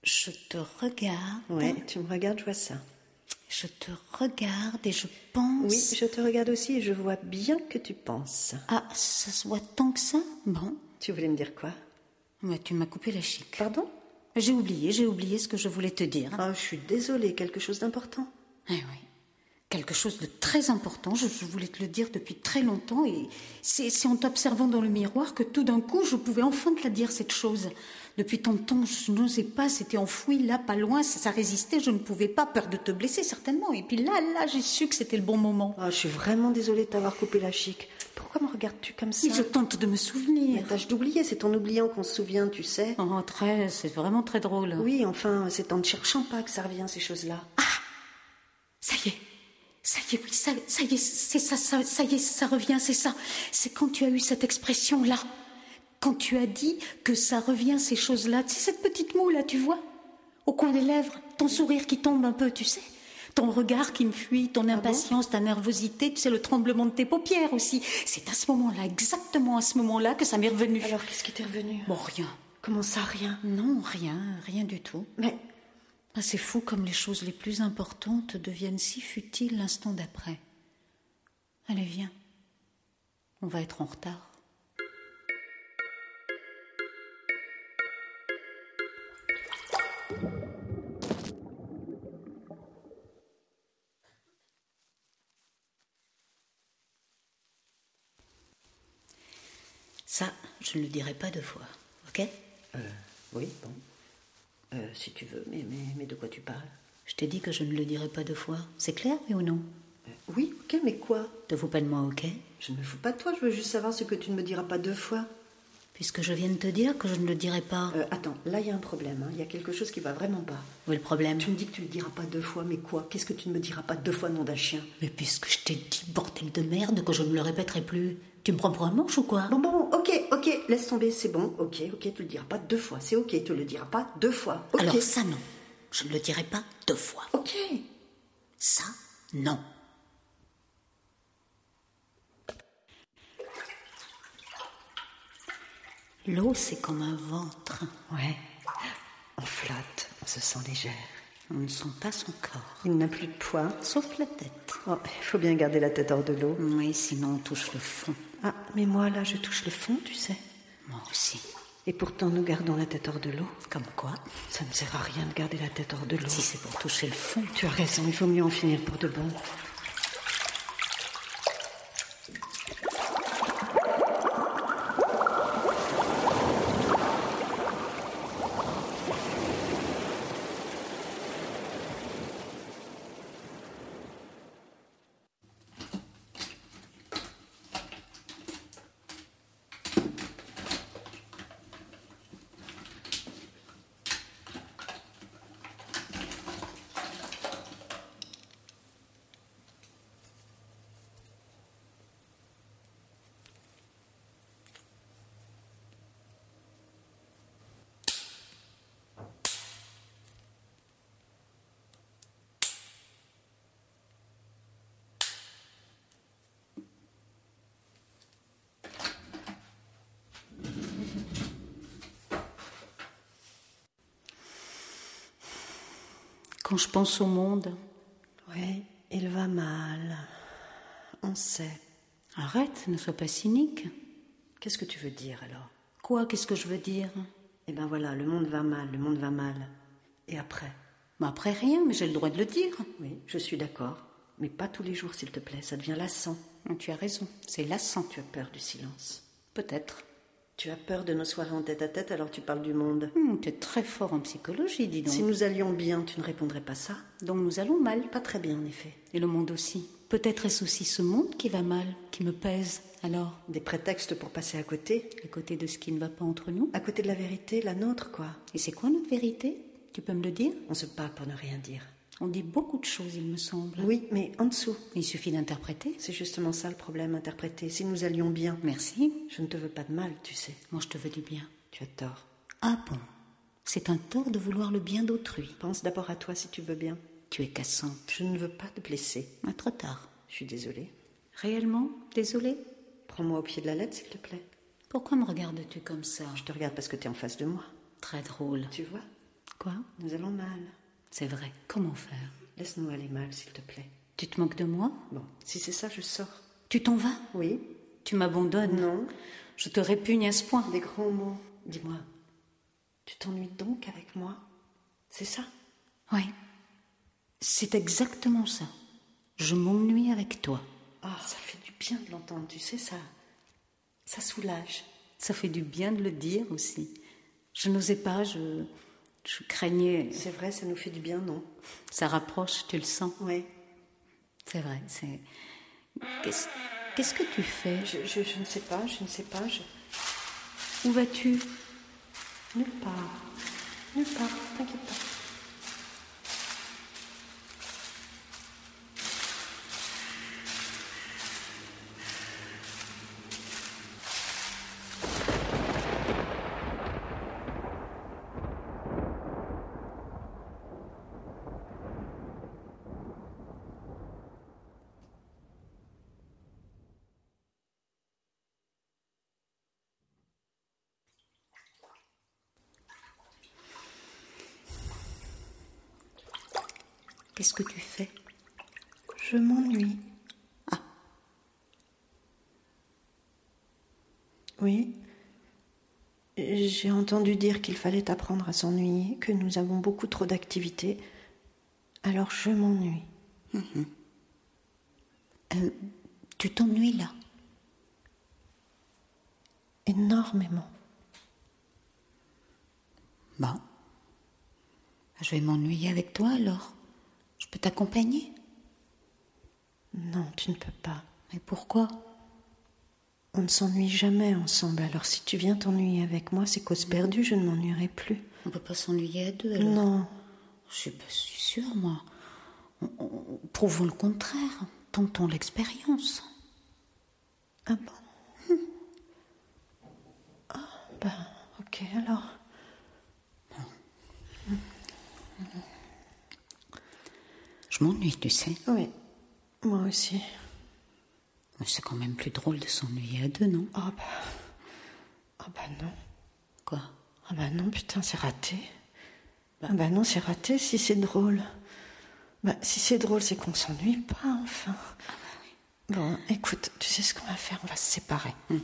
[SPEAKER 7] Je te regarde.
[SPEAKER 11] Ouais, tu me regardes, je vois ça.
[SPEAKER 7] Je te regarde et je pense.
[SPEAKER 11] Oui, je te regarde aussi et je vois bien que tu penses.
[SPEAKER 7] Ah, ça se voit tant que ça Bon.
[SPEAKER 11] Tu voulais me dire quoi
[SPEAKER 7] Mais tu m'as coupé la chic.
[SPEAKER 11] Pardon
[SPEAKER 7] J'ai oublié, j'ai oublié ce que je voulais te dire.
[SPEAKER 11] Ah, je suis désolée, quelque chose d'important.
[SPEAKER 7] Eh oui. Quelque chose de très important, je, je voulais te le dire depuis très longtemps, et c'est c'est en t'observant dans le miroir que tout d'un coup je pouvais enfin te la dire, cette chose. Depuis tant de temps, je n'osais pas, c'était enfoui là, pas loin, ça, ça résistait, je ne pouvais pas, peur de te blesser certainement. Et puis là, là, j'ai su que c'était le bon moment.
[SPEAKER 11] Ah, je suis vraiment désolée de t'avoir coupé la chic. Pourquoi me regardes-tu comme ça
[SPEAKER 7] Si je tente de me
[SPEAKER 11] Mais
[SPEAKER 7] souvenir.
[SPEAKER 11] tâche d'oublier, c'est en oubliant qu'on se souvient, tu sais.
[SPEAKER 7] Oh, très, c'est vraiment très drôle.
[SPEAKER 11] Oui, enfin, c'est en ne cherchant pas que ça revient, ces choses-là.
[SPEAKER 7] Ah Ça y est. Ça y est, oui, ça, ça y est, c'est ça, ça, ça y est, ça revient, c'est ça. C'est quand tu as eu cette expression-là. Quand tu as dit que ça revient, ces choses-là. Tu sais, cette petite moue-là, tu vois Au coin des lèvres, ton sourire qui tombe un peu, tu sais Ton regard qui me fuit,
[SPEAKER 11] Ah
[SPEAKER 7] ton impatience, ta nervosité, tu sais, le tremblement de tes paupières aussi. C'est à ce moment-là, exactement à ce moment-là que ça m'est revenu.
[SPEAKER 11] Alors, qu'est-ce qui t'est revenu
[SPEAKER 7] Bon, rien.
[SPEAKER 11] Comment ça, rien
[SPEAKER 7] Non, rien, rien du tout.
[SPEAKER 11] Mais
[SPEAKER 7] Ah, C'est fou comme les choses les plus importantes deviennent si futiles l'instant d'après. Allez, viens. On va être en retard. Ça, je ne le dirai pas deux fois, ok
[SPEAKER 11] oui, bon. Euh, si tu veux, mais, mais, mais de quoi tu parles
[SPEAKER 7] Je t'ai dit que je ne le dirai pas deux fois. C'est clair, oui ou non
[SPEAKER 11] Euh, Oui, ok, mais quoi
[SPEAKER 7] Te fous pas de moi, ok
[SPEAKER 11] Je ne me fous pas de toi, je veux juste savoir ce que tu ne me diras pas deux fois.
[SPEAKER 7] Puisque je viens de te dire que je ne le dirai pas.
[SPEAKER 11] Euh, attends, là il y a un problème, hein. il y a quelque chose qui va vraiment pas.
[SPEAKER 7] Où est le problème
[SPEAKER 11] Tu me dis que tu ne me diras pas deux fois, mais quoi Qu'est-ce que tu ne me diras pas deux fois, nom d'un chien
[SPEAKER 7] Mais puisque je t'ai dit, bordel de merde, que je ne le répéterai plus, tu me prends pour un manche ou quoi
[SPEAKER 11] Bon, bon, bon, ok, ok, laisse tomber, c'est bon, ok, ok, tu le diras pas deux fois, c'est ok, tu le diras pas deux fois, ok.
[SPEAKER 7] Alors ça, non. Je ne le dirai pas deux fois.
[SPEAKER 11] Ok.
[SPEAKER 7] Ça, non. L'eau, c'est comme un ventre.
[SPEAKER 11] Ouais, on flotte, on se sent légère.
[SPEAKER 7] On ne sent pas son corps,
[SPEAKER 11] Il n'a plus de poids.
[SPEAKER 7] sauf la tête.
[SPEAKER 11] Oh, il faut bien garder la tête hors de l'eau.
[SPEAKER 7] Oui, sinon on touche le fond.
[SPEAKER 11] Ah, mais moi là, je touche le fond, tu sais.
[SPEAKER 7] Moi aussi.
[SPEAKER 11] Et pourtant, nous gardons la tête hors de l'eau.
[SPEAKER 7] Comme quoi
[SPEAKER 11] Ça ne sert à rien de garder la tête hors de l'eau.
[SPEAKER 7] Si c'est pour toucher le fond,
[SPEAKER 11] Tu as raison, il vaut mieux en finir pour de bon.
[SPEAKER 7] quand je pense au monde.
[SPEAKER 11] Oui, il va mal. On sait.
[SPEAKER 7] Arrête, ne sois pas cynique.
[SPEAKER 11] Qu'est-ce que tu veux dire alors
[SPEAKER 7] Quoi, qu'est-ce que je veux dire
[SPEAKER 11] Eh ben voilà, le monde va mal, le monde va mal. Et après
[SPEAKER 7] bah Après rien, mais j'ai le droit de le dire.
[SPEAKER 11] Oui, je suis d'accord. Mais pas tous les jours, s'il te plaît, ça devient lassant.
[SPEAKER 7] Tu as raison, c'est lassant.
[SPEAKER 11] Tu as peur du silence.
[SPEAKER 7] Peut-être.
[SPEAKER 11] Tu as peur de nos soirées en tête à tête, alors tu parles du monde.
[SPEAKER 7] Hum, tu es très fort en psychologie, dis donc.
[SPEAKER 11] Si nous allions bien, tu ne répondrais pas ça.
[SPEAKER 7] Donc nous allons mal.
[SPEAKER 11] Pas très bien, en effet.
[SPEAKER 7] Et le monde aussi. Peut-être est-ce aussi ce monde qui va mal, qui me pèse, alors
[SPEAKER 11] Des prétextes pour passer à côté.
[SPEAKER 7] À côté de ce qui ne va pas entre nous
[SPEAKER 11] À côté de la vérité, la nôtre, quoi.
[SPEAKER 7] Et c'est quoi notre vérité Tu peux me le dire
[SPEAKER 11] On se bat pour ne rien dire.
[SPEAKER 7] On dit beaucoup de choses, il me semble.
[SPEAKER 11] Oui, mais en dessous.
[SPEAKER 7] Il suffit d'interpréter.
[SPEAKER 11] C'est justement ça le problème, interpréter. Si nous allions bien.
[SPEAKER 7] Merci.
[SPEAKER 11] Je ne te veux pas de mal, tu sais.
[SPEAKER 7] Moi, je te veux du bien.
[SPEAKER 11] Tu as tort.
[SPEAKER 7] Ah bon C'est un tort de vouloir le bien d'autrui.
[SPEAKER 11] Pense d'abord à toi si tu veux bien.
[SPEAKER 7] Tu es cassante.
[SPEAKER 11] Je ne veux pas te blesser.
[SPEAKER 7] Ah, trop tard.
[SPEAKER 11] Je suis désolée.
[SPEAKER 7] Réellement Désolée
[SPEAKER 11] Prends-moi au pied de la lettre, s'il te plaît.
[SPEAKER 7] Pourquoi me regardes-tu comme ça
[SPEAKER 11] Je te regarde parce que tu es en face de moi.
[SPEAKER 7] Très drôle.
[SPEAKER 11] Tu vois
[SPEAKER 7] Quoi
[SPEAKER 11] Nous allons mal.
[SPEAKER 7] C'est vrai. Comment faire
[SPEAKER 11] Laisse-nous aller mal, s'il te plaît.
[SPEAKER 7] Tu te moques de moi
[SPEAKER 11] Bon, si c'est ça, je sors.
[SPEAKER 7] Tu t'en vas
[SPEAKER 11] Oui.
[SPEAKER 7] Tu m'abandonnes
[SPEAKER 11] Non.
[SPEAKER 7] Je te répugne à ce point.
[SPEAKER 11] Des grands mots. Dis-moi, tu t'ennuies donc avec moi C'est ça
[SPEAKER 7] Oui. C'est exactement ça. Je m'ennuie avec toi.
[SPEAKER 11] Ah, ça fait du bien de l'entendre, tu sais, ça. Ça soulage.
[SPEAKER 7] Ça fait du bien de le dire aussi. Je n'osais pas, je. Je craignais.
[SPEAKER 11] C'est vrai, ça nous fait du bien, non
[SPEAKER 7] Ça rapproche, tu le sens
[SPEAKER 11] Oui.
[SPEAKER 7] C'est vrai, c'est. Qu'est-ce qu'est-ce que tu fais
[SPEAKER 11] Je, je- je ne sais pas, je ne sais pas. Je...
[SPEAKER 7] Où vas-tu
[SPEAKER 11] Nulle part. Nulle part, t'inquiète pas.
[SPEAKER 7] Qu'est-ce que tu fais
[SPEAKER 11] Je m'ennuie.
[SPEAKER 7] Ah.
[SPEAKER 11] Oui. J'ai entendu dire qu'il fallait apprendre à s'ennuyer, que nous avons beaucoup trop d'activités. Alors je m'ennuie. Mhm.
[SPEAKER 7] Euh, Tu t'ennuies là
[SPEAKER 11] Énormément.
[SPEAKER 7] Bon. Je vais m'ennuyer avec toi alors. Je peux t'accompagner
[SPEAKER 11] Non, tu ne peux pas.
[SPEAKER 7] Mais pourquoi
[SPEAKER 11] On ne s'ennuie jamais ensemble, alors si tu viens t'ennuyer avec moi, c'est cause perdue, je ne m'ennuierai plus.
[SPEAKER 7] On peut pas s'ennuyer à deux alors
[SPEAKER 11] Non,
[SPEAKER 7] Je suis pas si sûre, moi. On- on- on- Prouvons le contraire. Tentons l'expérience. Hum.
[SPEAKER 11] Ah bon Ah, ben, ok, alors.
[SPEAKER 7] Je m'ennuie, tu sais.
[SPEAKER 11] Oui, moi aussi.
[SPEAKER 7] Mais c'est quand même plus drôle de s'ennuyer à deux, non
[SPEAKER 11] Ah bah. Ah bah non.
[SPEAKER 7] Quoi
[SPEAKER 11] Ah bah non, putain, c'est raté. Ah bah non, c'est raté si c'est drôle. Bah, si c'est drôle, c'est qu'on s'ennuie pas, enfin. Bon, écoute, tu sais ce qu'on va faire On va se séparer. Hein.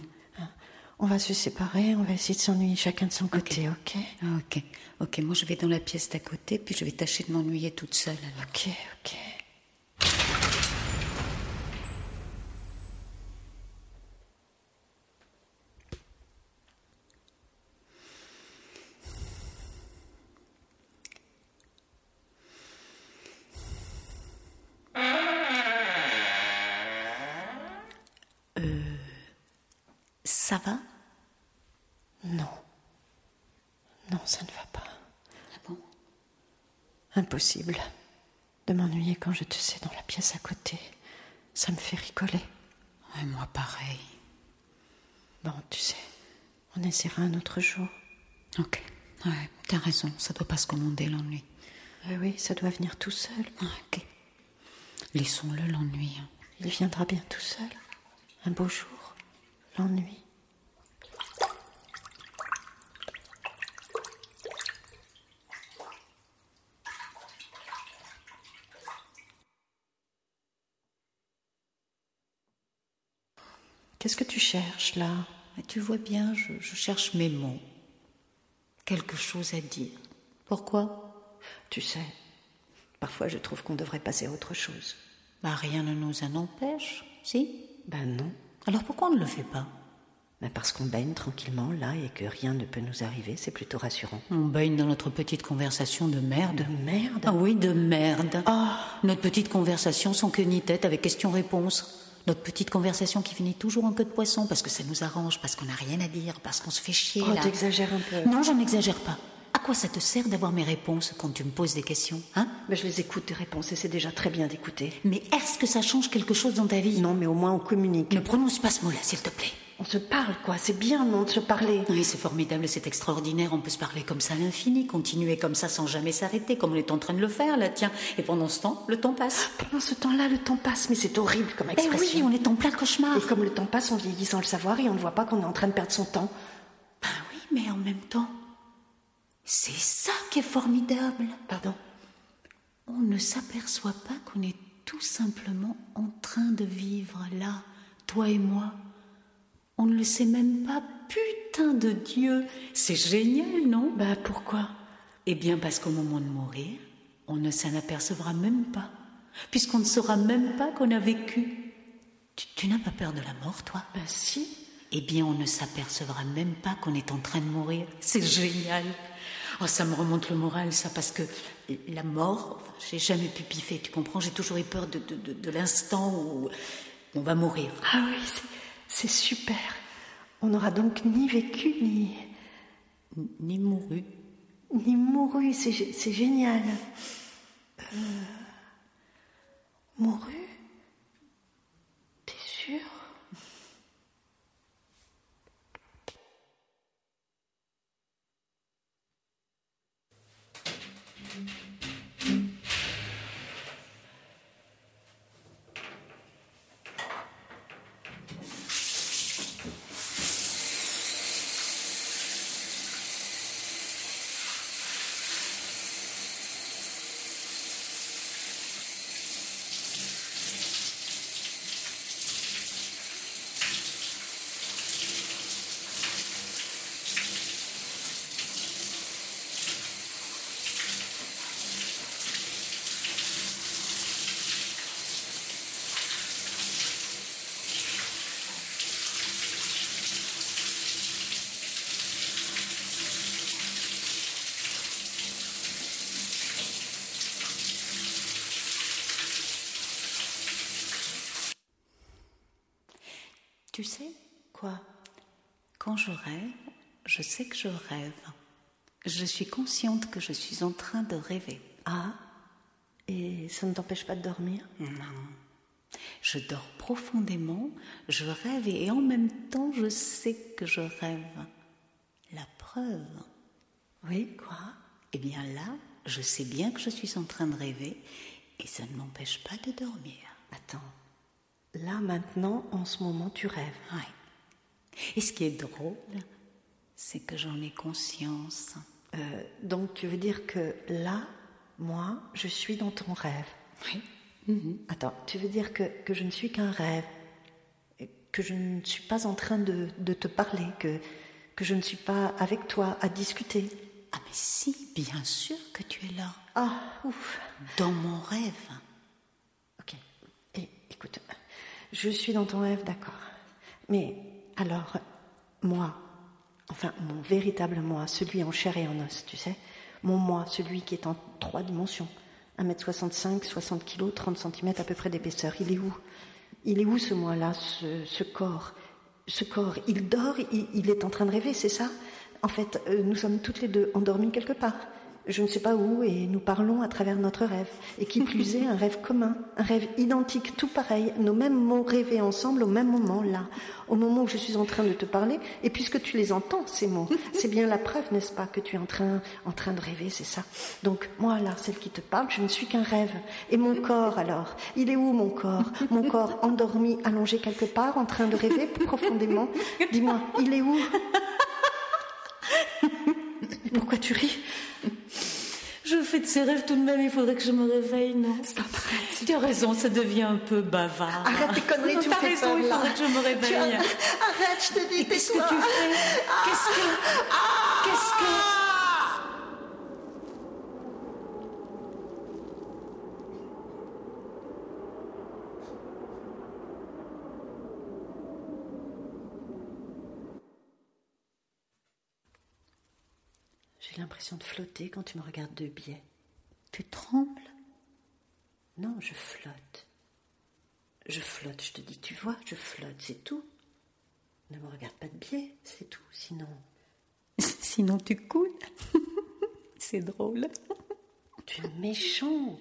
[SPEAKER 11] On va se séparer, on va essayer de s'ennuyer chacun de son côté, ok
[SPEAKER 7] Ah, Ok, ok. Moi, je vais dans la pièce d'à côté, puis je vais tâcher de m'ennuyer toute seule. alors.
[SPEAKER 11] Ok, ok. Euh,
[SPEAKER 7] Ça va
[SPEAKER 11] Non. Non, ça ne va pas.
[SPEAKER 7] Ah bon
[SPEAKER 11] Impossible de m'ennuyer quand je te sais dans la pièce à côté. Ça me fait rigoler.
[SPEAKER 7] Ouais, moi, pareil.
[SPEAKER 11] Bon, tu sais, on essaiera un autre jour.
[SPEAKER 7] Ok. Ouais, t'as raison. Ça doit pas se commander, l'ennui.
[SPEAKER 11] Ah oui, ça doit venir tout seul.
[SPEAKER 7] Ah, ok. Laissons-le, l'ennui. hein.
[SPEAKER 11] Il viendra bien tout seul. Un beau jour, l'ennui. Qu'est-ce que tu cherches là
[SPEAKER 7] Mais Tu vois bien, je, je cherche mes mots. Quelque chose à dire. Pourquoi
[SPEAKER 11] Tu sais, parfois je trouve qu'on devrait passer à autre chose.
[SPEAKER 7] Bah rien ne nous en empêche, si
[SPEAKER 11] Ben non.
[SPEAKER 7] Alors pourquoi on ne le fait pas
[SPEAKER 11] Mais Bah, parce qu'on baigne tranquillement là et que rien ne peut nous arriver, c'est plutôt rassurant.
[SPEAKER 7] On baigne dans notre petite conversation de merde.
[SPEAKER 11] De merde Ah.
[SPEAKER 7] Ah oui, de merde. Notre petite conversation sans queue ni tête avec question-réponse. Notre petite conversation qui finit toujours en queue de poisson parce que ça nous arrange, parce qu'on n'a rien à dire, parce qu'on se fait chier
[SPEAKER 11] Oh,
[SPEAKER 7] là.
[SPEAKER 11] t'exagères un peu.
[SPEAKER 7] Non, j'en exagère pas. À quoi ça te sert d'avoir mes réponses quand tu me poses des questions, hein
[SPEAKER 11] Mais Ben, je les écoute, tes réponses, et c'est déjà très bien d'écouter.
[SPEAKER 7] Mais est-ce que ça change quelque chose dans ta vie
[SPEAKER 11] Non, mais au moins on communique.
[SPEAKER 7] Ne prononce pas ce mot-là, s'il te plaît.
[SPEAKER 11] On se parle, quoi. C'est bien, non, de se parler.
[SPEAKER 7] Oui, c'est formidable, c'est extraordinaire. On peut se parler comme ça à l'infini, continuer comme ça sans jamais s'arrêter, comme on est en train de le faire, là, tiens. Et pendant ce temps, le temps passe.
[SPEAKER 11] Pendant ce temps-là, le temps passe, mais c'est horrible comme
[SPEAKER 7] Eh
[SPEAKER 11] expression.
[SPEAKER 7] oui, on est en plein cauchemar.
[SPEAKER 11] Et comme le temps passe, on vieillit sans le savoir et on ne voit pas qu'on est en train de perdre son temps.
[SPEAKER 7] Ben oui, mais en même temps, c'est ça qui est formidable.
[SPEAKER 11] Pardon
[SPEAKER 7] On ne s'aperçoit pas qu'on est tout simplement en train de vivre là, toi et moi. On ne le sait même pas, putain de Dieu. C'est génial, non
[SPEAKER 11] Bah pourquoi
[SPEAKER 7] Eh bien parce qu'au moment de mourir, on ne s'en apercevra même pas, puisqu'on ne saura même pas qu'on a vécu. Tu, tu n'as pas peur de la mort, toi
[SPEAKER 11] Bah si.
[SPEAKER 7] eh bien, on ne s'apercevra même pas qu'on est en train de mourir. C'est génial. Oh, ça me remonte le moral, ça, parce que la mort, enfin, j'ai jamais pu piffer, tu comprends J'ai toujours eu peur de, de- de- de l'instant où on va mourir.
[SPEAKER 11] Ah oui, c'est- c'est super. On n'aura donc ni vécu, ni,
[SPEAKER 7] Ni mouru.
[SPEAKER 11] ni mouru. C'est gé- c'est génial. Euh, Mouru T'es sûr
[SPEAKER 7] Tu sais Quoi Quand je rêve, je sais que je rêve. Je suis consciente que je suis en train de rêver.
[SPEAKER 11] Ah Et ça ne t'empêche pas de dormir
[SPEAKER 7] Je dors profondément, je rêve et en même temps je sais que je rêve. La preuve.
[SPEAKER 11] Oui, quoi
[SPEAKER 7] Eh bien là, je sais bien que je suis en train de rêver et ça ne m'empêche pas de dormir.
[SPEAKER 11] Attends. Là, maintenant, en ce moment, tu rêves.
[SPEAKER 7] Ouais. Et ce qui est drôle, c'est que j'en ai conscience.
[SPEAKER 11] Euh, donc, tu veux dire que là, moi, je suis dans ton rêve.
[SPEAKER 7] Oui.
[SPEAKER 11] Attends, tu veux dire que, que je ne suis qu'un rêve et Que je ne suis pas en train de, de te parler que, que je ne suis pas avec toi à discuter
[SPEAKER 7] Ah mais si, bien sûr que tu es là,
[SPEAKER 11] Ah, ouf
[SPEAKER 7] dans mon rêve.
[SPEAKER 11] Ok. Et, écoute, je suis dans ton rêve, d'accord. Mais alors, moi, enfin, mon véritable moi, celui en chair et en os, tu sais, mon moi, celui qui est en trois dimensions, 1m65, 60 kg, 30 cm à peu près d'épaisseur, il est où Il est où ce moi-là, ce, ce corps Ce corps, il dort, il, il est en train de rêver, c'est ça En fait, euh, nous sommes toutes les deux endormies quelque part. Je ne sais pas où, et nous parlons à travers notre rêve. Et qui plus est, un rêve commun, un rêve identique, tout pareil, nos mêmes mots rêvés ensemble au même moment, là, au moment où je suis en train de te parler, et puisque tu les entends, ces mots, c'est bien la preuve, n'est-ce pas, que tu es en train, en train de rêver, c'est ça. Donc, moi, là, celle qui te parle, je ne suis qu'un rêve. Et mon corps, alors, il est où, mon corps Mon corps endormi, allongé quelque part, en train de rêver profondément. Dis-moi, il est où Mais Pourquoi tu ris
[SPEAKER 7] Je fais de ces rêves tout de même Il faudrait que je me réveille, non
[SPEAKER 6] Stop.
[SPEAKER 7] Tu as raison, ça devient un peu bavard.
[SPEAKER 6] Arrête tes conneries,
[SPEAKER 7] Non,
[SPEAKER 6] tu me
[SPEAKER 7] T'as
[SPEAKER 6] fais
[SPEAKER 7] raison,
[SPEAKER 6] peur,
[SPEAKER 7] il
[SPEAKER 6] là.
[SPEAKER 7] faudrait que je me
[SPEAKER 6] Tu
[SPEAKER 7] réveille.
[SPEAKER 6] as- Arrête, je te dis,
[SPEAKER 7] Qu'est-ce que
[SPEAKER 6] tais-toi.
[SPEAKER 7] tu fais Qu'est-ce que. Qu'est-ce que.
[SPEAKER 11] J'ai l'impression de flotter quand tu me regardes de biais.
[SPEAKER 7] Tu trembles
[SPEAKER 11] Non, je flotte. Je flotte, je te dis, tu vois, je flotte, c'est tout. Ne me regarde pas de biais, c'est tout, sinon.
[SPEAKER 7] Sinon, tu coules. C'est drôle.
[SPEAKER 11] Tu es méchante.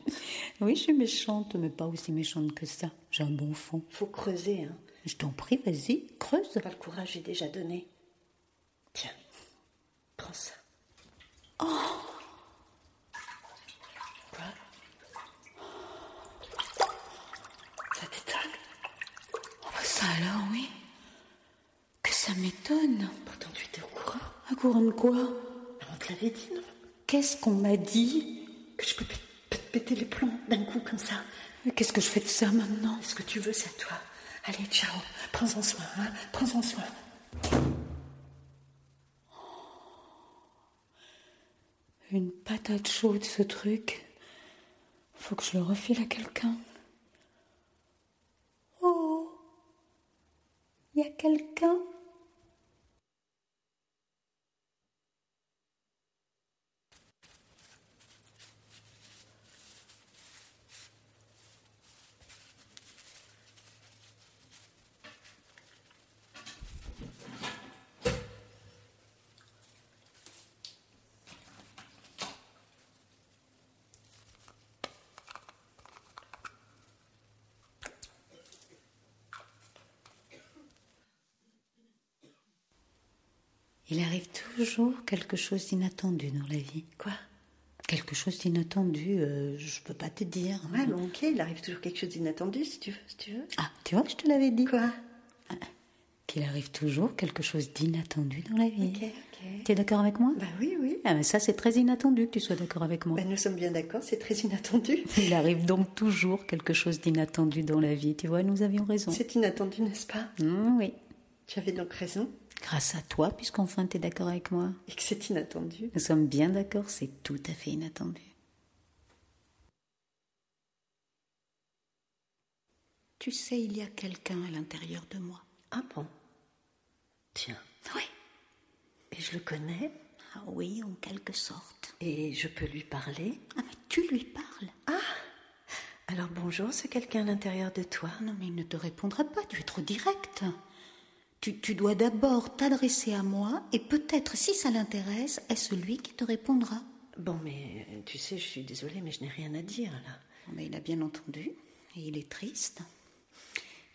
[SPEAKER 7] Oui, je suis méchante, mais pas aussi méchante que ça. J'ai un bon fond.
[SPEAKER 11] Faut creuser, hein.
[SPEAKER 7] Je t'en prie, vas-y, creuse.
[SPEAKER 11] Pas le courage, j'ai déjà donné. Tiens, prends ça. Oh Quoi Ça t'étonne
[SPEAKER 7] Oh, Ça alors, oui. Que ça m'étonne.
[SPEAKER 11] Pourtant, tu étais au courant.
[SPEAKER 7] À courant de quoi
[SPEAKER 11] On te l'avait dit, non
[SPEAKER 7] Qu'est-ce qu'on m'a dit
[SPEAKER 11] Que je peux pé- pé- péter les plombs d'un coup comme ça.
[SPEAKER 7] Mais Qu'est-ce que je fais de ça maintenant
[SPEAKER 11] Ce que tu veux, c'est à toi. Allez, ciao. Prends-en soin, hein. Prends-en soin.
[SPEAKER 7] Une patate chaude, ce truc. Faut que je le refile à quelqu'un. Oh Y a quelqu'un Il arrive toujours quelque chose d'inattendu dans la vie.
[SPEAKER 11] Quoi
[SPEAKER 7] Quelque chose d'inattendu, euh, je peux pas te dire.
[SPEAKER 11] Ouais, bon, ok, il arrive toujours quelque chose d'inattendu, si tu veux, si tu veux.
[SPEAKER 7] Ah, tu vois, je te l'avais dit. Ah,
[SPEAKER 11] Quoi
[SPEAKER 7] Qu'il arrive toujours quelque chose d'inattendu dans la vie.
[SPEAKER 11] Ok, ok.
[SPEAKER 7] Tu es d'accord avec moi
[SPEAKER 11] Bah oui, oui.
[SPEAKER 7] Ah, mais ça, c'est très inattendu que tu sois d'accord avec moi.
[SPEAKER 11] Bah, nous sommes bien d'accord, c'est très inattendu.
[SPEAKER 7] Il arrive donc toujours quelque chose d'inattendu dans la vie. Tu vois, nous avions raison.
[SPEAKER 11] C'est inattendu, n'est-ce pas
[SPEAKER 7] Mmh, oui.
[SPEAKER 11] Tu avais donc raison,
[SPEAKER 7] Grâce à toi, puisqu'enfin tu es d'accord avec moi.
[SPEAKER 11] et que c'est inattendu.
[SPEAKER 7] Nous sommes bien d'accord, c'est tout à fait inattendu. Tu sais, il y a quelqu'un à l'intérieur de moi.
[SPEAKER 11] Ah bon Tiens.
[SPEAKER 7] Oui.
[SPEAKER 11] Et je le connais,
[SPEAKER 7] Ah oui, en quelque sorte.
[SPEAKER 11] et je peux lui parler.
[SPEAKER 7] Ah, mais tu lui parles.
[SPEAKER 11] Ah. Alors bonjour, c'est quelqu'un à l'intérieur de toi.
[SPEAKER 7] Non, mais il ne te répondra pas, tu es trop direct. Tu, tu dois d'abord t'adresser à moi et peut-être, si ça l'intéresse, est celui qui te répondra.
[SPEAKER 11] Bon, mais euh, tu sais, je suis désolée, mais je n'ai rien à dire là.
[SPEAKER 7] Mais il a bien entendu et il est triste.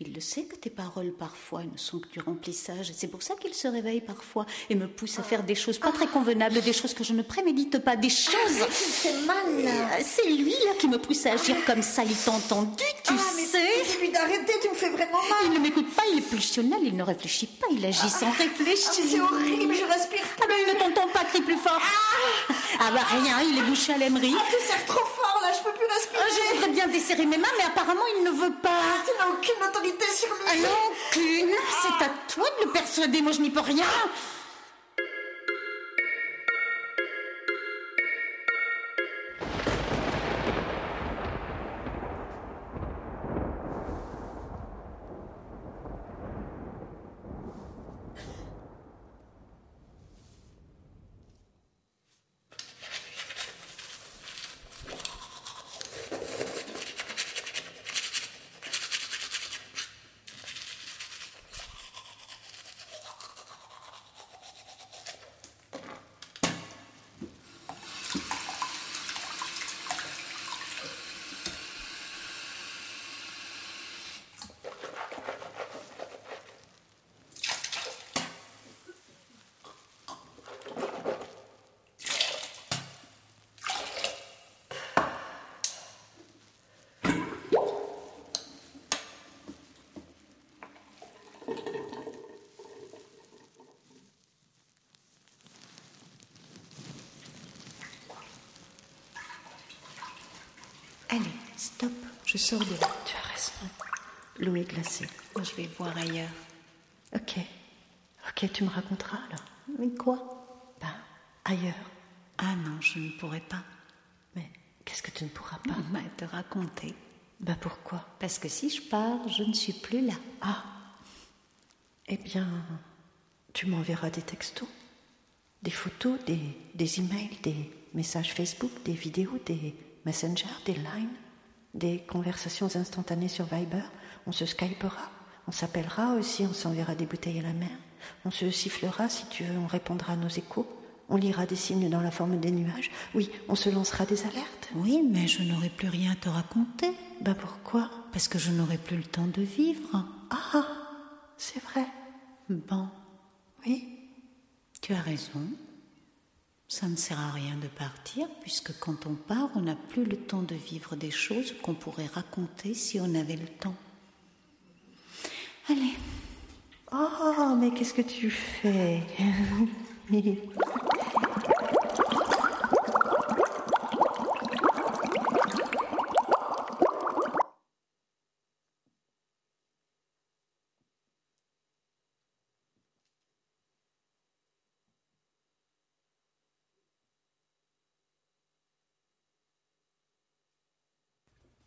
[SPEAKER 7] Il le sait que tes paroles parfois ne sont que du remplissage. C'est pour ça qu'il se réveille parfois et me pousse à faire des choses pas très convenables, des choses que je ne prémédite pas,
[SPEAKER 6] Ah,
[SPEAKER 7] des choses.
[SPEAKER 6] C'est mal, là.
[SPEAKER 7] Euh, C'est lui là qui me pousse à agir comme ça. Il t'a entendu, tu
[SPEAKER 6] Ah, mais
[SPEAKER 7] sais.
[SPEAKER 6] dis-lui d'arrêter, tu me fais vraiment mal.
[SPEAKER 7] Il ne m'écoute pas, il est pulsionnel, il ne réfléchit pas, il agit sans réfléchir.
[SPEAKER 6] Ah, c'est horrible, je respire.
[SPEAKER 7] Ah ben, il ne t'entend pas, crie plus fort. Ah bah rien, il est bouché à l'aimerie.
[SPEAKER 6] Ah, Tu serres trop fort, là, je peux plus
[SPEAKER 7] Ah, Je
[SPEAKER 6] respirer.
[SPEAKER 7] voudrais bien desserrer mes mains, mais apparemment il ne veut pas.
[SPEAKER 6] Tu n'as aucune autorité sur lui.
[SPEAKER 7] Ah non, aucune. C'est à toi de le persuader, moi je n'y peux rien.
[SPEAKER 11] Stop, je sors de là.
[SPEAKER 7] Tu as raison.
[SPEAKER 11] L'eau est glacée.
[SPEAKER 7] Je vais voir ailleurs.
[SPEAKER 11] Ok. Ok, tu me raconteras alors.
[SPEAKER 7] Mais quoi
[SPEAKER 11] Ben, ailleurs.
[SPEAKER 7] Ah non, je ne pourrais pas.
[SPEAKER 11] Mais qu'est-ce que tu ne pourras pas
[SPEAKER 7] bah, te raconter.
[SPEAKER 11] Ben pourquoi
[SPEAKER 7] Parce que si je pars, je ne suis plus là.
[SPEAKER 11] Ah Eh bien, tu m'enverras des textos, des photos, des, des emails, des messages Facebook, des vidéos, des Messenger, des Line, des conversations instantanées sur Viber. On se Skypera, on s'appellera aussi, on s'enverra des bouteilles à la mer. On se sifflera si tu veux, on répondra à nos échos. On lira des signes dans la forme des nuages. Oui, on se lancera des alertes.
[SPEAKER 7] Oui, mais je n'aurai plus rien à te raconter. Bah,
[SPEAKER 11] Ben pourquoi
[SPEAKER 7] Parce que je n'aurai plus le temps de vivre.
[SPEAKER 11] Ah, c'est vrai.
[SPEAKER 7] Bon,
[SPEAKER 11] Oui,
[SPEAKER 7] tu as raison. Ça ne sert à rien de partir, puisque quand on part, on n'a plus le temps de vivre des choses qu'on pourrait raconter si on avait le temps. Allez,
[SPEAKER 11] Oh, mais qu'est-ce que tu fais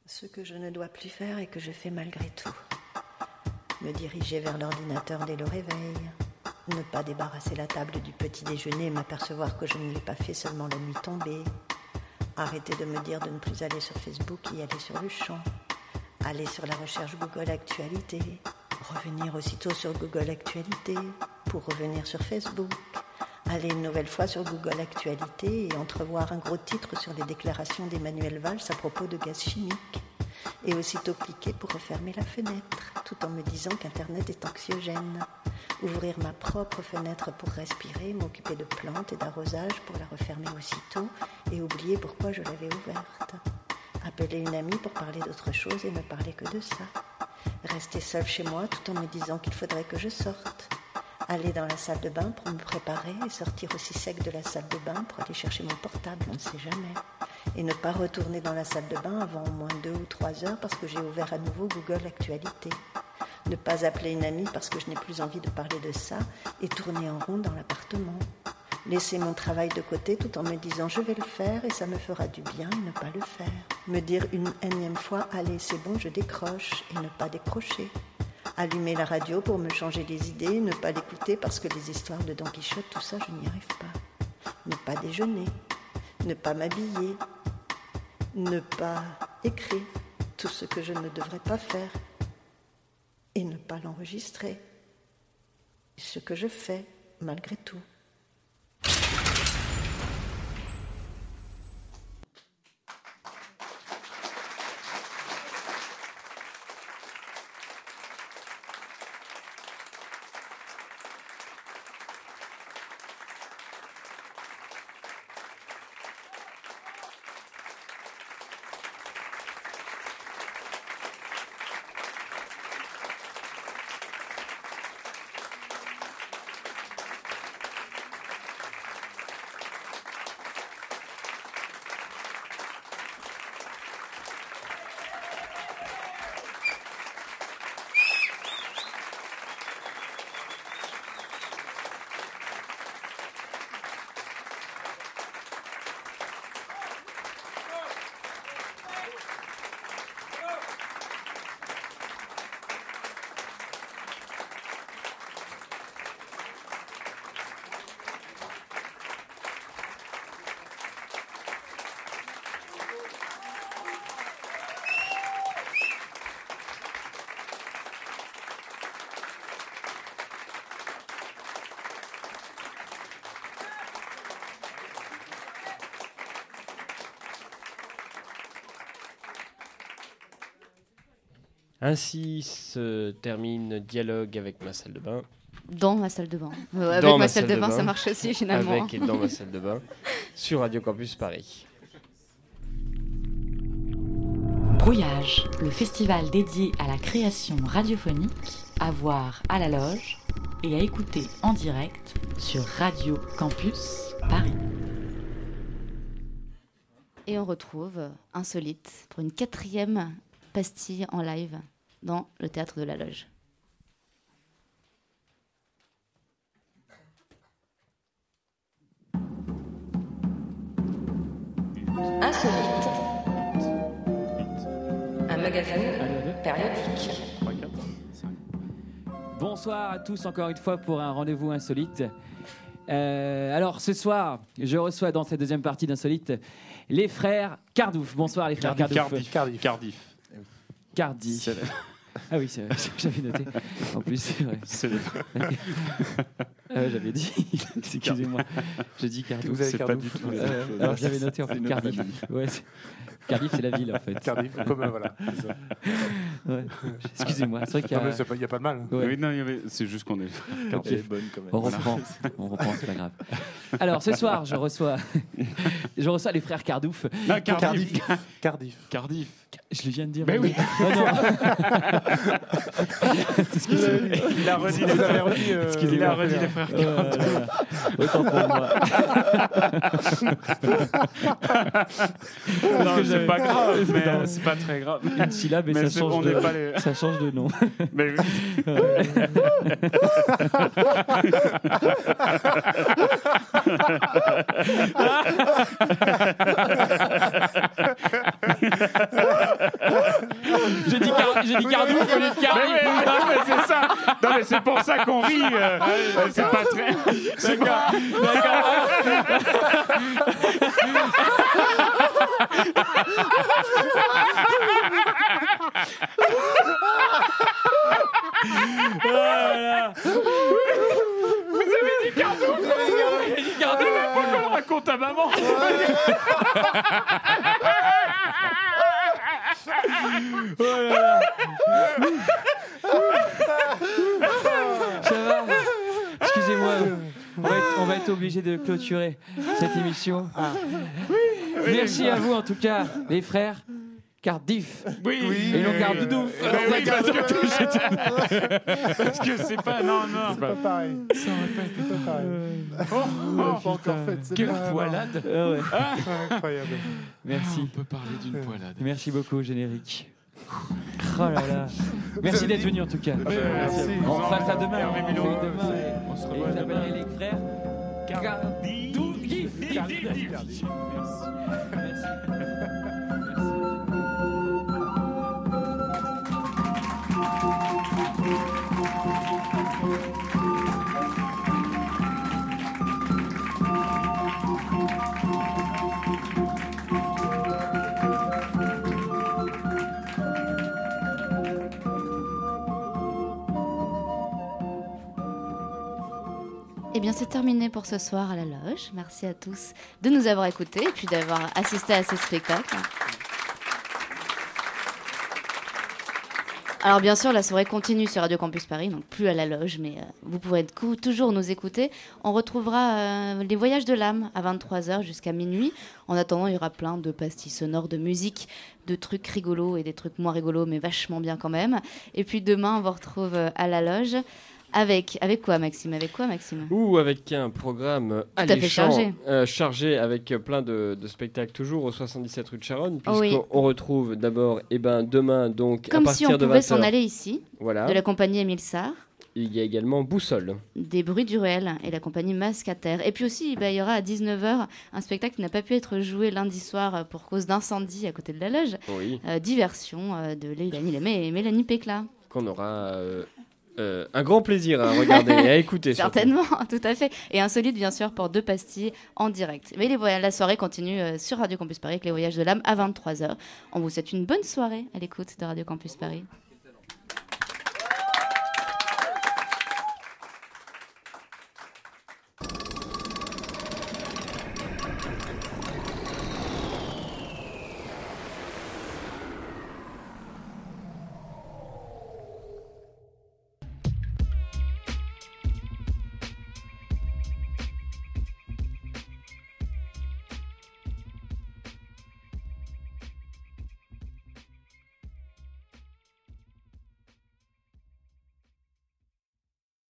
[SPEAKER 11] Ce que je ne dois plus faire et que je fais malgré tout. Me diriger vers l'ordinateur dès le réveil. Ne pas débarrasser la table du petit déjeuner et m'apercevoir que je ne l'ai pas fait seulement la nuit tombée. Arrêter de me dire de ne plus aller sur Facebook et y aller sur le champ. Aller sur la recherche Google Actualité. Revenir aussitôt sur Google Actualité pour revenir sur Facebook. Aller une nouvelle fois sur Google Actualité et entrevoir un gros titre sur les déclarations d'Emmanuel Valls à propos de gaz chimique et aussitôt cliquer pour refermer la fenêtre, tout en me disant qu'Internet est anxiogène. Ouvrir ma propre fenêtre pour respirer, m'occuper de plantes et d'arrosage pour la refermer aussitôt et oublier pourquoi je l'avais ouverte. Appeler une amie pour parler d'autre chose et ne parler que de ça. Rester seule chez moi tout en me disant qu'il faudrait que je sorte. Aller dans la salle de bain pour me préparer et sortir aussi sec de la salle de bain pour aller chercher mon portable, on ne sait jamais et ne pas retourner dans la salle de bain avant au moins deux ou trois heures parce que j'ai ouvert à nouveau Google Actualité. Ne pas appeler une amie parce que je n'ai plus envie de parler de ça et tourner en rond dans l'appartement. Laisser mon travail de côté tout en me disant je vais le faire et ça me fera du bien et ne pas le faire. Me dire une énième fois allez c'est bon je décroche et ne pas décrocher. Allumer la radio pour me changer les idées, et ne pas l'écouter parce que les histoires de Don Quichotte, tout ça, je n'y arrive pas. Ne pas déjeuner, ne pas m'habiller, ne pas écrire tout ce que je ne devrais pas faire et ne pas l'enregistrer. Ce que je fais malgré tout.
[SPEAKER 5] Ainsi se termine Dialogue avec ma salle de bain.
[SPEAKER 14] Dans ma salle de bain. Euh, avec
[SPEAKER 5] Dans
[SPEAKER 14] ma, salle, de, bain, ça marche aussi finalement.
[SPEAKER 5] Avec et dans ma salle de bain sur Radio Campus Paris.
[SPEAKER 6] Brouillage, le festival dédié à la création radiophonique, à voir à la loge et à écouter en direct sur Radio Campus Paris.
[SPEAKER 4] Et on retrouve euh, Insolite pour une quatrième pastille en live dans le théâtre de la Loge.
[SPEAKER 1] Insolite. Un magasin euh, périodique.
[SPEAKER 2] Bonsoir à tous encore une fois pour un rendez-vous insolite. Euh, alors ce soir, je reçois dans cette deuxième partie d'Insolite les frères Cardouf. Bonsoir les frères Cardouf.
[SPEAKER 14] Cardiff. Cardiff. Cardiff.
[SPEAKER 2] Cardi. Ah oui, c'est vrai, j'avais noté. En plus, c'est vrai. Ah ouais, j'avais dit. Excusez-moi. J'ai dit Cardiff.
[SPEAKER 14] Vous avez C'est pas Cardiff. du tout les mêmes
[SPEAKER 2] Euh,
[SPEAKER 14] choses.
[SPEAKER 2] alors, j'avais noté en
[SPEAKER 14] C'est
[SPEAKER 2] fait
[SPEAKER 14] une autre
[SPEAKER 2] Cardiff.
[SPEAKER 14] famille.
[SPEAKER 2] Ouais, c'est- Cardiff, c'est la ville en fait.
[SPEAKER 14] Cardiff, comme, euh, voilà, c'est ça.
[SPEAKER 2] Ouais. Excusez-moi. C'est vrai qu'il y a.
[SPEAKER 14] Non, mais c'est pas- il y a pas de mal.
[SPEAKER 2] Ouais.
[SPEAKER 14] Oui, non, il y avait- c'est juste qu'on est- Cardiff. Elle est bonne quand même.
[SPEAKER 2] On
[SPEAKER 14] Voilà.
[SPEAKER 2] reprend. On reprend, c'est pas grave. Alors ce soir, je reçois, je reçois les frères Cardouf.
[SPEAKER 14] Non, Ah, Cardiff.
[SPEAKER 2] Cardiff. Cardiff. Je le viens de dire.
[SPEAKER 14] Mais oui.
[SPEAKER 2] Ah, non. Excusez-moi.
[SPEAKER 14] Il a redit les- Vous avez redit, euh,
[SPEAKER 2] Excusez-moi.
[SPEAKER 14] il a redit les frères
[SPEAKER 2] Euh,
[SPEAKER 14] Cardouf.
[SPEAKER 2] là, là. Autant pour moi.
[SPEAKER 14] Non,
[SPEAKER 2] Parce
[SPEAKER 14] c'est
[SPEAKER 2] que j'avais-
[SPEAKER 14] pas grave, mais,
[SPEAKER 2] Non.
[SPEAKER 14] c'est pas très grave.
[SPEAKER 2] euh, Une syllabe et
[SPEAKER 14] Mais
[SPEAKER 2] ça,
[SPEAKER 14] c'est-
[SPEAKER 2] change
[SPEAKER 14] on
[SPEAKER 2] de,
[SPEAKER 14] n'est pas les-
[SPEAKER 2] ça change de nom.
[SPEAKER 14] Mais oui.
[SPEAKER 2] J'ai dit Car- j'ai dit Cardouf,
[SPEAKER 14] Mais oui,
[SPEAKER 2] au lieu de Cardi.
[SPEAKER 14] mais oui, non, mais c'est ça. Non, mais c'est pour ça qu'on rit.
[SPEAKER 2] Ah,
[SPEAKER 14] euh, c'est pas très. C'est pas. Vous avez dit Cardouf Vous avez dit Cardouf Il faut qu'on le raconte à maman
[SPEAKER 2] Oh là là. Ça va Excusez-moi, on va être, on va être obligé de clôturer cette émission. Merci à vous en tout cas, les frères. Cardiff
[SPEAKER 14] Oui.
[SPEAKER 2] Et non
[SPEAKER 14] Oui.
[SPEAKER 2] Cardidouf
[SPEAKER 14] Mais oui, parce que- Parce que c'est pas. Non, non.
[SPEAKER 39] C'est pas pareil. Ça aurait pas été pas pareil.
[SPEAKER 2] Ah,
[SPEAKER 14] Oh,
[SPEAKER 39] pas encore fait. c'est
[SPEAKER 2] Quelle
[SPEAKER 39] pas-
[SPEAKER 2] poilade.
[SPEAKER 39] Ah ouais.
[SPEAKER 2] Ah.
[SPEAKER 39] Incroyable.
[SPEAKER 2] Merci.
[SPEAKER 14] On peut parler d'une poilade.
[SPEAKER 2] Merci beaucoup, générique. Oh là là. Merci d'être venu en tout cas.
[SPEAKER 14] bah, merci.
[SPEAKER 2] On fera ça demain.
[SPEAKER 14] Hervé
[SPEAKER 2] On fait
[SPEAKER 14] Millon,
[SPEAKER 2] demain.
[SPEAKER 14] c'est- on se revoit
[SPEAKER 2] Et vous
[SPEAKER 14] demain.
[SPEAKER 2] appellerez les frères Cardiff. Cardiff.
[SPEAKER 4] Eh bien, c'est terminé pour ce soir à la loge. Merci à tous de nous avoir écoutés et puis d'avoir assisté à ce spectacle. Alors bien sûr, la soirée continue sur Radio Campus Paris, donc plus à la loge, mais euh, vous pourrez de coup- toujours nous écouter. On retrouvera euh, les voyages de l'âme à 23h jusqu'à minuit. En attendant, il y aura plein de pastilles sonores, de musique, de trucs rigolos et des trucs moins rigolos, mais vachement bien quand même. Et puis demain, on vous retrouve euh, à la loge. Avec, avec quoi Maxime Avec quoi Maxime
[SPEAKER 5] Ou avec un programme euh,
[SPEAKER 4] à fait
[SPEAKER 5] alléchant,
[SPEAKER 4] chargé.
[SPEAKER 5] euh, chargé avec euh, plein de, de spectacles toujours au 77 rue de Charonne,
[SPEAKER 4] Oh
[SPEAKER 5] puisqu'on
[SPEAKER 4] oui.
[SPEAKER 5] on retrouve d'abord, et ben demain donc à
[SPEAKER 4] Comme si
[SPEAKER 5] partir
[SPEAKER 4] on
[SPEAKER 5] de
[SPEAKER 4] pouvait s'en
[SPEAKER 5] 20 heures.
[SPEAKER 4] aller ici,
[SPEAKER 5] Voilà.
[SPEAKER 4] de la compagnie Émile Sarr,
[SPEAKER 5] Il y a également Boussole.
[SPEAKER 4] des bruits du réel et la compagnie Masque à terre. Et puis aussi, bah, il y aura à 19h un spectacle qui n'a pas pu être joué lundi soir euh, pour cause d'incendie à côté de la loge.
[SPEAKER 5] Oui.
[SPEAKER 4] Euh, diversion euh, de Leilani Lemay et Mélanie Pécla.
[SPEAKER 5] Qu'on aura euh, euh, un grand plaisir à regarder et à écouter. surtout.
[SPEAKER 4] Certainement, tout à fait. Et insolite, bien sûr, pour deux pastilles en direct. Mais les voyages, la soirée continue euh, sur Radio Campus Paris avec les voyages de l'âme à 23h. On vous souhaite une bonne soirée à l'écoute de Radio Campus Paris.